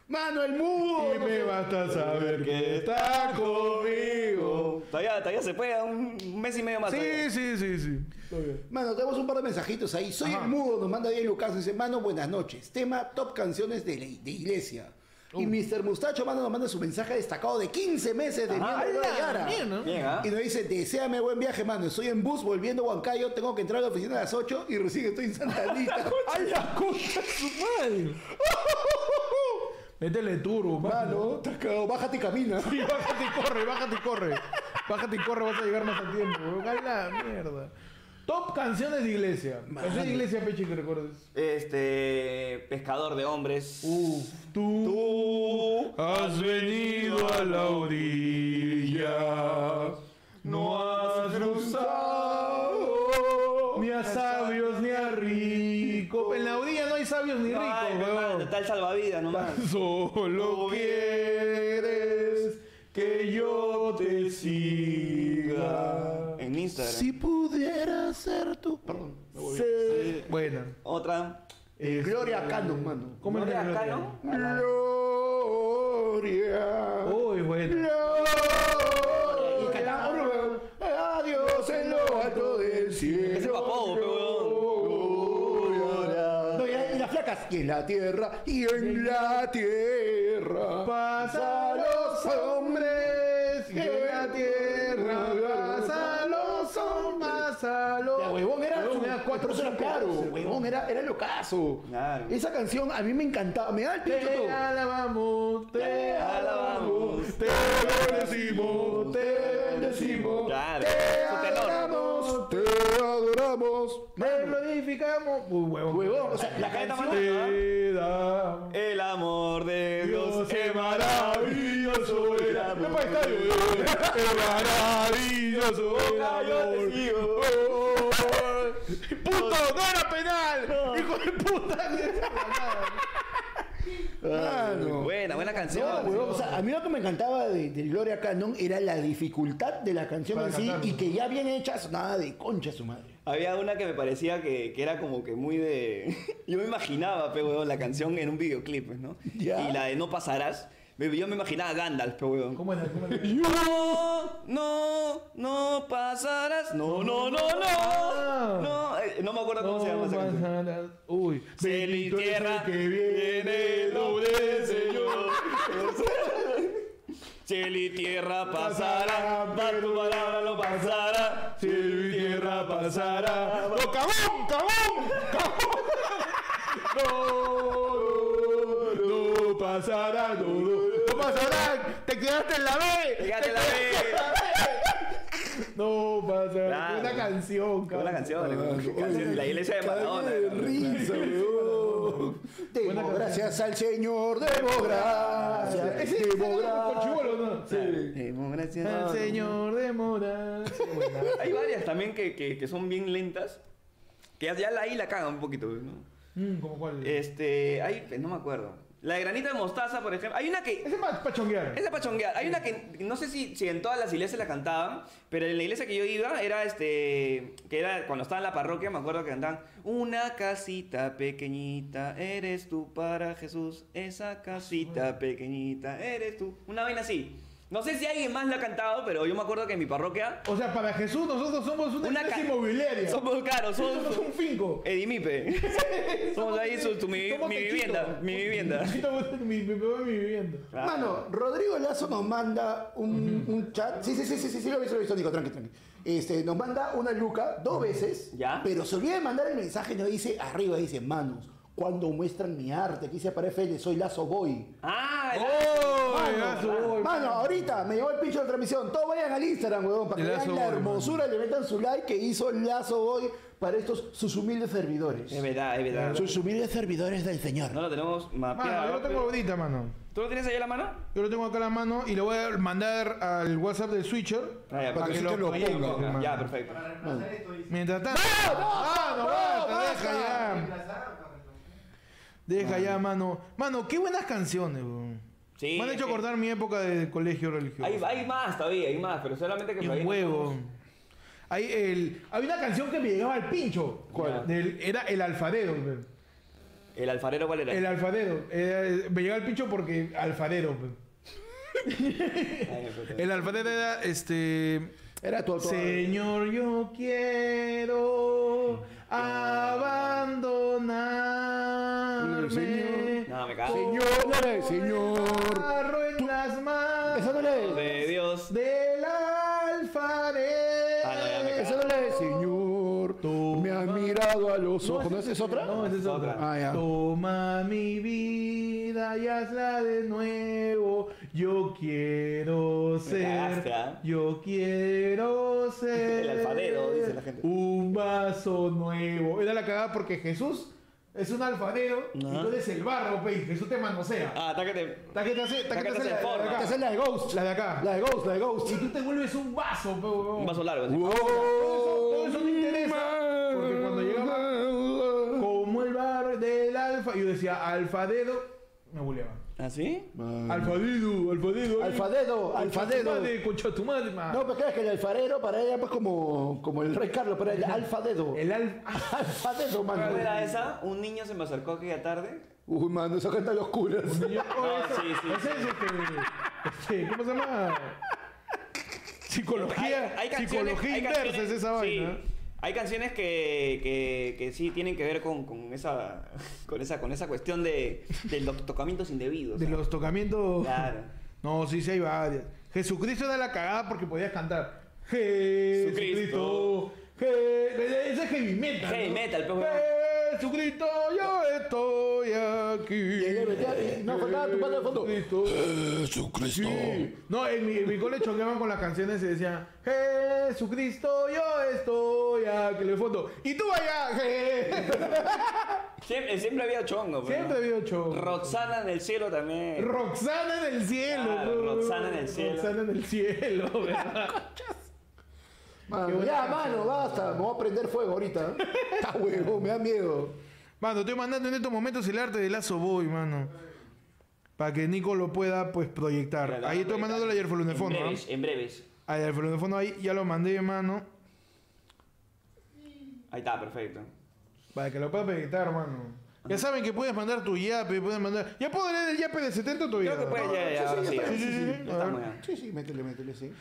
[SPEAKER 3] Mano, el mudo.
[SPEAKER 1] Y me basta saber que está conmigo.
[SPEAKER 2] Todavía, todavía se puede, un un mes y medio más. todavía.
[SPEAKER 1] Sí, sí, sí, sí.
[SPEAKER 3] Mano, tenemos un par de mensajitos ahí. Soy el mudo, nos manda bien Lucas. Dice, mano, buenas noches. Tema top canciones de, la- de iglesia. Y Mr. Mustacho, mano, nos manda su mensaje destacado de 15 meses de
[SPEAKER 2] Ajá.
[SPEAKER 3] miembro de Yara.
[SPEAKER 1] Bien, ¿no?
[SPEAKER 2] Bien, ¿ah?
[SPEAKER 3] Y nos dice, deséame buen viaje, mano. Estoy en bus volviendo a Huancayo, tengo que entrar a la oficina a las 8 y recién estoy en [LAUGHS] Santa Anita.
[SPEAKER 1] ¡Ay, la concha de su madre! Métele turbo, mano.
[SPEAKER 3] mano, te has cagado. Bájate y camina.
[SPEAKER 1] Sí, bájate y corre, bájate y corre. Bájate y corre, vas a llegar más a tiempo. weón. ¡Ay, la mierda! Top canciones de iglesia. Canciones de iglesia, Pechi, que recuerdes.
[SPEAKER 2] Este. Pescador de hombres.
[SPEAKER 1] Uh, Tú
[SPEAKER 2] Tú.
[SPEAKER 1] has venido a la orilla. No has cruzado. Ni a sabios, ni a ricos. En la orilla no hay hay sabios ni
[SPEAKER 2] No
[SPEAKER 1] ricos,
[SPEAKER 2] hay, mi hermano,
[SPEAKER 1] huevón.
[SPEAKER 2] Está el salvavidas nomás.
[SPEAKER 1] Solo quieres que yo te siga.
[SPEAKER 2] En Instagram.
[SPEAKER 5] Si pudiera ser tú.
[SPEAKER 3] Perdón. me voy.
[SPEAKER 5] Se...
[SPEAKER 1] Bueno.
[SPEAKER 2] Otra.
[SPEAKER 3] Eh, Gloria Canon, mano.
[SPEAKER 1] ¿Cómo
[SPEAKER 2] ¿No
[SPEAKER 1] es
[SPEAKER 2] de
[SPEAKER 1] la
[SPEAKER 2] acá,
[SPEAKER 1] Este, gloria?
[SPEAKER 2] no?
[SPEAKER 3] Gloria.
[SPEAKER 1] Uy, bueno.
[SPEAKER 3] Gloria. A Dios en lo alto del cielo.
[SPEAKER 2] Ese papo, pe,
[SPEAKER 3] Gloria.
[SPEAKER 5] No, y, la- y las flacas.
[SPEAKER 3] Y en la tierra, y en la tierra.
[SPEAKER 1] Pasa los hombres y en la tierra. Pasa los hombres. Pasa los
[SPEAKER 3] Ya, huevón, era,
[SPEAKER 1] Huevón,
[SPEAKER 3] su-
[SPEAKER 1] era cuatro,
[SPEAKER 3] eso era
[SPEAKER 1] cinco,
[SPEAKER 3] caro,
[SPEAKER 1] seis,
[SPEAKER 3] huevón, era, era locazo.
[SPEAKER 2] Claro.
[SPEAKER 3] Esa canción a mí me encantaba, me da el pincho
[SPEAKER 1] Te
[SPEAKER 3] todo.
[SPEAKER 1] alabamos, te alabamos, te bendecimos, te bendecimos.
[SPEAKER 2] Claro. Su tenor.
[SPEAKER 3] adoramos, te adoramos.
[SPEAKER 1] Te glorificamos. Uy, huevón.
[SPEAKER 3] Huevón, o sea, la
[SPEAKER 2] Acá está
[SPEAKER 3] canción
[SPEAKER 2] mal, ¿no?
[SPEAKER 1] Te damos.
[SPEAKER 2] El amor de Dios.
[SPEAKER 1] Dios, qué maravilloso era.
[SPEAKER 2] amor.
[SPEAKER 1] Epa, está bien, weón. Qué maravilloso era. el
[SPEAKER 2] yo
[SPEAKER 1] amor.
[SPEAKER 2] te sigo.
[SPEAKER 1] Oh, oh, oh. [LAUGHS] ¡Puto! ¡No era penal! ¡Hijo de puta!
[SPEAKER 3] Mano.
[SPEAKER 2] Buena, buena canción.
[SPEAKER 3] No,
[SPEAKER 5] Huevón, o sea, a mí lo que me encantaba de, de Gloria Canon era la dificultad de la canción
[SPEAKER 1] Para
[SPEAKER 5] en sí
[SPEAKER 1] cantarlo.
[SPEAKER 5] y que ya bien hecha sonaba de concha su madre.
[SPEAKER 2] Había una que me parecía que, que era como que muy de. [LAUGHS] Yo me imaginaba, pe huevón, la canción en un videoclip, pues, ¿no?
[SPEAKER 5] Ya.
[SPEAKER 2] Y la de No Pasarás. me- Yo me imaginaba a Gandalf, pe huevón.
[SPEAKER 1] ¿Cómo era? ¿Cómo era?
[SPEAKER 2] No, no, no pasarás. No, no, no, no. No, eh, no me acuerdo cómo se llama esa canción.
[SPEAKER 1] pasarás. Uy.
[SPEAKER 2] Cielo y
[SPEAKER 1] Bendito es el
[SPEAKER 2] tierra,
[SPEAKER 1] que viene el nombre del Señor.
[SPEAKER 2] Cielo y tierra pasará, pa' tu palabra no pasará.
[SPEAKER 1] Cielo y tierra pasará. ¡No, cabón! ¡Cabón! ¡Cabón! No, no, no pasará, no, no, no pasará. ¡Te quedaste en la B!
[SPEAKER 2] Fíjate la
[SPEAKER 1] quedaste en
[SPEAKER 2] vez.
[SPEAKER 1] No pasará.
[SPEAKER 2] Claro.
[SPEAKER 1] Una canción,
[SPEAKER 2] Buena
[SPEAKER 1] cabrón.
[SPEAKER 2] canción, eh, canción de la iglesia de Maradona.
[SPEAKER 3] Cagué de
[SPEAKER 2] [LAUGHS]
[SPEAKER 3] risa, huevón. Demos gracias al Señor, demos gracias.
[SPEAKER 1] Ah, Ese es
[SPEAKER 3] demos
[SPEAKER 1] con
[SPEAKER 3] gracias.
[SPEAKER 1] chivolo, ¿no? Sí.
[SPEAKER 2] Demos gracias a
[SPEAKER 1] El
[SPEAKER 2] Dios.
[SPEAKER 1] señor de Mora. Sí, buena.
[SPEAKER 2] Hay varias también que, que, que son bien lentas. Que ya la, ahí la cagan un poquito, ¿no?
[SPEAKER 1] Mm, ¿Cómo cuál?
[SPEAKER 2] Este, hay, no me acuerdo. La de granita de mostaza, por ejemplo. Hay una que.
[SPEAKER 1] Ese es más pachonguear.
[SPEAKER 2] Esa pachonguear. Hay una que no sé si, si en todas las iglesias la cantaban, pero en la iglesia que yo iba era este. que era cuando estaba en la parroquia, me acuerdo que cantaban. Una casita pequeñita eres tú para Jesús. Esa casita pequeñita eres tú. Una vaina así. No sé si alguien más la ha cantado, pero yo me acuerdo que en mi parroquia.
[SPEAKER 1] O sea, para Jesús nosotros somos una,
[SPEAKER 2] Una
[SPEAKER 1] iglesia
[SPEAKER 2] ca-
[SPEAKER 1] inmobiliaria.
[SPEAKER 2] Somos caros,
[SPEAKER 1] Nosotros
[SPEAKER 2] somos.
[SPEAKER 1] somos un finco. [LAUGHS]
[SPEAKER 2] Edimipe. Somos ahí su, tu- mi,
[SPEAKER 1] Somos
[SPEAKER 2] mi
[SPEAKER 1] techito.
[SPEAKER 2] vivienda. Mi vivienda.
[SPEAKER 1] Techito, mi, mi, mi- mi vivienda.
[SPEAKER 2] Claro.
[SPEAKER 5] Mano, Rodrigo Lazo nos manda un, un chat. Sí, sí, sí, sí, sí, sí, lo vi, lo vi, Nico, tranqui, tranqui. Este, nos manda una luca dos veces,
[SPEAKER 2] ¿Ya?
[SPEAKER 5] pero se olvida de mandar el mensaje y nos dice arriba, dice, manos, cuando muestran mi arte, aquí dice para FL, soy Lazo Boy.
[SPEAKER 2] Ah, el-
[SPEAKER 1] ¡Oh!
[SPEAKER 5] Mano,
[SPEAKER 1] Llegazo, voy.
[SPEAKER 5] Mano, ahorita me llevó el pincho de transmisión. Todos vayan al Instagram, huevón, para que
[SPEAKER 1] El Lazo
[SPEAKER 5] vean la
[SPEAKER 1] Boy,
[SPEAKER 5] hermosura, le metan su like que hizo Lazo Boy para estos sus humildes servidores.
[SPEAKER 2] Es verdad, es verdad.
[SPEAKER 5] Sus humildes servidores del señor.
[SPEAKER 2] No lo tenemos
[SPEAKER 1] Mano,
[SPEAKER 2] mapeado.
[SPEAKER 1] yo lo tengo
[SPEAKER 2] pero-
[SPEAKER 1] ahorita, mano.
[SPEAKER 2] ¿Tú lo tienes ahí a la mano?
[SPEAKER 1] Yo lo tengo acá en la mano y lo voy a mandar al WhatsApp del Switcher
[SPEAKER 2] Ah, ya, para
[SPEAKER 1] para
[SPEAKER 2] que
[SPEAKER 1] que lo
[SPEAKER 3] Switcher lo
[SPEAKER 1] proyecte,
[SPEAKER 3] ponga.
[SPEAKER 1] mano.
[SPEAKER 2] Ya, perfecto.
[SPEAKER 1] Mientras tanto. ¡No! ¡No! no, basta, deja ya! Deja ya, mano. Mano, qué buenas canciones, weón.
[SPEAKER 2] Sí,
[SPEAKER 1] Me han
[SPEAKER 2] es
[SPEAKER 1] hecho
[SPEAKER 2] que-
[SPEAKER 1] acordar mi época de colegio religioso.
[SPEAKER 2] Hay, hay más todavía, hay más, pero solamente que
[SPEAKER 1] Y
[SPEAKER 2] por ahí
[SPEAKER 1] un
[SPEAKER 2] no
[SPEAKER 1] huevo.
[SPEAKER 2] estamos.
[SPEAKER 1] Hay, el, hay una canción que me llegaba al pincho.
[SPEAKER 2] ¿Cuál?
[SPEAKER 1] Del- era El Alfarero. weón.
[SPEAKER 2] ¿El alfarero cuál era?
[SPEAKER 1] El Alfarero. Era- me llegaba al pincho porque Alfarero. weón.
[SPEAKER 2] Ay, pues, eh, puta.
[SPEAKER 1] El Alfarero era este.
[SPEAKER 3] Era tu autor.
[SPEAKER 1] Señor, yo quiero abandonarme.
[SPEAKER 3] Señor.
[SPEAKER 2] No, me cago.
[SPEAKER 3] Señor, señor.
[SPEAKER 1] Agarro en las
[SPEAKER 3] Esa
[SPEAKER 1] manos
[SPEAKER 3] no la es.
[SPEAKER 2] De Dios.
[SPEAKER 1] del
[SPEAKER 2] Ah, no, ya me
[SPEAKER 1] alfarero.
[SPEAKER 2] cago.
[SPEAKER 3] Esa no la es. Señor, tú me has mirado a los ojos. ¿No esa es otra?
[SPEAKER 1] No, esa es otra.
[SPEAKER 2] Otra.
[SPEAKER 3] Ah, ya.
[SPEAKER 1] Toma mi vida y hazla de nuevo. Yo quiero ser.
[SPEAKER 2] cagaste, ¿ah?
[SPEAKER 1] Yo quiero ser.
[SPEAKER 2] El alfarero, dice la gente.
[SPEAKER 1] Un vaso nuevo. Era la cagada porque Jesús es un alfarero y tú eres el barro, pe. y Jesús te manosea.
[SPEAKER 2] Ah, atácate.
[SPEAKER 1] La que te hace, la que te hace la- la de acá.
[SPEAKER 5] Esa es la de Ghost.
[SPEAKER 1] La de acá.
[SPEAKER 5] La de Ghost, la de Ghost.
[SPEAKER 1] Y tú te vuelves un vaso, pe, huevón.
[SPEAKER 2] Un vaso largo. así.
[SPEAKER 1] Todo eso no interesa. Porque cuando llegaba. Como el bar del alfa. Yo decía alfadedo. Me buleaban.
[SPEAKER 2] ¿Así?
[SPEAKER 3] Mm.
[SPEAKER 1] Alfadedo, alfadedo. ay,
[SPEAKER 5] Alfadedo,
[SPEAKER 1] concha
[SPEAKER 5] alfadedo.
[SPEAKER 1] tu madre, Concha tu madre, ma.
[SPEAKER 5] No, pues claro, es que el alfarero para ella, pues como, como el rey Carlos, pero el alfadedo.
[SPEAKER 1] [LAUGHS] El al- ah,
[SPEAKER 5] Alfadedo,
[SPEAKER 2] ¿Cuál
[SPEAKER 5] mano.
[SPEAKER 2] era esa? Un niño se me acercó aquella tarde.
[SPEAKER 5] Uy, mano, esa gente a los curas. [LAUGHS]
[SPEAKER 1] niño- oh,
[SPEAKER 2] No,
[SPEAKER 1] esa-
[SPEAKER 2] Ah, sí, sí,
[SPEAKER 1] esa es este, este, ¿Cómo se llama? Psicología.
[SPEAKER 2] Hay canciones,
[SPEAKER 1] psicología
[SPEAKER 2] hay
[SPEAKER 1] inversa es
[SPEAKER 2] canciones-
[SPEAKER 1] esa
[SPEAKER 2] sí.
[SPEAKER 1] vaina.
[SPEAKER 2] Hay canciones que, que, que sí tienen que ver con, con esa, con esa con esa cuestión de, de los tocamientos indebidos.
[SPEAKER 1] De
[SPEAKER 2] o sea.
[SPEAKER 1] los tocamientos.
[SPEAKER 2] Claro.
[SPEAKER 1] No, sí, sí hay varias. Jesucristo da la cagada porque podías cantar. Jesucristo. Je- Ese es heavy metal.
[SPEAKER 2] Heavy
[SPEAKER 1] ¿no?
[SPEAKER 2] metal, pues, weón.
[SPEAKER 1] Jesucristo, yo estoy aquí.
[SPEAKER 5] Y le metía- y no, faltaba tu pata de fondo.
[SPEAKER 1] Jesucristo.
[SPEAKER 5] Jesucristo.
[SPEAKER 1] Sí. No, en mi, en mi cole choqueaban con las canciones y decían Jesucristo, yo estoy aquí en el fondo. Y tú allá. Je-
[SPEAKER 2] Siempre, siempre había chongo, pero
[SPEAKER 1] Siempre
[SPEAKER 2] no.
[SPEAKER 1] había ocho.
[SPEAKER 2] Roxana en el cielo también.
[SPEAKER 1] Roxana en el cielo.
[SPEAKER 2] Claro,
[SPEAKER 1] bro.
[SPEAKER 2] Roxana en el cielo.
[SPEAKER 1] Roxana en el cielo, [LAUGHS] ¿verdad? Qué
[SPEAKER 5] Mano,
[SPEAKER 1] buena
[SPEAKER 5] ya,
[SPEAKER 1] canción.
[SPEAKER 5] mano, basta. Me voy a prender fuego
[SPEAKER 1] [LAUGHS]
[SPEAKER 5] ahorita. Está huevo, me da miedo.
[SPEAKER 1] Mano, estoy mandando en estos momentos el arte de Lazo Boy, mano. Para que Nico lo pueda, pues, proyectar.
[SPEAKER 2] Claro,
[SPEAKER 1] ahí estoy
[SPEAKER 2] claro.
[SPEAKER 1] mandándolo ayer por
[SPEAKER 2] En
[SPEAKER 1] fondo.
[SPEAKER 2] breves, en breves.
[SPEAKER 1] Ahí al fondo ahí ya lo mandé, mano.
[SPEAKER 2] Ahí está, perfecto.
[SPEAKER 1] Para que lo pueda proyectar, mano. Ya saben que puedes mandar tu yape, puedes mandar. ¿Ya puedo leer el yape de 70 todavía?
[SPEAKER 2] Creo que puede ya, ya,
[SPEAKER 5] sí,
[SPEAKER 2] ahora
[SPEAKER 5] sí,
[SPEAKER 2] sí.
[SPEAKER 5] ya
[SPEAKER 1] Sí, sí, sí.
[SPEAKER 2] Ya
[SPEAKER 1] A ver.
[SPEAKER 2] estamos ya.
[SPEAKER 5] Sí, sí, métele, métele, sí.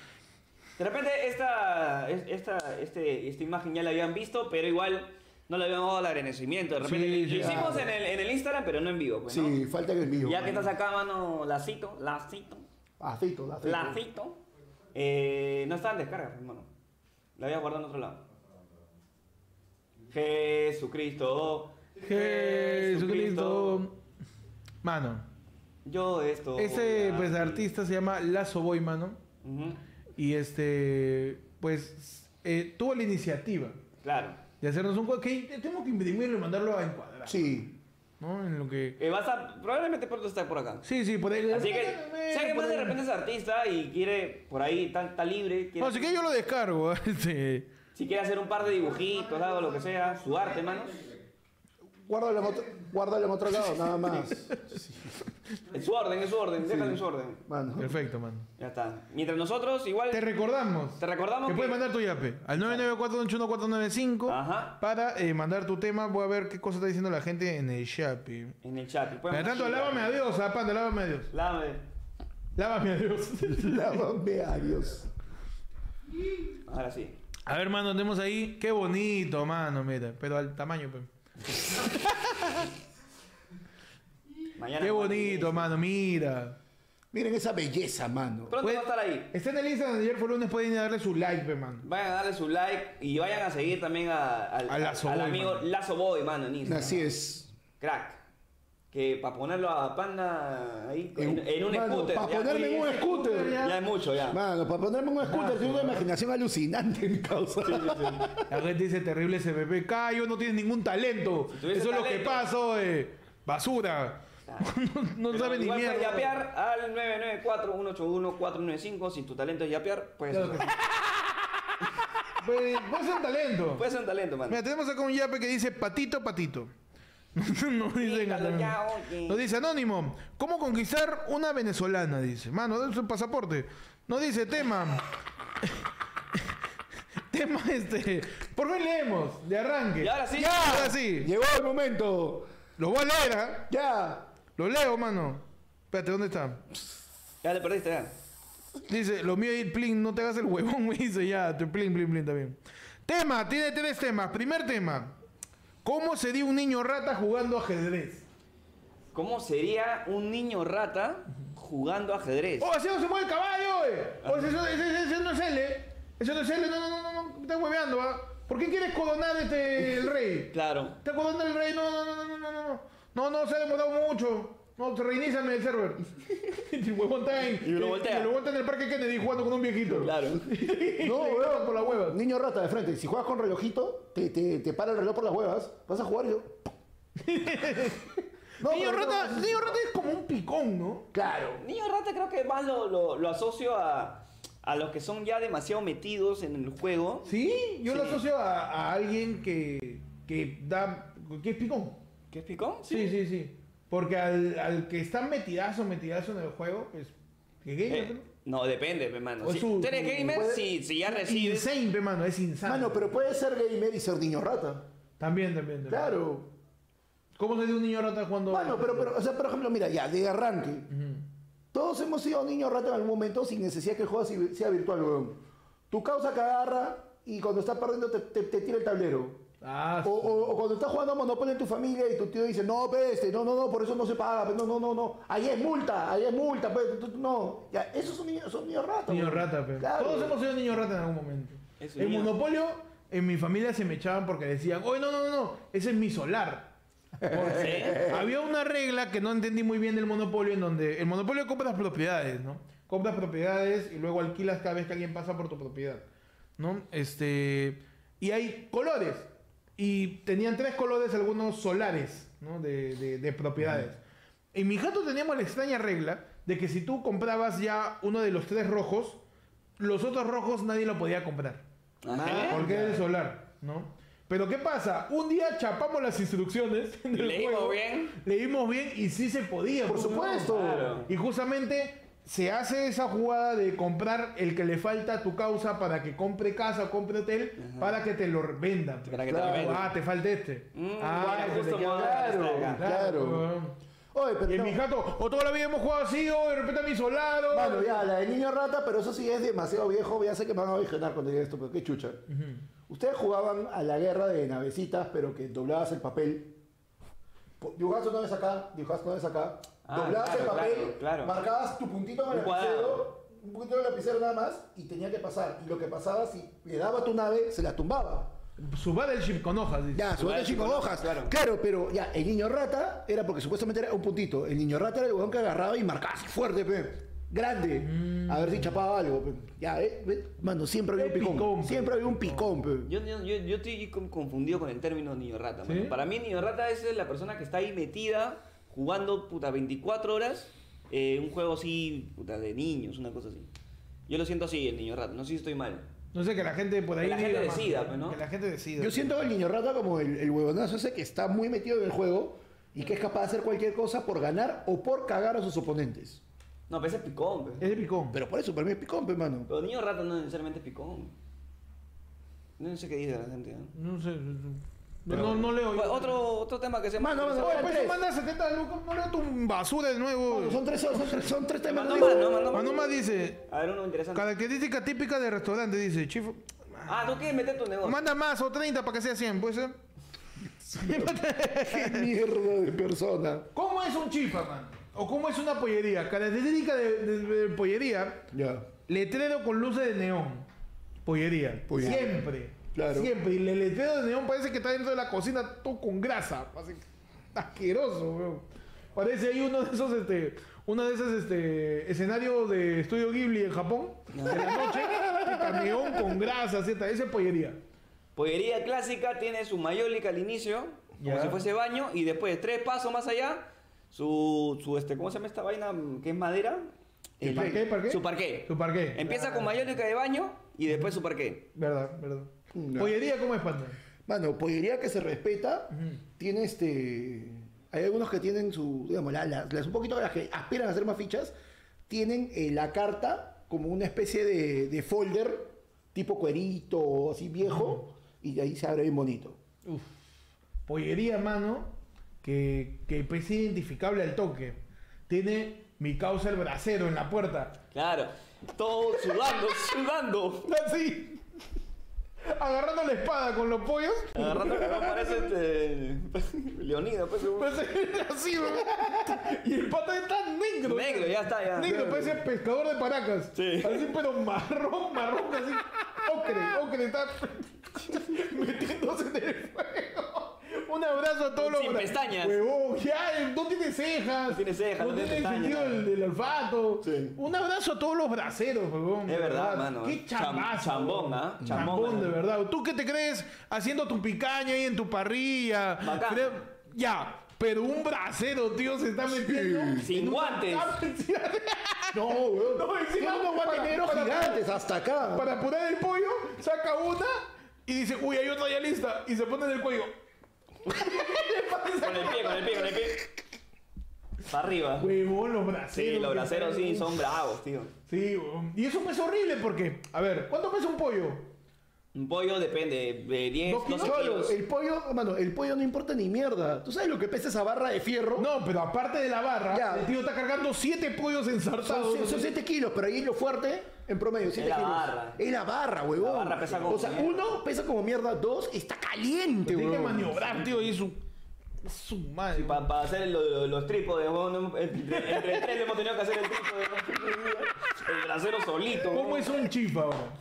[SPEAKER 2] De repente esta, es- esta, este, esta imagen ya la habían visto, pero igual no le habíamos dado el agradecimiento. De repente
[SPEAKER 1] Sí,
[SPEAKER 2] lo
[SPEAKER 1] sí,
[SPEAKER 2] hicimos
[SPEAKER 5] claro.
[SPEAKER 2] en el, en el Instagram, pero no en vivo. Pues, ¿no?
[SPEAKER 5] Sí, falta que el mío.
[SPEAKER 2] Ya que
[SPEAKER 5] mano.
[SPEAKER 2] estás acá, mano, la cito, la cito,
[SPEAKER 5] Lacito, lacito.
[SPEAKER 2] la cito. Eh, no está en descarga, hermano. La voy a guardar en otro lado. Jesucristo.
[SPEAKER 1] Jesucristo. Mano,
[SPEAKER 2] Yo esto.
[SPEAKER 1] este pues,
[SPEAKER 2] aquí.
[SPEAKER 1] artista se llama Lazo Boy, mano.
[SPEAKER 2] Ujú,
[SPEAKER 1] Y este, pues, eh, tuvo la iniciativa
[SPEAKER 2] Claro.
[SPEAKER 1] de hacernos un cuadro que tengo que imprimirlo y mandarlo a encuadrar.
[SPEAKER 5] Sí.
[SPEAKER 1] ¿No? En lo que.
[SPEAKER 2] Eh, vas a, probablemente pronto estar por acá.
[SPEAKER 1] Sí, sí, por ahí.
[SPEAKER 2] Así que, si alguien
[SPEAKER 1] por
[SPEAKER 2] más de
[SPEAKER 1] ahí.
[SPEAKER 2] repente es artista y quiere, por ahí, está, está libre, quiere-
[SPEAKER 1] No, así que yo lo descargo. [LAUGHS] Este.
[SPEAKER 2] si quiere hacer un par de dibujitos, algo, lo que sea, su arte, mano,
[SPEAKER 5] Guárdalo en otro, guárdalo en
[SPEAKER 1] [LAUGHS]
[SPEAKER 5] otro lado, nada más. Sí,
[SPEAKER 2] en su orden, en su orden, déjalo en su orden.
[SPEAKER 5] mano.
[SPEAKER 1] Perfecto, mano.
[SPEAKER 2] Ya está. Mientras nosotros, igual,
[SPEAKER 1] Te recordamos.
[SPEAKER 2] te recordamos
[SPEAKER 1] Que
[SPEAKER 2] que...
[SPEAKER 1] puedes mandar tu yape al 994-281-495
[SPEAKER 2] Ajá.
[SPEAKER 1] para eh, mandar tu tema. Voy a ver qué cosa está diciendo la gente en el yape.
[SPEAKER 2] En el chat. y pueden
[SPEAKER 1] Mientras tanto,
[SPEAKER 2] mandar-
[SPEAKER 1] lávame a Dios, ah, panda, lávame a Dios.
[SPEAKER 2] Lávame.
[SPEAKER 1] Lávame a Dios. [LAUGHS]
[SPEAKER 5] [LAUGHS] Lávame a Dios.
[SPEAKER 2] Ahora sí.
[SPEAKER 1] a ver, mano, tenemos ahí. Qué bonito, mano, mira. Pero al tamaño, pe.
[SPEAKER 2] Mañana.
[SPEAKER 1] Qué
[SPEAKER 2] cuando
[SPEAKER 1] bonito,
[SPEAKER 2] llegue.
[SPEAKER 1] mano, mira.
[SPEAKER 5] Miren esa belleza, mano.
[SPEAKER 2] Pronto
[SPEAKER 1] Puede-
[SPEAKER 2] va a estar ahí.
[SPEAKER 1] Está en el Instagram de ayer por lunes, pueden ir a darle su like, pe, mano.
[SPEAKER 2] Vayan a darle su like y vayan a seguir también a- al,
[SPEAKER 1] A Lazo
[SPEAKER 2] al
[SPEAKER 1] Boy,
[SPEAKER 2] amigo
[SPEAKER 1] mano.
[SPEAKER 2] Lazo Boy, mano, en Instagram.
[SPEAKER 5] Así es.
[SPEAKER 2] Crack. Que para ponerlo a Panda ahí en, en un
[SPEAKER 5] mano,
[SPEAKER 2] scooter.
[SPEAKER 5] Para
[SPEAKER 2] ya-
[SPEAKER 5] ponerme en un scooter.
[SPEAKER 2] Ya es mucho, ya.
[SPEAKER 5] Mano, para ponerme en un scooter, tengo una imaginación alucinante, mi causa.
[SPEAKER 1] La gente dice terrible CPP. Cayo no tiene ningún talento.
[SPEAKER 2] Si tuviese
[SPEAKER 1] Eso es lo que
[SPEAKER 2] talento.
[SPEAKER 1] pasó, eh. Basura. [LAUGHS] no
[SPEAKER 2] Pero
[SPEAKER 1] sabe ni
[SPEAKER 2] igual
[SPEAKER 1] mierda.
[SPEAKER 2] puedes yapear al 994-181-495. Si tu talento es yapear, pues.
[SPEAKER 1] Claro que sí. Pues, pues es un talento.
[SPEAKER 2] Puede ser un talento, mano.
[SPEAKER 1] Mira, tenemos acá un yape que dice patito, patito. [LAUGHS] no, dicen
[SPEAKER 2] Pítalo
[SPEAKER 1] anónimo.
[SPEAKER 2] ya, oye.
[SPEAKER 1] Nos dice anónimo, ¿cómo conquistar una venezolana? Dice, mano, dame su pasaporte. Nos dice tema. [LAUGHS] tema este. ¿Por qué leemos? De arranque.
[SPEAKER 2] Y ahora sí.
[SPEAKER 1] Ya, ahora sí.
[SPEAKER 5] Llegó el momento.
[SPEAKER 1] Lo voy a leer, ¿ah?
[SPEAKER 5] Ya.
[SPEAKER 1] Lo leo, mano. Espérate, ¿dónde está?
[SPEAKER 2] Ya le perdiste, ya.
[SPEAKER 1] Dice, lo mío es plin, no te hagas el huevón, [LAUGHS] me dice ya, tu plin, plin, plin también. Tema, tiene tres temas. Primer tema, ¿cómo se dio un niño rata jugando ajedrez?
[SPEAKER 2] ¿Cómo sería un niño rata jugando ajedrez?
[SPEAKER 1] ¡Oh, así no se mueve el caballo, eh! ¡Oh, ese, ese- ese- ese no es L! ¡Ese no es L! ¡No, no, no, no! no ¡Estás hueveando, ah! ¿Por qué quieres coronar este, el rey?
[SPEAKER 2] Claro.
[SPEAKER 1] ¿Te acuerdas del rey? No, no, no, no, no, no, no. No, no, se ha demorado mucho. No, reinízame el server. [LAUGHS] y el huevón está en...
[SPEAKER 2] Y lo voltea.
[SPEAKER 1] Y lo voltea en el parque Kennedy jugando con un viejito.
[SPEAKER 2] Claro.
[SPEAKER 1] [LAUGHS] No, huevón, por la hueva.
[SPEAKER 5] Niño rata de frente, si juegas con relojito, te, te, te para el reloj por las huevas, vas
[SPEAKER 1] [LAUGHS]
[SPEAKER 5] a jugar y yo. No,
[SPEAKER 1] niño,
[SPEAKER 5] pero
[SPEAKER 1] rata,
[SPEAKER 5] no,
[SPEAKER 1] niño rata es como un picón, ¿no?
[SPEAKER 5] Claro.
[SPEAKER 2] Niño rata creo que más lo, lo- lo asocio a, a los que son ya demasiado metidos en el juego.
[SPEAKER 1] Sí, yo lo asocio a, a alguien que, que da. que es picón.
[SPEAKER 2] ¿Qué es picón?
[SPEAKER 1] Sí, sí, sí. Porque al, al que está metidazo, metidazo en el juego, pues. Que gamer,
[SPEAKER 2] Eh, no, depende, mi hermano.
[SPEAKER 1] O
[SPEAKER 2] Si
[SPEAKER 1] su-
[SPEAKER 2] tú eres gamer,
[SPEAKER 3] puede-
[SPEAKER 2] si, si ya
[SPEAKER 1] Es
[SPEAKER 2] recibes.
[SPEAKER 1] insane, pe, mano, es insano.
[SPEAKER 3] Mano, pero puede ser gamer y ser niño rata.
[SPEAKER 1] También, también, también.
[SPEAKER 3] Claro.
[SPEAKER 1] ¿Cómo se dice un niño rata cuando.
[SPEAKER 3] Bueno, pero, pero, o sea, por ejemplo, mira, ya, de arranque. Todos hemos sido niños rata en algún momento sin necesidad que el juego si- sea virtual, weón. Tu causa que agarra y cuando estás perdiendo te, te- te tira el tablero.
[SPEAKER 1] Ah,
[SPEAKER 3] O, o- o cuando estás jugando a Monopoly en tu familia y tu tío dice, no, pe, este, no, no, no, por eso no se paga, pe, no, no, no, no. Ahí es multa, ahí es multa, pe, tú- tú- no. Ya, esos son niños, son niños rata.
[SPEAKER 1] Niño
[SPEAKER 3] weón.
[SPEAKER 1] rata, pe.
[SPEAKER 3] Claro.
[SPEAKER 1] Todos hemos sido niños rata en algún momento.
[SPEAKER 2] Es
[SPEAKER 1] el
[SPEAKER 2] niño.
[SPEAKER 1] monopolio, en mi familia se me echaban porque decían, oye, no, no, no, no, ese es mi solar. Porque había una regla que no entendí muy bien del monopolio, en donde el monopolio compras propiedades, ¿no? Compras propiedades y luego alquilas cada vez que alguien pasa por tu propiedad, ¿no? Este. Y hay colores. Y tenían tres colores, algunos solares, ¿no? De, de- de propiedades. En mi gato teníamos la extraña regla de que si tú comprabas ya uno de los tres rojos, los otros rojos nadie lo podía comprar.
[SPEAKER 2] Ajá.
[SPEAKER 1] [LAUGHS] Porque era el solar, ¿no? Pero ¿qué pasa? Un día chapamos las instrucciones [LAUGHS] del
[SPEAKER 2] Leímos
[SPEAKER 1] juego,
[SPEAKER 2] bien.
[SPEAKER 1] Leímos bien y sí se podía.
[SPEAKER 3] Por
[SPEAKER 1] pues, weón.
[SPEAKER 3] supuesto.
[SPEAKER 2] Claro.
[SPEAKER 1] Y justamente se hace esa jugada de comprar el que le falta a tu causa para que compre casa, compre hotel, para que te lo vendan.
[SPEAKER 2] Para que te lo vendan.
[SPEAKER 1] Ah, te falta este.
[SPEAKER 2] Mm,
[SPEAKER 1] ah,
[SPEAKER 2] mira,
[SPEAKER 1] que
[SPEAKER 2] justo
[SPEAKER 1] te queda-
[SPEAKER 2] modo
[SPEAKER 3] Claro,
[SPEAKER 2] acá.
[SPEAKER 3] claro.
[SPEAKER 1] weón.
[SPEAKER 3] Oye,
[SPEAKER 1] Y
[SPEAKER 3] pero
[SPEAKER 1] en
[SPEAKER 3] no.
[SPEAKER 1] mi jato, o toda la vida hemos jugado así, o de repente a mi solado.
[SPEAKER 3] Mano, ya, la de niño rata, pero eso sí es demasiado viejo. Ya sé que me van a originar cuando diga esto, pero qué chucha. Ustedes jugaban a la guerra de navecitas, pero que doblabas el papel. Po- Dibujabas una vez acá, dibujabas una vez acá.
[SPEAKER 2] Ah,
[SPEAKER 3] doblabas el
[SPEAKER 2] claro,
[SPEAKER 3] papel,
[SPEAKER 2] claro, claro.
[SPEAKER 3] marcabas tu puntito con
[SPEAKER 2] Un
[SPEAKER 3] el
[SPEAKER 2] cuadrado.
[SPEAKER 3] lapicero, un puntito con el lapicero nada más, y tenía que pasar. Y lo que pasaba, si le daba a tu nave, se la tumbaba.
[SPEAKER 1] Su battleship con hojas, dice.
[SPEAKER 3] Ya, su
[SPEAKER 2] Igual,
[SPEAKER 3] otro chico
[SPEAKER 2] igual,
[SPEAKER 3] hojas.
[SPEAKER 2] claro.
[SPEAKER 3] Claro. pero ya, el niño rata era porque supuestamente era un puntito. El niño rata era el huevón que agarraba y marcaba así fuerte, pe. Grande. A
[SPEAKER 2] Mm.
[SPEAKER 3] ver si chapaba algo, pe. Ya, eh, ve, mano, siempre había
[SPEAKER 1] Qué
[SPEAKER 3] un picón.
[SPEAKER 1] picón, pe.
[SPEAKER 3] siempre había un picón, pe.
[SPEAKER 2] Yo, yo, yo, yo estoy con- confundido con el término niño rata.
[SPEAKER 1] ¿Sí?
[SPEAKER 2] mano. Para mí, niño rata es la persona que está ahí metida jugando puta 24 horas eh, un juego así, puta, de niños, una cosa así. Yo lo siento así, el niño rata. No sé si estoy mal.
[SPEAKER 1] No sé, que la gente por ahí...
[SPEAKER 2] Que la gente
[SPEAKER 1] diga, mano,
[SPEAKER 2] decida, pues, ¿no?
[SPEAKER 1] Que la gente decida.
[SPEAKER 3] Yo siento al niño rata como el, el huevonazo ese que está muy metido en el juego y que es capaz de hacer cualquier cosa por ganar o por cagar a sus oponentes.
[SPEAKER 2] No, pero ese es picón. pe.
[SPEAKER 1] Es de picón.
[SPEAKER 3] Pero por eso, para mí es picón, pe, mano.
[SPEAKER 2] Pero niño rata no necesariamente es picón. No sé qué dice la gente. ¿no?
[SPEAKER 1] No sé. no- no, no leo.
[SPEAKER 2] Bueno, Pues, Otro, otro tema que se
[SPEAKER 3] Mano,
[SPEAKER 2] que se-
[SPEAKER 3] mano,
[SPEAKER 1] Oye, pues
[SPEAKER 3] tres.
[SPEAKER 1] manda 70 lucas, no leo tu basura de nuevo.
[SPEAKER 3] Mano, son tres, son tres, son tres temas.
[SPEAKER 2] Mano,
[SPEAKER 3] ¿no?
[SPEAKER 2] mano, mano.
[SPEAKER 1] Cuando más dice,
[SPEAKER 2] A ver, uno interesante.
[SPEAKER 1] característica típica de restaurante, dice, chifo.
[SPEAKER 2] Ah, tú quieres meter tu negocio.
[SPEAKER 1] Manda más o 30 para que sea pues, ¿eh? 100, puede ser.
[SPEAKER 3] [LAUGHS] Qué mierda de persona.
[SPEAKER 1] ¿Cómo es un chifa, man? ¿O cómo es una pollería? Característica de, de- de pollería,
[SPEAKER 3] Ya.
[SPEAKER 1] letrero con luces de neón. Pollería.
[SPEAKER 3] Pollería.
[SPEAKER 1] Siempre.
[SPEAKER 3] Claro.
[SPEAKER 1] Siempre. Y el letrero de neón parece que está dentro de la cocina todo con grasa. Así, asqueroso, weón. Parece ahí uno de esos, este, uno de esos este, escenarios de Estudio Ghibli en Japón. De la noche. que está neón con grasa, así está. Esa es pollería.
[SPEAKER 2] Pollería clásica tiene su mayólica al inicio,
[SPEAKER 1] Ya.
[SPEAKER 2] como si fuese baño, y después tres pasos más allá, su, su este, ¿cómo se llama esta vaina mm, que es madera?
[SPEAKER 1] ¿El
[SPEAKER 2] El-
[SPEAKER 1] parqué, parqué?
[SPEAKER 2] Su parqué.
[SPEAKER 1] Su parqué. Ah.
[SPEAKER 2] Empieza con mayólica de baño y después su parqué.
[SPEAKER 1] Verdad, verdad.
[SPEAKER 3] No.
[SPEAKER 1] Pollería, ¿cómo es, panda?
[SPEAKER 3] Mano, pollería pues que se respeta, tiene este. Hay algunos que tienen su. digamos, la- la- las un poquito las que aspiran a hacer más fichas, tienen eh, la carta como una especie de, de folder, tipo cuerito, así viejo, y de ahí se abre bien bonito.
[SPEAKER 1] Uf. Pollería, mano, que, que es identificable al toque. Tiene mi causa el brasero en la puerta.
[SPEAKER 2] Claro. Todo sudando, [LAUGHS] sudando.
[SPEAKER 1] Así. Agarrando la espada con los pollos.
[SPEAKER 2] Agarrando que no parece este. [LAUGHS] Leonido, pues.
[SPEAKER 1] [LAUGHS]
[SPEAKER 2] un-
[SPEAKER 1] Así, weón. Y el pata es tan negro.
[SPEAKER 2] Negro, ya está, ya.
[SPEAKER 1] Negro, parece pescador de paracas.
[SPEAKER 2] Sí.
[SPEAKER 1] Así, pero marrón, marrón, así. Ocre, ocre, está [LAUGHS] metiéndose en el fuego. Un abrazo a todos los.
[SPEAKER 2] Sin
[SPEAKER 1] bra-
[SPEAKER 2] pestañas.
[SPEAKER 1] Huevón, ya, eh, no tiene cejas. No
[SPEAKER 2] tiene cejas,
[SPEAKER 1] no
[SPEAKER 2] no
[SPEAKER 1] tiene
[SPEAKER 2] tiene
[SPEAKER 1] el
[SPEAKER 2] pestañas,
[SPEAKER 1] sentido
[SPEAKER 2] nada.
[SPEAKER 1] del, del olfato.
[SPEAKER 3] Sí.
[SPEAKER 1] Un abrazo a todos los braceros, huevón. de
[SPEAKER 2] Es verdad, mano.
[SPEAKER 1] Qué
[SPEAKER 2] Cham-
[SPEAKER 1] chambazo.
[SPEAKER 2] chambón,
[SPEAKER 1] huevón.
[SPEAKER 2] ¿ah?
[SPEAKER 1] Chambón,
[SPEAKER 2] Chambón,
[SPEAKER 1] de
[SPEAKER 2] mano.
[SPEAKER 1] verdad. ¿Tú qué te crees haciendo tu picaña ahí en tu parrilla?
[SPEAKER 2] Bacán.
[SPEAKER 1] ya, pero un bracero, tío, se está metiendo.
[SPEAKER 2] Sin guantes.
[SPEAKER 3] No, weón.
[SPEAKER 1] No, encima
[SPEAKER 3] Tiene unos
[SPEAKER 1] para-
[SPEAKER 3] guateneros
[SPEAKER 1] para-
[SPEAKER 3] gigantes hasta acá.
[SPEAKER 1] Para apurar el pollo, saca una y dice, uy, hay otra ya lista. Y se pone en el cuello.
[SPEAKER 2] Con el pie, con el pie, con el pie. Para arriba.
[SPEAKER 1] Huevón, los braceros.
[SPEAKER 2] Sí, los
[SPEAKER 1] que
[SPEAKER 2] braceros
[SPEAKER 1] traen.
[SPEAKER 2] sí son bravos, tío.
[SPEAKER 1] Sí, huevón. Y es un peso horrible porque, a ver, ¿cuánto pesa un pollo?
[SPEAKER 2] Un pollo depende de 10,
[SPEAKER 1] Dos
[SPEAKER 2] 12
[SPEAKER 1] kilos.
[SPEAKER 2] kilos.
[SPEAKER 3] El pollo, mano, el pollo no importa ni mierda. ¿Tú sabes lo que pesa esa barra de fierro?
[SPEAKER 1] No, pero aparte de la barra,
[SPEAKER 3] Ya.
[SPEAKER 1] el tío está cargando siete pollos ensartados.
[SPEAKER 3] Son 7 kilos, pero ahí lo fuerte, en promedio, 7
[SPEAKER 2] la
[SPEAKER 3] kilos.
[SPEAKER 2] barra.
[SPEAKER 3] Es la barra, huevón.
[SPEAKER 2] La barra pesa como
[SPEAKER 3] O sea,
[SPEAKER 2] mierda.
[SPEAKER 3] uno pesa como mierda, dos está caliente,
[SPEAKER 1] Tiene que
[SPEAKER 3] huevón.
[SPEAKER 1] maniobrar, tío, y su. Su madre.
[SPEAKER 2] Para hacer lo- lo- los trípodes, huevón, entre,
[SPEAKER 1] [LAUGHS]
[SPEAKER 2] entre tres le hemos tenido que hacer el trípode. El bracero solito.
[SPEAKER 1] ¿Cómo
[SPEAKER 2] huevón.
[SPEAKER 1] es un chifa ahora?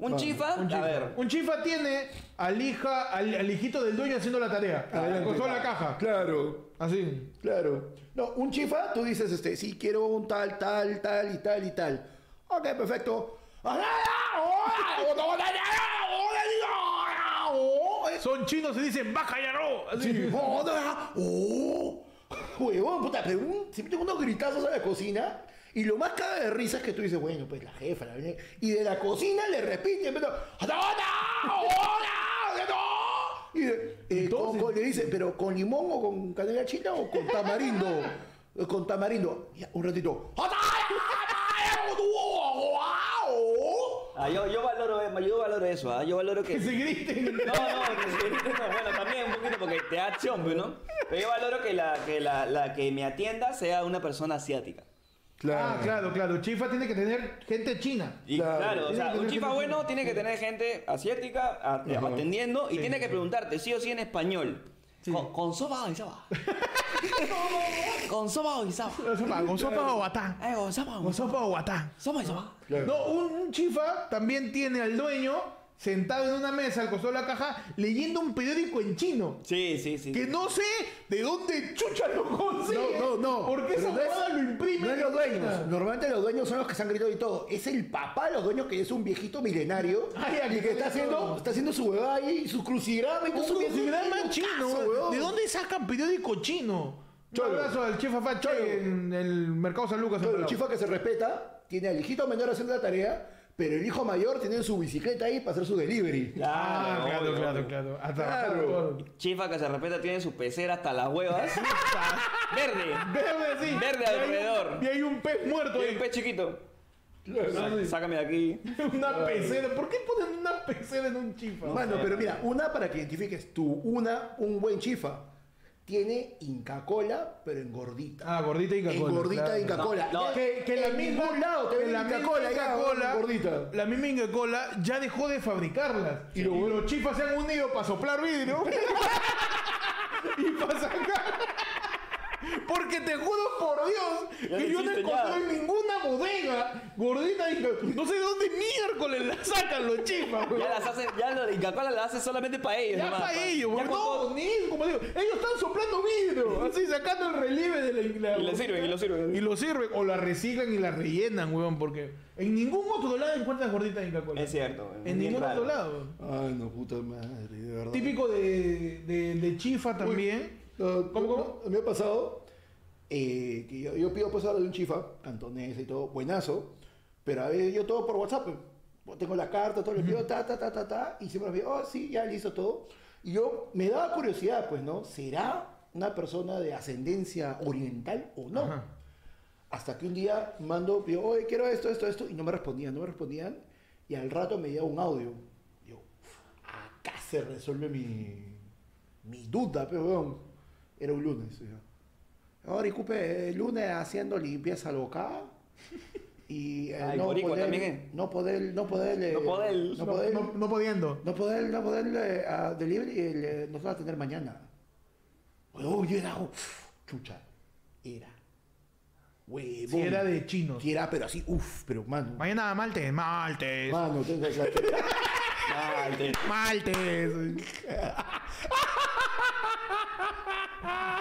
[SPEAKER 2] Un chifa,
[SPEAKER 1] Un chifa.
[SPEAKER 2] a ver.
[SPEAKER 1] Un chifa tiene al, hija, al, al hijito del dueño haciendo la tarea. Acostó la caja.
[SPEAKER 3] Claro,
[SPEAKER 1] Así.
[SPEAKER 3] claro. No, un chifa, tú dices, este, sí, quiero un tal, tal, tal y tal y tal. Ok, perfecto.
[SPEAKER 1] Son chinos y dicen, baja ya no. Así. [LAUGHS]
[SPEAKER 3] ¡Oh! Huevón, puta, pero un- siempre tengo unos gritazos a la cocina. Y lo más cara de risa es que tú dices, bueno, pues la jefa, la verdad. Y de la cocina le repiten, pero. Y de- eh, con- con- le dice, pero con limón o con canela china o con tamarindo. Eh, con tamarindo. Ya, un ratito.
[SPEAKER 2] Ah, yo, yo valoro, eh, yo valoro eso, ¿ah? yo
[SPEAKER 1] [LAUGHS]
[SPEAKER 2] valoro que...
[SPEAKER 1] Que se griten.
[SPEAKER 2] No, no, que se- no, [LAUGHS] bueno, también un poquito porque te da acción, pues, ¿no? Pero yo valoro que la que, la, la que me atienda sea una persona asiática.
[SPEAKER 1] Ah, claro, claro. Chifa tiene que tener gente china.
[SPEAKER 2] Y
[SPEAKER 3] Claro.
[SPEAKER 2] claro, o sea, un chifa bueno tiene que tener gente asiática a- atendiendo y tiene que preguntarte sí o sí en español. Con, con sopa y sopa. con sopa y sopa.
[SPEAKER 1] Sopa, Con sopa o batán.
[SPEAKER 2] Eh, con sopa,
[SPEAKER 1] Con sopa o batán.
[SPEAKER 2] sopa y sopa.
[SPEAKER 1] No, un, un chifa también tiene al dueño sentado en una mesa al costado de la caja leyendo un periódico en chino.
[SPEAKER 2] Sí, sí, sí.
[SPEAKER 1] Que no sé de dónde chucha lo consigue.
[SPEAKER 3] No, no, no.
[SPEAKER 1] Porque
[SPEAKER 3] Pero
[SPEAKER 1] esa
[SPEAKER 3] no es-
[SPEAKER 1] jugada lo imprime. Ah.
[SPEAKER 3] No es los dueños.
[SPEAKER 1] China.
[SPEAKER 3] Normalmente los dueños son los que se han gritado y todo. Es el papá de los dueños que es un viejito milenario.
[SPEAKER 1] Ay, ya, que
[SPEAKER 3] y que está
[SPEAKER 1] está
[SPEAKER 3] haciendo,
[SPEAKER 1] todo.
[SPEAKER 3] está haciendo su huevada ahí, y su crucigrama y todo
[SPEAKER 1] Un
[SPEAKER 3] su viejo
[SPEAKER 1] crucigrama chino.
[SPEAKER 3] caso, huevón.
[SPEAKER 1] ¿De dónde sacan periódico chino? Un
[SPEAKER 3] Cholo.
[SPEAKER 1] abrazo al chifa Facho
[SPEAKER 3] Cholo.
[SPEAKER 1] en el mercado San Lucas. en
[SPEAKER 3] Todo el
[SPEAKER 1] Palau.
[SPEAKER 3] chifa que se respeta tiene al hijito menor haciendo la tarea, pero el hijo mayor tiene su bicicleta ahí para hacer su delivery.
[SPEAKER 1] Ah, claro,
[SPEAKER 2] obvio,
[SPEAKER 1] claro,
[SPEAKER 2] obvio.
[SPEAKER 1] claro. A
[SPEAKER 3] Claro.
[SPEAKER 1] trabajar. todo.
[SPEAKER 2] Chifa que se respeta tiene su pecera hasta las huevas. Verde.
[SPEAKER 1] Verde, sí.
[SPEAKER 2] Verde
[SPEAKER 1] Y hay un-
[SPEAKER 2] alrededor.
[SPEAKER 1] Y hay un pez muerto
[SPEAKER 2] Tiene
[SPEAKER 1] [LAUGHS] ahí.
[SPEAKER 2] un pez chiquito. Sa- Sácame de aquí.
[SPEAKER 1] Una pecera. ¿Por qué ponen una pecera en un chifa?
[SPEAKER 3] Mano, pero mira, una para que identifiques tú, una, un buen chifa. Tiene Inca Cola, pero engordita.
[SPEAKER 1] Ah, gordita y Coca-Cola,
[SPEAKER 3] Engordita
[SPEAKER 1] claro.
[SPEAKER 3] de Inca Cola.
[SPEAKER 2] No, no,
[SPEAKER 1] Que, que la
[SPEAKER 3] En
[SPEAKER 1] misma
[SPEAKER 3] ningún lado te
[SPEAKER 1] que
[SPEAKER 3] venden
[SPEAKER 1] la misma
[SPEAKER 3] Inca-Cola, ya,
[SPEAKER 1] Inca-Cola-
[SPEAKER 3] gordita.
[SPEAKER 1] la misma Inca Cola ya dejó de fabricarlas y, los chifas se han unido para soplar vidrio y para sacar porque te juro por Dios
[SPEAKER 2] Ya
[SPEAKER 1] que
[SPEAKER 2] no
[SPEAKER 1] yo no
[SPEAKER 2] existe
[SPEAKER 1] encontré
[SPEAKER 2] ya.
[SPEAKER 1] en ninguna bodega gordita Inca- no sé de dónde miércoles la sacan los chifas
[SPEAKER 2] Ya las hace, ya lo de Inca Kola la hace solamente para ellos.
[SPEAKER 1] ya
[SPEAKER 2] nomás,
[SPEAKER 1] para
[SPEAKER 2] pa-
[SPEAKER 1] ellos,
[SPEAKER 2] ya
[SPEAKER 1] porque no,
[SPEAKER 2] cuando-
[SPEAKER 1] ni eso, como digo, ellos están soplando vidrio, así sacando el relieve de la, la-
[SPEAKER 2] Y le sirven, y lo sirven.
[SPEAKER 1] Y lo sirven, o la reciclan y la rellenan, weón, porque en ningún otro lado encuentras gorditas de Coca-Cola.
[SPEAKER 2] Es cierto, weón,
[SPEAKER 1] En
[SPEAKER 2] bien
[SPEAKER 1] ningún
[SPEAKER 2] raro.
[SPEAKER 1] otro lado. weón.
[SPEAKER 3] Ay, no, puta madre, de verdad.
[SPEAKER 1] Típico de, de, de chifa también.
[SPEAKER 3] No,
[SPEAKER 1] ¿Cómo,
[SPEAKER 3] no,
[SPEAKER 1] cómo?
[SPEAKER 3] A mí me ha pasado eh, que yo, yo pido pues ahora de un chifa, cantonesa y todo, buenazo, pero a veces yo todo por WhatsApp. pues. Tengo la carta, todo lo pido, ta, ta, ta, ta, ta, y siempre me dice, oh, sí, ya listo todo. Y yo me daba curiosidad, pues, ¿no? ¿Será una persona de ascendencia oriental o no?
[SPEAKER 1] Ajá.
[SPEAKER 3] Hasta que un día mando, yo, oye, quiero esto, esto, esto, y no me respondían, no me respondían, y al rato me llega un audio. Yo, acá se resuelve mi, mi duda, pero Era un lunes. ya. Ahora, disculpe, el lunes haciendo limpieza local. Y eh,
[SPEAKER 2] Ay,
[SPEAKER 3] no,
[SPEAKER 2] boricua
[SPEAKER 3] poder,
[SPEAKER 2] también, ¿eh?
[SPEAKER 3] no poder, no poder, eh,
[SPEAKER 2] No poder.
[SPEAKER 3] no
[SPEAKER 1] No,
[SPEAKER 3] poder,
[SPEAKER 1] no- no pudiendo.
[SPEAKER 3] no poder, no poder, eh, a delivery, el, eh, nos va a tener mañana. Huevón, yo era, oh, uf, chucha, era, huevón.
[SPEAKER 1] Si era de chinos.
[SPEAKER 3] Si era, pero así, uff, pero mano,
[SPEAKER 1] Mañana Maltes, Maltes,
[SPEAKER 3] mano, tengo que
[SPEAKER 2] Ah, te-
[SPEAKER 1] Maltes.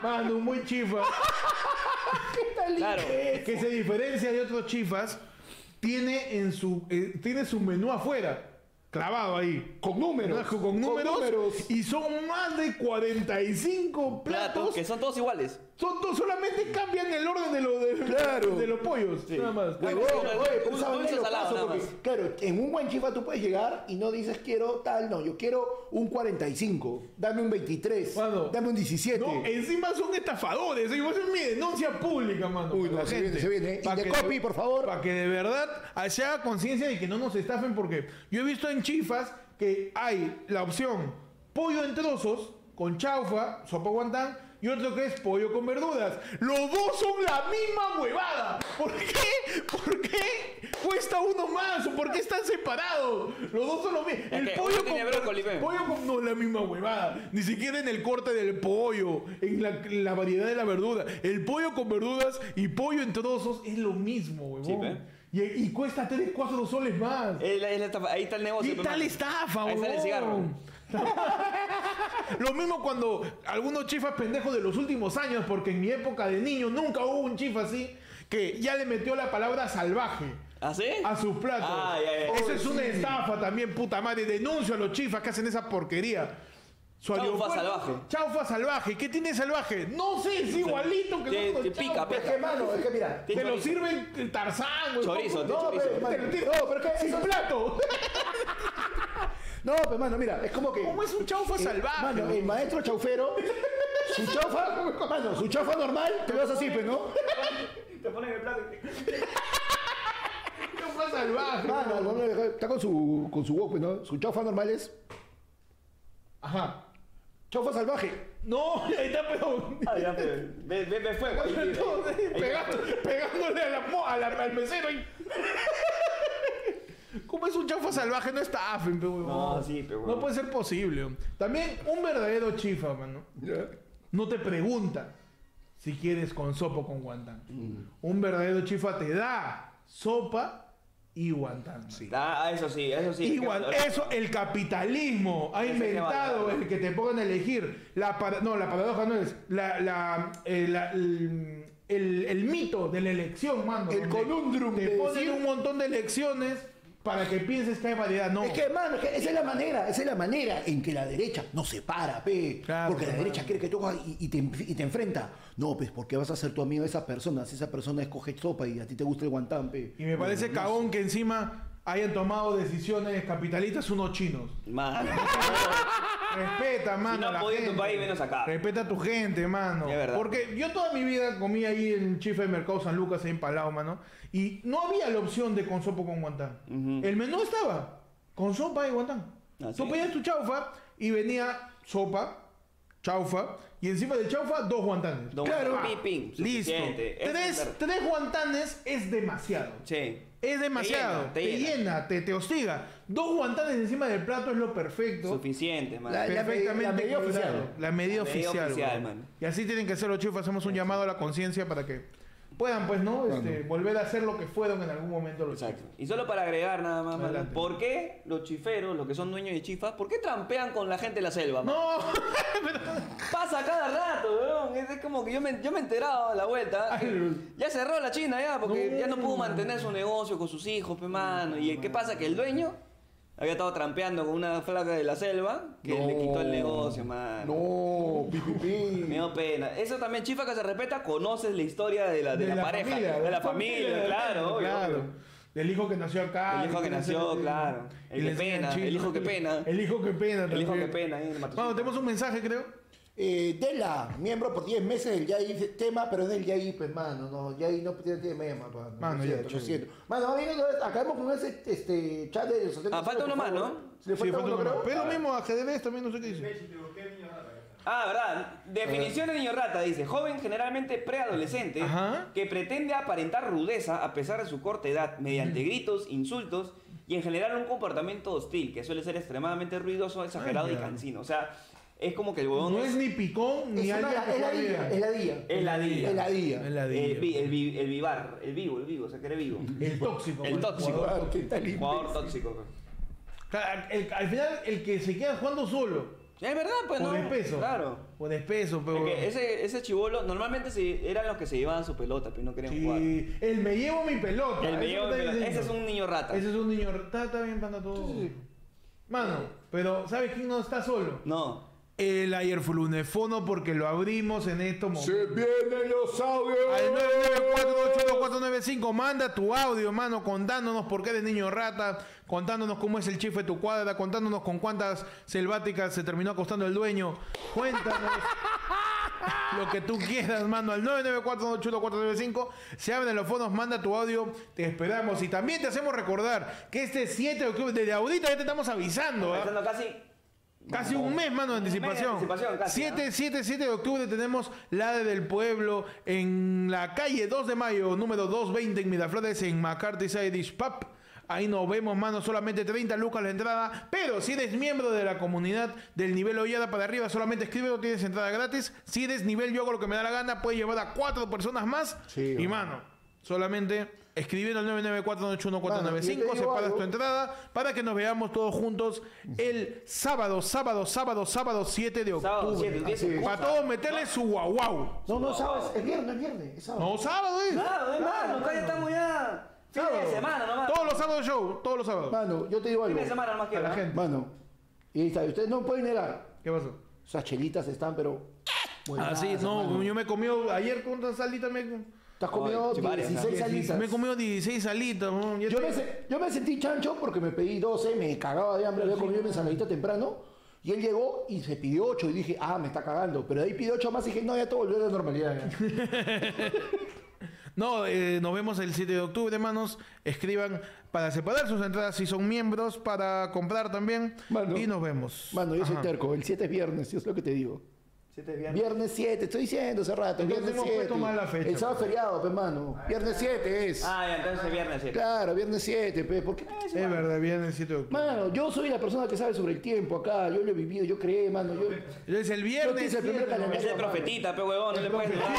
[SPEAKER 1] Mano, muy chifa.
[SPEAKER 2] Claro.
[SPEAKER 1] que se diferencia de otros chifas, tiene en su eh, tiene su menú afuera. trabado ahí.
[SPEAKER 3] Con números.
[SPEAKER 1] Con, números, Y son más de 45 platos.
[SPEAKER 2] Platos que son todos iguales.
[SPEAKER 1] Son dos, solamente cambian el orden de, lo- de,
[SPEAKER 3] Claro.
[SPEAKER 1] de los pollos. Nada más.
[SPEAKER 3] Huevón,
[SPEAKER 2] Bueno,
[SPEAKER 3] huevón,
[SPEAKER 2] dulce,
[SPEAKER 3] pero esa vaina
[SPEAKER 2] dulce,
[SPEAKER 3] lo
[SPEAKER 2] salado,
[SPEAKER 3] paso
[SPEAKER 2] nada
[SPEAKER 3] porque,
[SPEAKER 2] más.
[SPEAKER 3] Claro, en un buen chifa tú puedes llegar y no dices quiero tal, no, yo quiero un 45, dame un 23,
[SPEAKER 1] Mano,
[SPEAKER 3] dame un 17.
[SPEAKER 1] No, encima son estafadores. Esa es mi denuncia pública, mano.
[SPEAKER 3] Uy, no,
[SPEAKER 1] La
[SPEAKER 3] se viene, se viene.
[SPEAKER 1] Pa'
[SPEAKER 3] Y de
[SPEAKER 1] que
[SPEAKER 3] copy, por favor.
[SPEAKER 1] Para que de verdad haya conciencia y que no nos estafen, porque yo he visto en chifas que hay la opción pollo en trozos con chaufa, sopa guantán. Y otro que es pollo con verduras. Los dos son la misma huevada. ¿Por qué? ¿Por qué cuesta uno más? ¿O por qué están separados? Los dos son los mismos. El
[SPEAKER 2] que
[SPEAKER 1] pollo
[SPEAKER 2] uno tiene
[SPEAKER 1] con,
[SPEAKER 2] brócoli, pe.
[SPEAKER 1] pollo con- no es la misma huevada. Ni siquiera en el corte del pollo, en la, la variedad de la verdura. El pollo con verduras y pollo en trozos es lo mismo, huevón.
[SPEAKER 2] ¿eh?
[SPEAKER 1] y, y cuesta 3, 4 soles más.
[SPEAKER 2] Es la- es la estafa- Ahí está el negocio.
[SPEAKER 1] ¿Qué
[SPEAKER 2] pe,
[SPEAKER 1] tal
[SPEAKER 2] mano.
[SPEAKER 1] estafa,
[SPEAKER 2] Ahí sale el cigarro.
[SPEAKER 1] huevón? [LAUGHS] Lo mismo cuando algunos chifas pendejos de los últimos años, porque en mi época de niño nunca hubo un chifa así, que ya le metió la palabra salvaje.
[SPEAKER 2] ¿Ah, sí?
[SPEAKER 1] A sus platos.
[SPEAKER 2] Ah, ya, ya.
[SPEAKER 1] Eso es una estafa también, puta madre. Denuncio a los chifas que hacen esa porquería. Su
[SPEAKER 2] Chaufa
[SPEAKER 1] aeropuerto-
[SPEAKER 2] salvaje.
[SPEAKER 1] Chaufa salvaje. ¿Qué tiene salvaje? No sé, es igualito que
[SPEAKER 2] Te-
[SPEAKER 1] los
[SPEAKER 2] te pica,
[SPEAKER 3] Es
[SPEAKER 2] pica.
[SPEAKER 3] que, mano, es que mira.
[SPEAKER 1] Te lo
[SPEAKER 2] Chorizo.
[SPEAKER 1] sirve el- el tarzán, güey.
[SPEAKER 2] Chorizo,
[SPEAKER 1] No,
[SPEAKER 3] No,
[SPEAKER 2] chorizo.
[SPEAKER 3] pero,
[SPEAKER 1] pero-
[SPEAKER 3] mano,
[SPEAKER 1] te lo-
[SPEAKER 3] no, pero es que
[SPEAKER 1] sin
[SPEAKER 3] eso-
[SPEAKER 1] plato. [LAUGHS]
[SPEAKER 3] No, pero mano, mira, es como que.
[SPEAKER 1] ¿Cómo es un chaufa
[SPEAKER 3] eh,
[SPEAKER 1] salvaje?
[SPEAKER 3] Mano, el maestro chaufero, su chaufa, mano, su chaufa normal, te vas así, pues, ¿no?
[SPEAKER 8] Te ponen el plato y-
[SPEAKER 3] eh.
[SPEAKER 1] Chaufa salvaje.
[SPEAKER 3] Mano, no, no, está con su, con su wok, pues, ¿no? Su chaufa normal es
[SPEAKER 1] Ajá.
[SPEAKER 3] chaufa salvaje.
[SPEAKER 1] No, ahí está pero
[SPEAKER 8] Ah, ya, pero-
[SPEAKER 2] pues.
[SPEAKER 8] Ve, ve, ve
[SPEAKER 1] [LAUGHS]
[SPEAKER 8] fuego. ahí, ahí, ahí.
[SPEAKER 1] Pegando- pegándole a la, mo- a la- al mesero. ahí. ¿Cómo es un chaufa salvaje? No está afen, pe, huevón.
[SPEAKER 8] No, sí, pe, huevón.
[SPEAKER 1] No puede ser posible. También un verdadero chifa, mano. No te pregunta si quieres con sopa o con guantán.
[SPEAKER 8] Mm.
[SPEAKER 1] Un verdadero chifa te da sopa y guantán. Sí.
[SPEAKER 2] Ah, ah, eso sí, eso sí.
[SPEAKER 1] Igual, eso, el capitalismo ha
[SPEAKER 2] Ese
[SPEAKER 1] inventado
[SPEAKER 2] que
[SPEAKER 1] el que te pongan a elegir. La para- no, la paradoja no es. La, la, eh, la- el, el- el mito de la elección, mano.
[SPEAKER 3] El
[SPEAKER 1] donde
[SPEAKER 3] conundrum
[SPEAKER 1] Te
[SPEAKER 3] de
[SPEAKER 1] ponen
[SPEAKER 3] decir-
[SPEAKER 1] un montón de elecciones para que pienses que hay variedad. No.
[SPEAKER 3] Es que, hermano, es que esa es la manera, esa es la manera en que la derecha no se para, pe.
[SPEAKER 1] Claro,
[SPEAKER 3] porque la
[SPEAKER 1] hermano.
[SPEAKER 3] derecha quiere que tú cojas y, y te, enf- y te enfrenta. No, pues, ¿por qué vas a ser tu amigo de esa persona si esa persona escoge sopa y a ti te gusta el guantán, pe?
[SPEAKER 1] y me parece cagón que encima hayan tomado decisiones capitalistas unos chinos.
[SPEAKER 2] Mano.
[SPEAKER 1] Respeta, mano.
[SPEAKER 2] no
[SPEAKER 1] a la
[SPEAKER 2] podía en tu
[SPEAKER 1] gente.
[SPEAKER 2] país, menos acá.
[SPEAKER 1] Respeta a tu gente, mano.
[SPEAKER 2] Es verdad.
[SPEAKER 1] Porque yo toda mi vida comí ahí en Chifa de Mercado San Lucas, ahí en Palau, mano. Y no había la opción de con sopa o con guantán. El menú estaba con sopa y guantán.
[SPEAKER 2] Así
[SPEAKER 1] Tú
[SPEAKER 2] es.
[SPEAKER 1] pedías tu chaufa y venía sopa, chaufa, y encima del chaufa, dos guantanes.
[SPEAKER 2] Dos guantanes.
[SPEAKER 1] ah,
[SPEAKER 2] Pim, pim,
[SPEAKER 1] Listo.
[SPEAKER 2] suficiente. Eso es
[SPEAKER 1] Tres,
[SPEAKER 2] verdad.
[SPEAKER 1] tres guantanes es demasiado.
[SPEAKER 2] Sí.
[SPEAKER 1] Es demasiado.
[SPEAKER 2] Te llena, te llena.
[SPEAKER 1] te, te hostiga. Dos guantanes encima del plato es lo perfecto.
[SPEAKER 2] Suficiente, mano.
[SPEAKER 3] La-
[SPEAKER 1] Perfectamente
[SPEAKER 3] la medida
[SPEAKER 1] cuidado.
[SPEAKER 3] oficial.
[SPEAKER 1] La medida
[SPEAKER 2] La medida
[SPEAKER 1] oficial.
[SPEAKER 2] oficial,
[SPEAKER 1] güey.
[SPEAKER 2] mano.
[SPEAKER 1] Y así tienen que ser los chifas. Hacemos un llamado a la conciencia para que puedan, pues, ¿no? Este, volver a hacer lo que fueron en algún momento los
[SPEAKER 2] Exacto.
[SPEAKER 1] chifas.
[SPEAKER 2] Y solo para agregar nada más, mano,
[SPEAKER 1] Adelante.
[SPEAKER 2] ¿por qué los chiferos, los que son dueños de chifas, por qué trampean con la gente de la selva? mano?
[SPEAKER 1] No,
[SPEAKER 2] Pasa cada rato, weón. Es, es como que yo me, yo me he enterado a la vuelta. ¿ah?
[SPEAKER 1] Ay,
[SPEAKER 2] Ya cerró la China ya, porque
[SPEAKER 1] No.
[SPEAKER 2] ya no pudo mantener su negocio con sus hijos, pe mano. ¿Y qué pasa? Que el dueño había estado trampeando con una flaca de la selva que le quitó el negocio, mano.
[SPEAKER 3] No, pi, pi, pi.
[SPEAKER 2] Me dio pena. Eso también, chifa que se respeta, conoces la historia de la, de la, pareja, de la familia, claro, obvio, obvio.
[SPEAKER 1] Del hijo que nació acá.
[SPEAKER 2] Del hijo que nació, claro. El
[SPEAKER 1] Y
[SPEAKER 2] que
[SPEAKER 1] les enseñan
[SPEAKER 2] pena,
[SPEAKER 1] chifas.
[SPEAKER 2] el hijo que pena.
[SPEAKER 1] El hijo que pena.
[SPEAKER 2] El hijo
[SPEAKER 1] también.
[SPEAKER 2] que pena, ahí en el Matosito.
[SPEAKER 1] Bueno, tenemos un mensaje, creo.
[SPEAKER 3] Eh, Dela, miembro por 10 meses del Yayi tema, pero es del Yayi, pues, mano, no, Yayi no tiene tema, mano.
[SPEAKER 1] Mano,
[SPEAKER 3] lo
[SPEAKER 1] ya,
[SPEAKER 3] siento, lo
[SPEAKER 1] chévere.
[SPEAKER 3] siento. Mano, más bien, no, acabemos con ese este, chat de los
[SPEAKER 2] Ah, falta uno más, ¿no?
[SPEAKER 3] Si le
[SPEAKER 1] Sí,
[SPEAKER 3] falta
[SPEAKER 1] falta
[SPEAKER 3] uno,
[SPEAKER 1] uno.
[SPEAKER 3] creo.
[SPEAKER 1] Pero mismo a GDB también no sé qué dice.
[SPEAKER 2] Ah, ¿verdad? Definición de niño rata, dice, joven generalmente preadolescente
[SPEAKER 1] Ajá.
[SPEAKER 2] que pretende aparentar rudeza a pesar de su corta edad mediante gritos, insultos y en general un comportamiento hostil que suele ser extremadamente ruidoso, exagerado
[SPEAKER 1] Ay,
[SPEAKER 2] y
[SPEAKER 1] ya.
[SPEAKER 2] cansino. O sea, es como que el huevón
[SPEAKER 1] No es ni picón ni
[SPEAKER 3] Es una-
[SPEAKER 1] alguien que
[SPEAKER 3] es la
[SPEAKER 1] juega
[SPEAKER 3] día,
[SPEAKER 1] bien.
[SPEAKER 3] es la día.
[SPEAKER 2] Es la día.
[SPEAKER 3] Es la día.
[SPEAKER 1] Es la
[SPEAKER 2] el,
[SPEAKER 1] dilla.
[SPEAKER 2] vi- el vi- el vivar, el vivo, el vivo, se cree vivo.
[SPEAKER 1] El tóxico. pues,
[SPEAKER 2] El
[SPEAKER 1] bueno,
[SPEAKER 2] tóxico.
[SPEAKER 1] jugador.
[SPEAKER 3] Guau, qué tal
[SPEAKER 2] Jugador tóxico. pues.
[SPEAKER 1] Claro, el- al final, el que se queda jugando solo.
[SPEAKER 2] Es verdad, pues
[SPEAKER 1] Por
[SPEAKER 2] no.
[SPEAKER 1] despeso.
[SPEAKER 2] Claro.
[SPEAKER 1] Por despeso, pero.
[SPEAKER 2] Porque ese, ese chivolo, normalmente se- eran los que se llevaban su pelota, pero no querían jugar.
[SPEAKER 1] Sí, el me llevo mi pelota.
[SPEAKER 2] El
[SPEAKER 1] eso
[SPEAKER 2] millón
[SPEAKER 1] está
[SPEAKER 2] de-
[SPEAKER 1] diciendo.
[SPEAKER 2] Ese es un niño rata.
[SPEAKER 1] Ese es un niño. Está, está bien, panda todo. Mano, pero ¿sabes quién no está solo?
[SPEAKER 2] No.
[SPEAKER 1] El aierfulunefono porque lo abrimos en estos momentos.
[SPEAKER 9] vienen los audios!
[SPEAKER 1] Al 994 manda tu audio, mano, contándonos por qué eres niño rata, contándonos cómo es el chife de tu cuadra, contándonos con cuántas selváticas se terminó acostando el dueño. Cuéntanos lo que tú quieras, mano. Al 994 se abren los fondos, manda tu audio, te esperamos. Y también te hacemos recordar que este 7 de octubre, desde ahorita ya te estamos avisando, ¿ah?
[SPEAKER 2] Pensando casi.
[SPEAKER 1] Casi un mes, mano, de
[SPEAKER 2] mes de
[SPEAKER 1] anticipación.
[SPEAKER 2] anticipación, casi,
[SPEAKER 1] 7, 7, 7 de octubre tenemos la de del pueblo en la calle 2 de mayo, número 220 en Miraflores, en McCarthy Side Pub. Ahí nos vemos, mano, solamente 30 lucas la entrada. Pero si eres miembro de la comunidad del nivel Ollada para arriba, solamente escríbelo, tienes entrada gratis. Si eres nivel yo hago lo que me da la gana, puedes llevar a cuatro personas más.
[SPEAKER 9] Sí,
[SPEAKER 1] y
[SPEAKER 9] mano.
[SPEAKER 1] mano, solamente escribiendo al 994
[SPEAKER 9] Mano, yo te digo
[SPEAKER 1] separas tu
[SPEAKER 9] algo.
[SPEAKER 1] entrada para que nos veamos todos juntos el sábado, sábado, sábado, sábado 7 de
[SPEAKER 2] Sábado,
[SPEAKER 1] octubre.
[SPEAKER 2] siete, diez, excusa.
[SPEAKER 1] Para todos meterle su guau guau.
[SPEAKER 3] No, no, sábado, es viernes, es viernes, es sábado.
[SPEAKER 1] No, sábado ¿eh? es.
[SPEAKER 2] Claro, hermano, acá ya estamos ya. Fin de semana nomás.
[SPEAKER 1] Todos los sábados show, todos los sábados.
[SPEAKER 3] Mano, yo te digo
[SPEAKER 2] Fin
[SPEAKER 3] algo.
[SPEAKER 2] de semana nomás que
[SPEAKER 1] Para la gente.
[SPEAKER 3] Mano, y ahí está, y ustedes no pueden negar.
[SPEAKER 1] ¿Qué pasó?
[SPEAKER 3] Esas chelitas están, pero.
[SPEAKER 1] Ah,
[SPEAKER 3] buenas,
[SPEAKER 1] sí, no,
[SPEAKER 3] mano.
[SPEAKER 1] yo me comí ayer con una salita, me,
[SPEAKER 3] Te has comido
[SPEAKER 2] Ay, varias,
[SPEAKER 3] 16 salitas.
[SPEAKER 1] me comió 16 salitas. ¿no? Ya
[SPEAKER 3] Yo me,
[SPEAKER 1] estoy-
[SPEAKER 3] se- yo me sentí chancho porque me pedí 12, me cagaba de hambre, había comido mi ensaladita temprano. Y él llegó y se pidió 8 y dije, ah, me está cagando. Pero de ahí pidió 8 más y dije, no, ya todo volvió a la normalidad. ya.
[SPEAKER 1] No, eh, nos vemos el 7 de octubre, hermanos. Escriban para separar sus entradas si son miembros, para comprar también.
[SPEAKER 3] Mano.
[SPEAKER 1] y nos vemos.
[SPEAKER 3] Mano, yo soy
[SPEAKER 1] Ajá.
[SPEAKER 3] terco, el 7 es viernes, eso es lo que te digo. Viernes 7, estoy diciendo hace rato,
[SPEAKER 1] Entonces
[SPEAKER 3] viernes
[SPEAKER 1] hemos
[SPEAKER 3] 7.
[SPEAKER 1] puesto mal la fecha, pues. Ah,
[SPEAKER 3] el sábado feriado, pe mano. Viernes 7 es.
[SPEAKER 2] Ah, ya, entonces viernes 7.
[SPEAKER 3] Claro, viernes 7, pe. ¿Por qué?
[SPEAKER 1] Es verdad, viene el 7 de octubre.
[SPEAKER 3] Mano, yo soy la persona que sabe sobre el tiempo acá, yo lo he vivido, yo creé, mano. Yo,
[SPEAKER 1] Es el
[SPEAKER 3] yo
[SPEAKER 1] viernes.
[SPEAKER 3] te hice el primer
[SPEAKER 1] 7 de
[SPEAKER 3] calendario.
[SPEAKER 2] Es el
[SPEAKER 3] mano.
[SPEAKER 2] profetita, pe huevón, no le puedes dudar.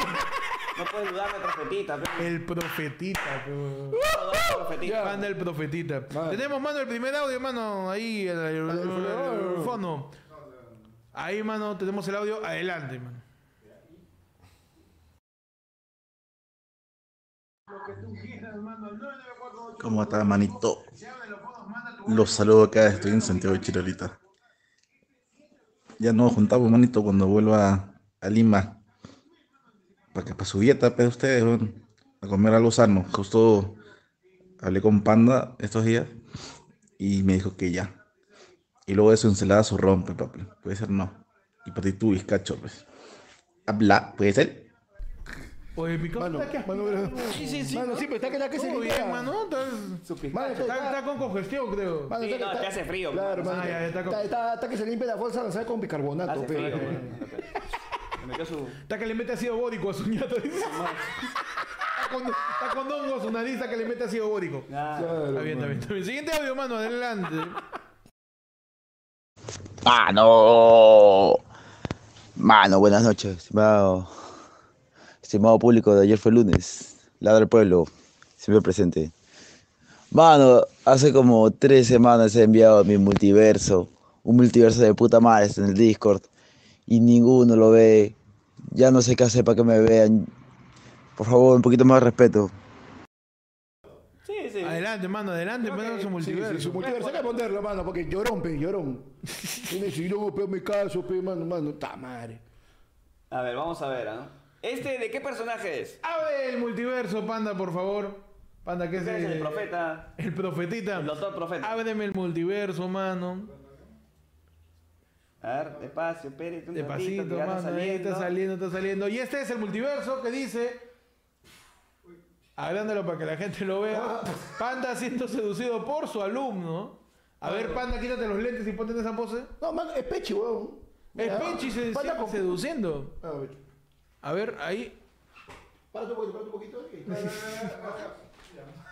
[SPEAKER 2] No puedes dudar del profetita, pe.
[SPEAKER 1] El profetita, pe.
[SPEAKER 2] No dudar del profetita.
[SPEAKER 1] Banda el profetita. Tenemos, mano, el primer audio, mano. Ahí, el, el- el- el- el fondo. Ahí, mano, tenemos el audio. Adelante, mano.
[SPEAKER 10] ¿Cómo está, manito? Los saludo acá, estoy en Santiago de Chile ahorita. Ya nos juntamos, manito, cuando vuelva a Lima. Para que para su dieta, pero ustedes, weón, a comer algo sano. Justo hablé con Panda estos días y me dijo que ya. Y luego de su ensalada su rompe, papi. Puede ser no. Y para ti tu bizcacho, pues. Habla, puede ser.
[SPEAKER 1] Oye, mi cosa
[SPEAKER 3] Mano,
[SPEAKER 1] está que
[SPEAKER 3] mano, bro.
[SPEAKER 1] Sí, sí, sí.
[SPEAKER 3] Mano, sí, pero está que la que se
[SPEAKER 1] Todo
[SPEAKER 3] limpia.
[SPEAKER 1] bien, mano. Estás-
[SPEAKER 3] Mano, está-
[SPEAKER 1] Está, está con congestión, creo.
[SPEAKER 3] mano,
[SPEAKER 2] Sí,
[SPEAKER 3] está que-
[SPEAKER 2] no,
[SPEAKER 3] está-
[SPEAKER 2] te hace frío,
[SPEAKER 3] Claro,
[SPEAKER 1] mano.
[SPEAKER 3] mano.
[SPEAKER 1] Ah, ya, ya está con-
[SPEAKER 3] Está está- está que se limpia la bolsa lanzada con bicarbonato,
[SPEAKER 2] Hace
[SPEAKER 3] pe.
[SPEAKER 2] frío, weón. Me metió su.
[SPEAKER 1] Está que le mete ácido bórico a su ñato. [LAUGHS] Está con- Está con hongo a su nariz, está que le mete ácido bórico.
[SPEAKER 2] Nah.
[SPEAKER 3] Claro,
[SPEAKER 1] Está bien, está bien, está bien. Siguiente audio, mano, adelante.
[SPEAKER 11] Mano. Mano, buenas noches, estimado. Estimado público de ayer fue lunes. Lado del pueblo, siempre presente. Mano, hace como tres semanas he enviado mi multiverso. Un multiverso de puta madre está en el Discord. Y ninguno lo ve. Ya no sé qué hacer para que me vean. Por favor, un poquito más de respeto.
[SPEAKER 2] Sí, sí.
[SPEAKER 1] Adelante, mano, adelante, mano, su
[SPEAKER 3] Sí, sí,
[SPEAKER 1] multiverso.
[SPEAKER 3] su multiverso hay que ponerlo, mano, porque llorón, pe, llorón. Tiene si yo pe, me caso, pe, mano, mano, ta madre.
[SPEAKER 2] A ver, vamos a ver, ¿ah? ¿Este de qué personaje es?
[SPEAKER 1] Abre el multiverso, panda, por favor. Panda, ¿qué es
[SPEAKER 2] ¿Qué es el
[SPEAKER 1] eh,
[SPEAKER 2] profeta?
[SPEAKER 1] El profetita.
[SPEAKER 2] El doctor profeta.
[SPEAKER 1] Ábreme el multiverso, mano.
[SPEAKER 2] A ver, despacio, Pérez, un ratito,
[SPEAKER 1] Despacito,
[SPEAKER 2] que ya está
[SPEAKER 1] mano. Ahí
[SPEAKER 2] saliendo.
[SPEAKER 1] está saliendo, está saliendo. Y este es el multiverso que dice. Agrándalo para que la gente lo
[SPEAKER 2] [LAUGHS]
[SPEAKER 1] vea. Panda siendo seducido por su alumno. A ver, Panda, quítate los lentes y ponte en esa pose.
[SPEAKER 3] No, mano, es pechi, weón.
[SPEAKER 1] El
[SPEAKER 3] Mira,
[SPEAKER 1] Penchi se
[SPEAKER 3] Panda
[SPEAKER 1] sigue
[SPEAKER 3] con-
[SPEAKER 1] seduciendo.
[SPEAKER 3] A ver,
[SPEAKER 1] A ver, ahí.
[SPEAKER 3] Ah, Párate un poquito, párate un poquito. eh, ahí.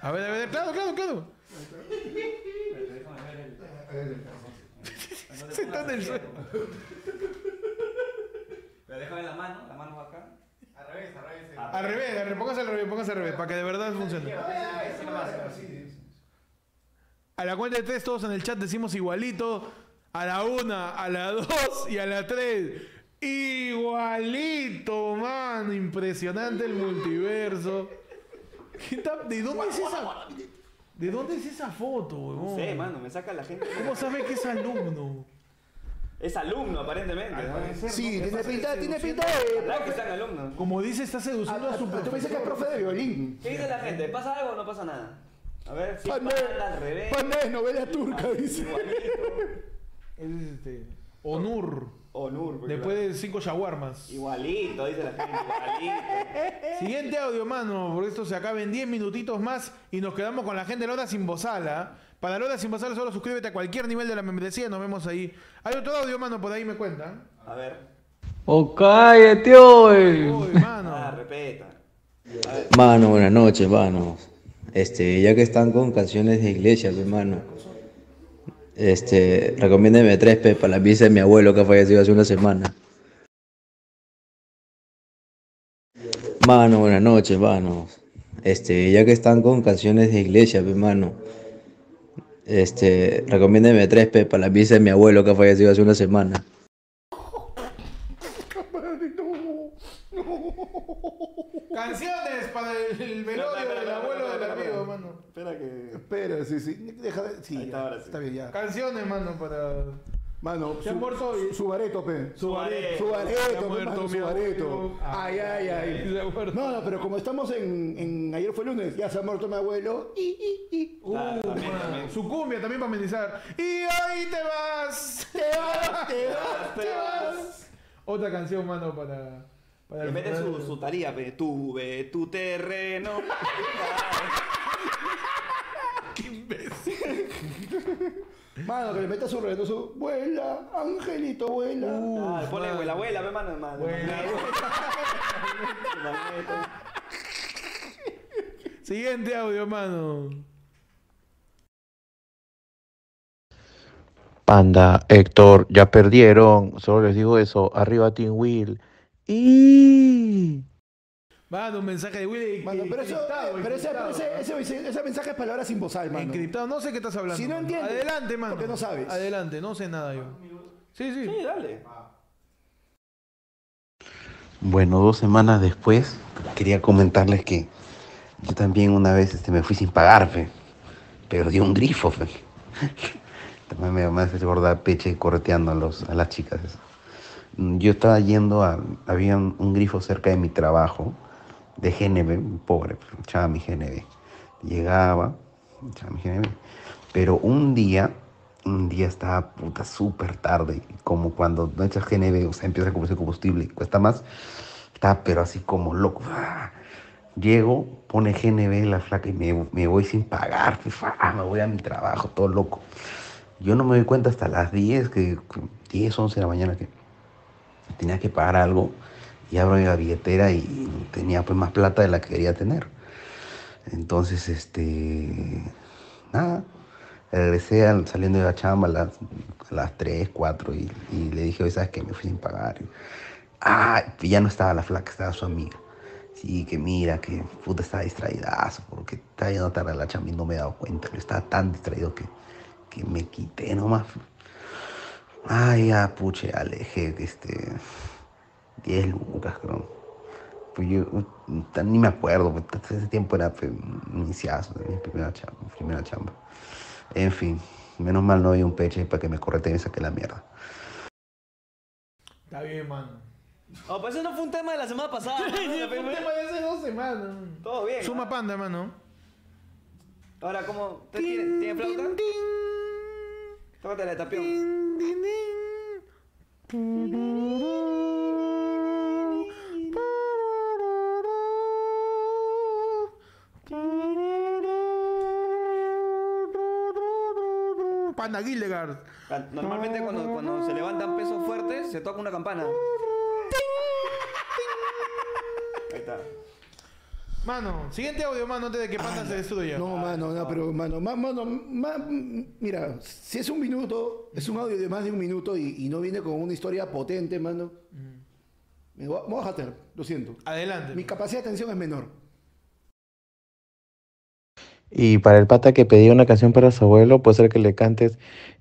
[SPEAKER 1] A ver, a ver, claro, claro, claro. [LAUGHS] Se está en el suelo.
[SPEAKER 2] [LAUGHS] Pero déjame la mano, la mano va acá.
[SPEAKER 1] Al revés, al revés, póngase al revés, póngase al revés, para que de verdad funcione. A la cuenta de tres, todos en el chat decimos igualito. A la una, a la dos y a la tres. Igualito, mano. Impresionante el multiverso. ¿Qué tal? ¿De dónde es esa? ¿De dónde es esa foto, huevón?
[SPEAKER 2] No sé, mano, me saca la gente.
[SPEAKER 1] ¿Cómo sabe que es alumno?
[SPEAKER 2] Es alumno, aparentemente. ¿no?
[SPEAKER 5] Sí, tiene pinta, tiene pinta
[SPEAKER 2] Ojalá que
[SPEAKER 5] de.
[SPEAKER 2] sean alumnos.
[SPEAKER 1] Como dice, está seduciendo a, su
[SPEAKER 5] Tú me dices que es profe de violín.
[SPEAKER 2] ¿Qué dice la gente? ¿Pasa algo o no pasa nada? A ver, si
[SPEAKER 5] Panda
[SPEAKER 2] panda al
[SPEAKER 5] de-
[SPEAKER 2] revés.
[SPEAKER 3] Pues
[SPEAKER 5] panda de novela turca, dice.
[SPEAKER 2] Igualito.
[SPEAKER 1] Es este. Onur.
[SPEAKER 2] Onur, pues,
[SPEAKER 1] Después de cinco shawarmas.
[SPEAKER 2] Igualito, dice la gente, igualito.
[SPEAKER 1] Siguiente audio, mano, porque esto se acaba en 10 minutitos más y nos quedamos con la gente de Loda Sin Bozala. Para Loda Sin Bozala solo suscríbete a cualquier nivel de la membresía, nos vemos ahí. Hay otro audio, mano, por ahí me cuentan.
[SPEAKER 2] A ver.
[SPEAKER 12] ¡Oh, cállate hoy!
[SPEAKER 1] Uy,
[SPEAKER 2] Ah,
[SPEAKER 1] mano.
[SPEAKER 2] respeta.
[SPEAKER 11] Mano, buenas noches, mano. Este, ya que están con canciones de iglesia, mi hermano. Este, recomiéndeme tres pe para la misa de mi abuelo que ha fallecido hace una semana. Mano, buenas noches, mano. Este, ya que están con canciones de iglesia, mi hermano. Este, recomiéndeme tres pe para la misa de mi abuelo que ha fallecido hace una semana.
[SPEAKER 1] Canciones para el, el velorio del abuelo del amigo, mano.
[SPEAKER 7] Espera que.
[SPEAKER 5] Espera, sí, sí. Deja de. Sí,
[SPEAKER 7] está,
[SPEAKER 5] ya,
[SPEAKER 7] ahora sí.
[SPEAKER 5] está bien, ya.
[SPEAKER 1] Canciones, mano, para.
[SPEAKER 5] Mano,
[SPEAKER 1] Se ha muerto hoy.
[SPEAKER 5] su bareto, pe.
[SPEAKER 1] Su
[SPEAKER 2] bareto.
[SPEAKER 5] Su
[SPEAKER 1] Se ha
[SPEAKER 5] bareto, pe,
[SPEAKER 1] muerto
[SPEAKER 5] mano,
[SPEAKER 1] mi
[SPEAKER 5] su bareto.
[SPEAKER 1] abuelo.
[SPEAKER 5] Ay, ay, ay.
[SPEAKER 1] Se ha muerto.
[SPEAKER 5] No, no, pero como estamos en, en- Ayer fue lunes, ya se ha muerto mi abuelo. Y, y, y.
[SPEAKER 1] Uh, mano. Su cumbia también para amenizar. Y ahí te vas. Te
[SPEAKER 5] Ah,
[SPEAKER 1] vas, te vas, te vas. Otra canción, mano, para. para
[SPEAKER 2] Le
[SPEAKER 1] el
[SPEAKER 2] mete su,
[SPEAKER 1] funeral.
[SPEAKER 2] su taría, pe. Tuve tu
[SPEAKER 1] [LAUGHS]
[SPEAKER 2] terreno.
[SPEAKER 5] Mano, que le meta su reto, su. Vuela, angelito, vuela.
[SPEAKER 2] Ah, ponle abuela, abuela, pe, mano, hermano.
[SPEAKER 1] Siguiente audio, mano.
[SPEAKER 13] Panda, Héctor, ya perdieron. Solo les digo eso. Arriba Team Will. Y...
[SPEAKER 1] Mano, un mensaje de Willy.
[SPEAKER 5] Mano, pero eso. eh,
[SPEAKER 1] encriptado,
[SPEAKER 5] Pero ese,
[SPEAKER 1] encriptado,
[SPEAKER 5] ese, ese, ese- ese mensaje es palabra sin bozal, mano.
[SPEAKER 1] Encriptado, no sé qué estás hablando.
[SPEAKER 5] Si no
[SPEAKER 1] mano.
[SPEAKER 5] entiendes,
[SPEAKER 1] Adelante, mano.
[SPEAKER 5] porque no sabes.
[SPEAKER 1] Adelante, no sé nada yo. Sí, sí.
[SPEAKER 2] Sí, dale.
[SPEAKER 13] Bueno, dos semanas después, quería comentarles que yo también una vez este, me fui sin pagar, fe. Perdí un grifo, fe. [LAUGHS] También me me hace gorda peche correteando a, los, a las chicas. eso. Mm, Yo estaba yendo a. Había un, un grifo cerca de mi trabajo, de GNB, pobre, fe, echaba mi GNB. Llegaba, echaba mi GNB. Pero un día, un día estaba puta súper tarde, como cuando no echas GNB, o sea, empieza a cubrirse combustible y cuesta más. Estaba pero así como loco. ¡ah! Llego, pone GNB la flaca y me, me voy sin pagar. pues, ¡ah! Me voy a mi trabajo, todo loco. Yo no me doy cuenta hasta las 10, que, 10, 11 de la mañana que tenía que pagar algo. Y abro mi billetera y tenía pues más plata de la que quería tener. Entonces, este, nada, regresé al- saliendo de la chamba a las, a las 3, 4 y, y le dije, oye, ¿sabes qué? Me fui sin pagar. Ah, y ya no estaba la flaca, estaba su amiga. Sí, que mira, que puta estaba distraídazo porque estaba yendo tarde a la chamba y no me he dado cuenta. Yo estaba tan distraído que, que me quité nomás. Ay, ya, puche, alejé, este, 10 lucas, creo. Pues yo uh, ta- ni me acuerdo, pues, t- ese tiempo era pues, iniciazo, de mi primera chamba, primera chamba. En fin, menos mal no había un peche para que me correte y me saque la mierda.
[SPEAKER 1] Está bien, mano.
[SPEAKER 2] Oh, pues ese no fue un tema de la semana pasada. [LAUGHS] ¿no?
[SPEAKER 1] Fue un tema de hace dos semanas.
[SPEAKER 2] Todo bien.
[SPEAKER 1] Suma panda, mano.
[SPEAKER 2] Ahora, ¿cómo? ¿Usted ¿Tiene, ¿tiene flauta? Tócate la de tapión.
[SPEAKER 1] Panda Gildegard.
[SPEAKER 2] Ah, Normalmente cuando, cuando se levantan pesos fuertes, se toca una campana. Ahí está.
[SPEAKER 1] Mano, siguiente audio, mano, antes de que Panda se destruya.
[SPEAKER 5] No, mano, no, pero mano, ma- mano, ma- mira, si es un minuto, es un audio de más de un minuto y, y no viene con una historia potente, mano. Me voy a- me voy a jatear, lo siento.
[SPEAKER 1] Adelante.
[SPEAKER 5] Mi capacidad de atención es menor.
[SPEAKER 13] Y para el pata que pedía una canción para su abuelo, puede ser que le cantes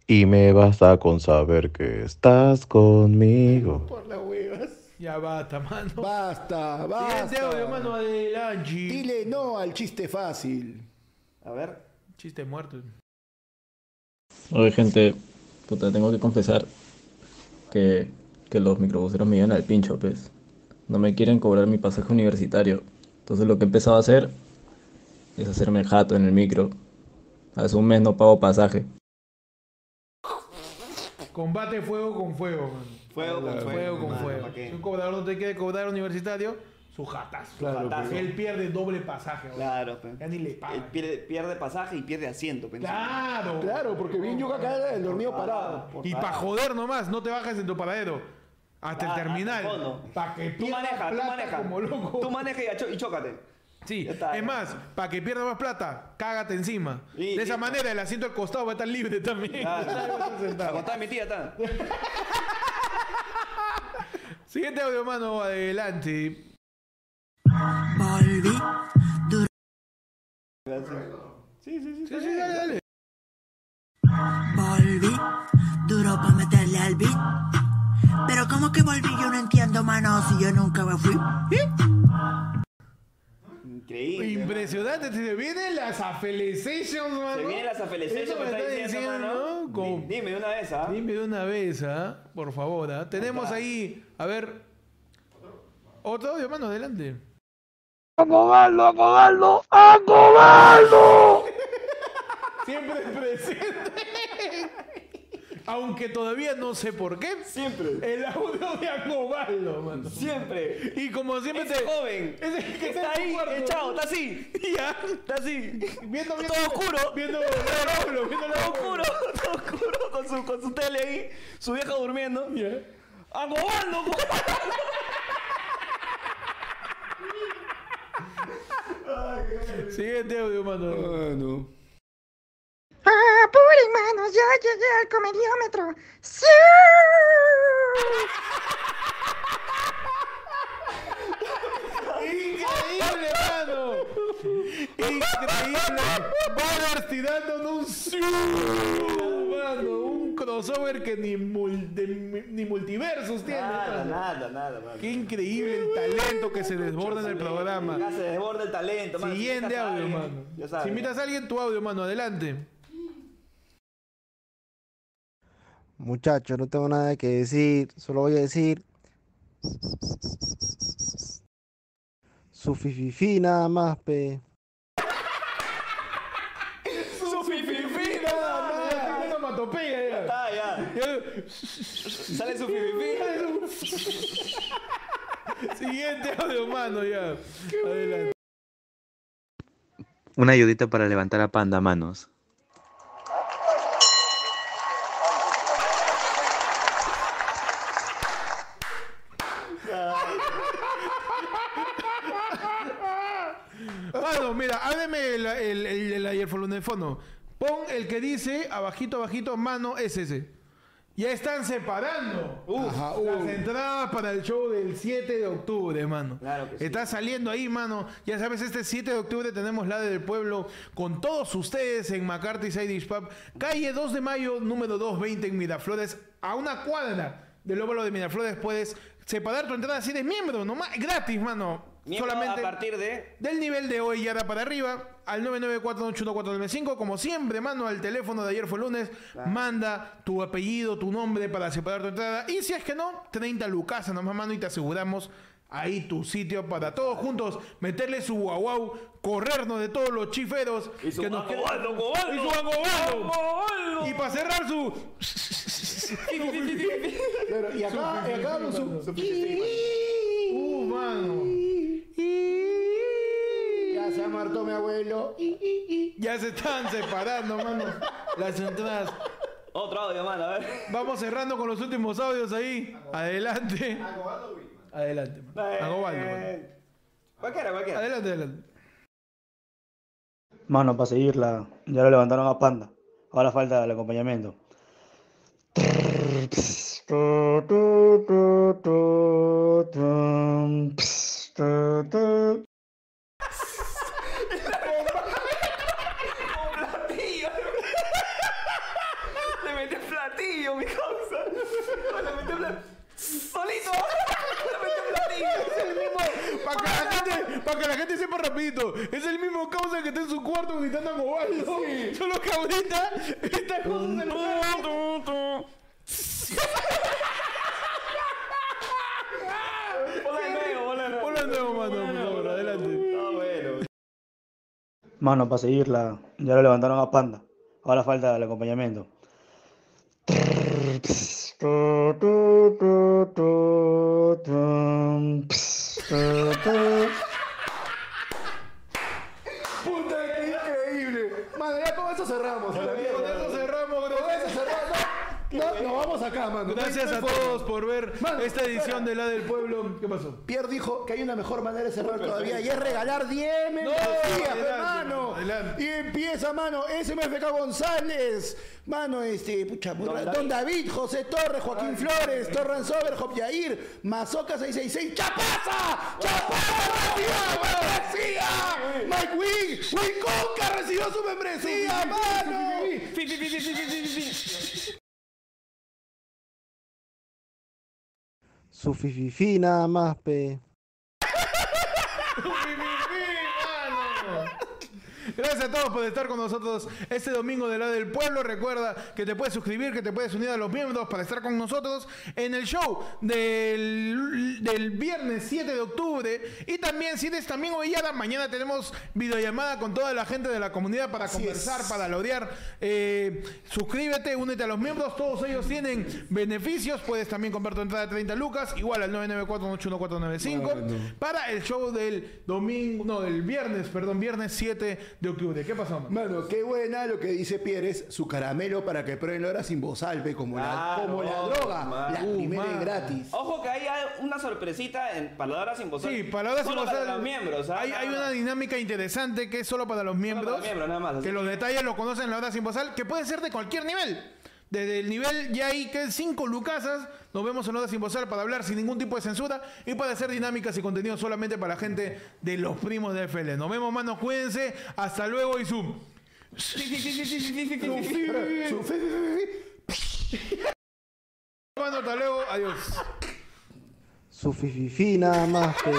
[SPEAKER 13] y me basta con saber que estás conmigo.
[SPEAKER 5] Por las huevas.
[SPEAKER 1] Ya basta, mano.
[SPEAKER 5] Basta,
[SPEAKER 1] Siguiente audio, mano,
[SPEAKER 5] basta.
[SPEAKER 1] adelante.
[SPEAKER 5] Dile no al chiste fácil.
[SPEAKER 2] A ver.
[SPEAKER 1] Chiste muerto.
[SPEAKER 14] Oye, gente, puta, tengo que confesar que, que los microbuseros me llevan al pincho, pues. No me quieren cobrar mi pasaje universitario. Entonces lo que he empezado a hacer es hacerme el jato en el micro. Hace un mes no pago pasaje.
[SPEAKER 1] Combate fuego con fuego, mano.
[SPEAKER 2] Fuego con fuego,
[SPEAKER 1] Fuego con
[SPEAKER 2] mano,
[SPEAKER 1] fuego.
[SPEAKER 2] ¿pa' qué?
[SPEAKER 1] Si un cobrador no te quiere cobrar universitario, su jatazo.
[SPEAKER 2] Claro, Jatazo. pues.
[SPEAKER 1] Él pierde doble pasaje. ahora.
[SPEAKER 2] Claro, pe.
[SPEAKER 1] Ya ni le pagan.
[SPEAKER 2] Él pierde, pierde pasaje y pierde asiento, pensé.
[SPEAKER 1] Claro.
[SPEAKER 5] Claro, porque bien yuca acá el dormido parado.
[SPEAKER 1] Y para joder nomás, no te bajes en tu paradero. Hasta el
[SPEAKER 2] Ah, hasta el
[SPEAKER 1] terminal.
[SPEAKER 2] fondo.
[SPEAKER 1] Para que
[SPEAKER 2] Tú
[SPEAKER 1] pierdas
[SPEAKER 2] manejas, tú
[SPEAKER 1] plata
[SPEAKER 2] manejas.
[SPEAKER 1] como loco.
[SPEAKER 2] Tú manejas y, acho- y chócate.
[SPEAKER 1] Sí,
[SPEAKER 2] Ya está,
[SPEAKER 1] es
[SPEAKER 2] ya.
[SPEAKER 1] más, para que pierda más plata, cágate encima.
[SPEAKER 2] Sí,
[SPEAKER 1] de esa
[SPEAKER 2] sí.
[SPEAKER 1] manera el asiento al costado va a estar libre también. [LAUGHS]
[SPEAKER 2] Claro. Acostada mi tía, está.
[SPEAKER 1] Siguiente audio, mano, adelante.
[SPEAKER 2] Sí, sí, sí.
[SPEAKER 1] Sí, sí, dale, dale.
[SPEAKER 15] Volví, duro para meterle al beat. Pero ¿cómo que volví? Yo no entiendo, mano, si yo nunca me fui.
[SPEAKER 2] Increíble.
[SPEAKER 1] Impresionante, se vienen las afelizations, mano.
[SPEAKER 2] Se vienen las afelizaciones
[SPEAKER 1] Eso
[SPEAKER 2] que
[SPEAKER 1] me
[SPEAKER 2] está diciendo, mano.
[SPEAKER 1] ¿no? Como-
[SPEAKER 2] Di- Dime de una vez, ¿ah?
[SPEAKER 1] Dime de una vez, ¿ah? Por favor, ¿ah? Tenemos ahí, a ver. Otro audio, mano, adelante. [LAUGHS] Siempre presente. Aunque todavía no sé por qué.
[SPEAKER 2] [LAUGHS] Siempre.
[SPEAKER 1] El audio de Acobaldo, mano.
[SPEAKER 2] Siempre.
[SPEAKER 1] Y como siempre
[SPEAKER 2] Ese
[SPEAKER 1] te-
[SPEAKER 2] joven
[SPEAKER 1] Ese que en
[SPEAKER 2] está
[SPEAKER 1] tu
[SPEAKER 2] ahí,
[SPEAKER 1] cuarto.
[SPEAKER 2] echado, está [LAUGHS] así.
[SPEAKER 1] Ya.
[SPEAKER 2] Está así.
[SPEAKER 1] Viendo, viendo.
[SPEAKER 2] Todo oscuro. [LAUGHS]
[SPEAKER 1] Viendo el ángulo, viendo el
[SPEAKER 2] Todo
[SPEAKER 1] ángulo.
[SPEAKER 2] oscuro, todo oscuro, con su, con su tele ahí, su vieja durmiendo.
[SPEAKER 1] Ya.
[SPEAKER 2] ¡Agobando!
[SPEAKER 1] Siguiente audio, mano.
[SPEAKER 3] Mano.
[SPEAKER 15] ¡Apure, mano! ¡Ya llegué al comediómetro! ¡Sí!
[SPEAKER 1] Increíble, mano. Increíble. Ballers tirando un siu, mano. Un crossover que ni, mul- de- ni multiversos tiene.
[SPEAKER 2] Nada,
[SPEAKER 1] mano.
[SPEAKER 2] nada, nada, mano.
[SPEAKER 1] Qué increíble el talento que se desborda en el
[SPEAKER 2] Acá
[SPEAKER 1] programa.
[SPEAKER 2] se desborda el talento, mano. Si
[SPEAKER 1] Siguiente
[SPEAKER 2] invitas a
[SPEAKER 1] audio,
[SPEAKER 2] alguien,
[SPEAKER 1] mano.
[SPEAKER 2] Ya sabes.
[SPEAKER 1] Si invitas a alguien, tu audio, mano. Adelante.
[SPEAKER 13] Muchachos, no tengo nada que decir, solo voy a decir. Su fififi nada más, pe.
[SPEAKER 1] Su fififi, nada más. Tiene una onomatopeya, ya.
[SPEAKER 2] Ah, ya.
[SPEAKER 1] Ya-
[SPEAKER 2] Sale su pipipi.
[SPEAKER 1] Siguiente audio, mano, ya. Adelante.
[SPEAKER 11] Una ayudita para levantar a Panda manos.
[SPEAKER 1] Mano, mira, hábleme el, el, el, el ayer fue lunes de fondo. Pon el que dice abajito, abajito, mano, es ese. Ya están separando
[SPEAKER 3] Ajá,
[SPEAKER 1] las
[SPEAKER 3] uh.
[SPEAKER 1] entradas para el show del 7 de octubre, mano.
[SPEAKER 2] Claro que sí.
[SPEAKER 1] Está saliendo ahí, mano. Ya sabes, este 7 de octubre tenemos la del pueblo con todos ustedes en McCarthy Side Pub, calle 2 de mayo, número 220 en Miraflores, a una cuadra del óvalo de Miraflores. Puedes separar tu entrada si eres miembro, nomás gratis, mano.
[SPEAKER 2] Miembro
[SPEAKER 1] Solamente
[SPEAKER 2] a partir de.
[SPEAKER 1] del nivel de hoy ya da para arriba, al 994 como siempre, mano, al teléfono de ayer fue lunes, manda tu apellido, tu nombre para separar tu entrada. Y si es que no, 30 lucas nomás, mano, y te aseguramos ahí tu sitio para todos juntos meterle su guau guau, corrernos de todos los chiferos
[SPEAKER 2] Y su
[SPEAKER 1] quieren-
[SPEAKER 2] Angobaldo, Angobaldo.
[SPEAKER 1] Y su Angobaldo.
[SPEAKER 2] ¡Angobaldo!
[SPEAKER 1] Y para cerrar
[SPEAKER 2] [LAUGHS]
[SPEAKER 1] su...
[SPEAKER 5] Pero, y acá, y acá con su.
[SPEAKER 1] Uh, mano.
[SPEAKER 5] Ya se amartó mi abuelo.
[SPEAKER 1] Ya se están separando, mano, las entradas.
[SPEAKER 2] Otro audio, mano, a ver. [LAUGHS]
[SPEAKER 1] Vamos cerrando con los últimos audios ahí. Adelante. Adelante. mano. Agobaldo, mano.
[SPEAKER 2] Eh, Cualquiera, cualquiera.
[SPEAKER 1] Adelante, adelante.
[SPEAKER 13] Mano, para seguirla, ya lo levantaron a Panda. Ahora falta el acompañamiento.
[SPEAKER 2] platillo. Le metió platillo, mi causa. Le metió platillo. Solito. Le metió platillo.
[SPEAKER 1] Para que la gente, para que la gente sepa rapidito. Es el mismo causa que está en su cuarto gritando a Mobaldo. Solo que ahorita está con un
[SPEAKER 7] Ponla de nuevo, ponla de nuevo.
[SPEAKER 1] Ponlo de nuevo, mano, por favor, adelante.
[SPEAKER 7] Está bueno.
[SPEAKER 16] Mano, para seguirla, ya lo levantaron a Panda. Ahora falta el acompañamiento.
[SPEAKER 3] Puta, qué increíble. Mano, ya con eso cerramos. a la mierda.
[SPEAKER 1] Con eso cerramos,
[SPEAKER 3] Con eso cerramos. No, nos vamos acá, mano.
[SPEAKER 1] Gracias a todos por ver esta edición de La del Pueblo. ¿Qué pasó?
[SPEAKER 3] Pierre dijo que hay una mejor manera de cerrar todavía y es regalar 10 membresías,
[SPEAKER 1] adelante,
[SPEAKER 3] hermano.
[SPEAKER 1] adelante.
[SPEAKER 3] Y empieza, mano, SMFK González, mano, este, pucha, muy ra- Don David, José Torres, Joaquín Flores, Torran Sober, Job Yair, Mazoca 666, Chapaza, Chapaza recibió su membresía, Mike Wing, Wing Conca recibió su membresía, mano.
[SPEAKER 17] Su fififi nada más, pe.
[SPEAKER 1] Gracias a todos por estar con nosotros este domingo del lado del pueblo. Recuerda que te puedes suscribir, que te puedes unir a los miembros para estar con nosotros en el show del, del viernes 7 de octubre. Y también, si eres también ovillada, mañana tenemos videollamada con toda la gente de la comunidad para conversar, para laurear. Eh, suscríbete, únete a los miembros. Todos ellos tienen beneficios. Puedes también comprar tu entrada de 30 lucas, igual al 994-81495 para el show del domingo, no, del viernes, perdón, viernes 7 de octubre. ¿Qué pasó? mano?
[SPEAKER 3] Mano, qué buena lo que dice Pierre es su caramelo para que prueben la hora sin bozalpe, como, la,
[SPEAKER 7] Claro,
[SPEAKER 3] como la droga. La
[SPEAKER 1] Uh,
[SPEAKER 3] primera
[SPEAKER 1] mano.
[SPEAKER 3] es gratis.
[SPEAKER 2] Ojo que ahí hay una sorpresita en palabras sin bozal.
[SPEAKER 1] Sí, palabras
[SPEAKER 2] pues, Solo
[SPEAKER 1] sin
[SPEAKER 2] para
[SPEAKER 1] gozar.
[SPEAKER 2] los miembros. ¿ah?
[SPEAKER 1] Hay, hay
[SPEAKER 2] Nada
[SPEAKER 1] una dinámica interesante que es solo para los miembros.
[SPEAKER 2] para los miembros, nada más, así
[SPEAKER 1] Que los detalles los conocen en la hora sin bozal, que puede ser de cualquier nivel. Desde el nivel ya hay que es 5 lucasas, nos vemos en Hora Sin Bozal para hablar sin ningún tipo de censura y para hacer dinámicas y contenido solamente para la gente de los primos de FL. Nos vemos, manos, cuídense. Hasta luego y
[SPEAKER 2] [LAUGHS]
[SPEAKER 1] Zoom.
[SPEAKER 3] Su fe, fe, fe, fe.
[SPEAKER 2] [LAUGHS]
[SPEAKER 1] Mano, hasta luego. Adiós.
[SPEAKER 17] Su fififi nada más, pe.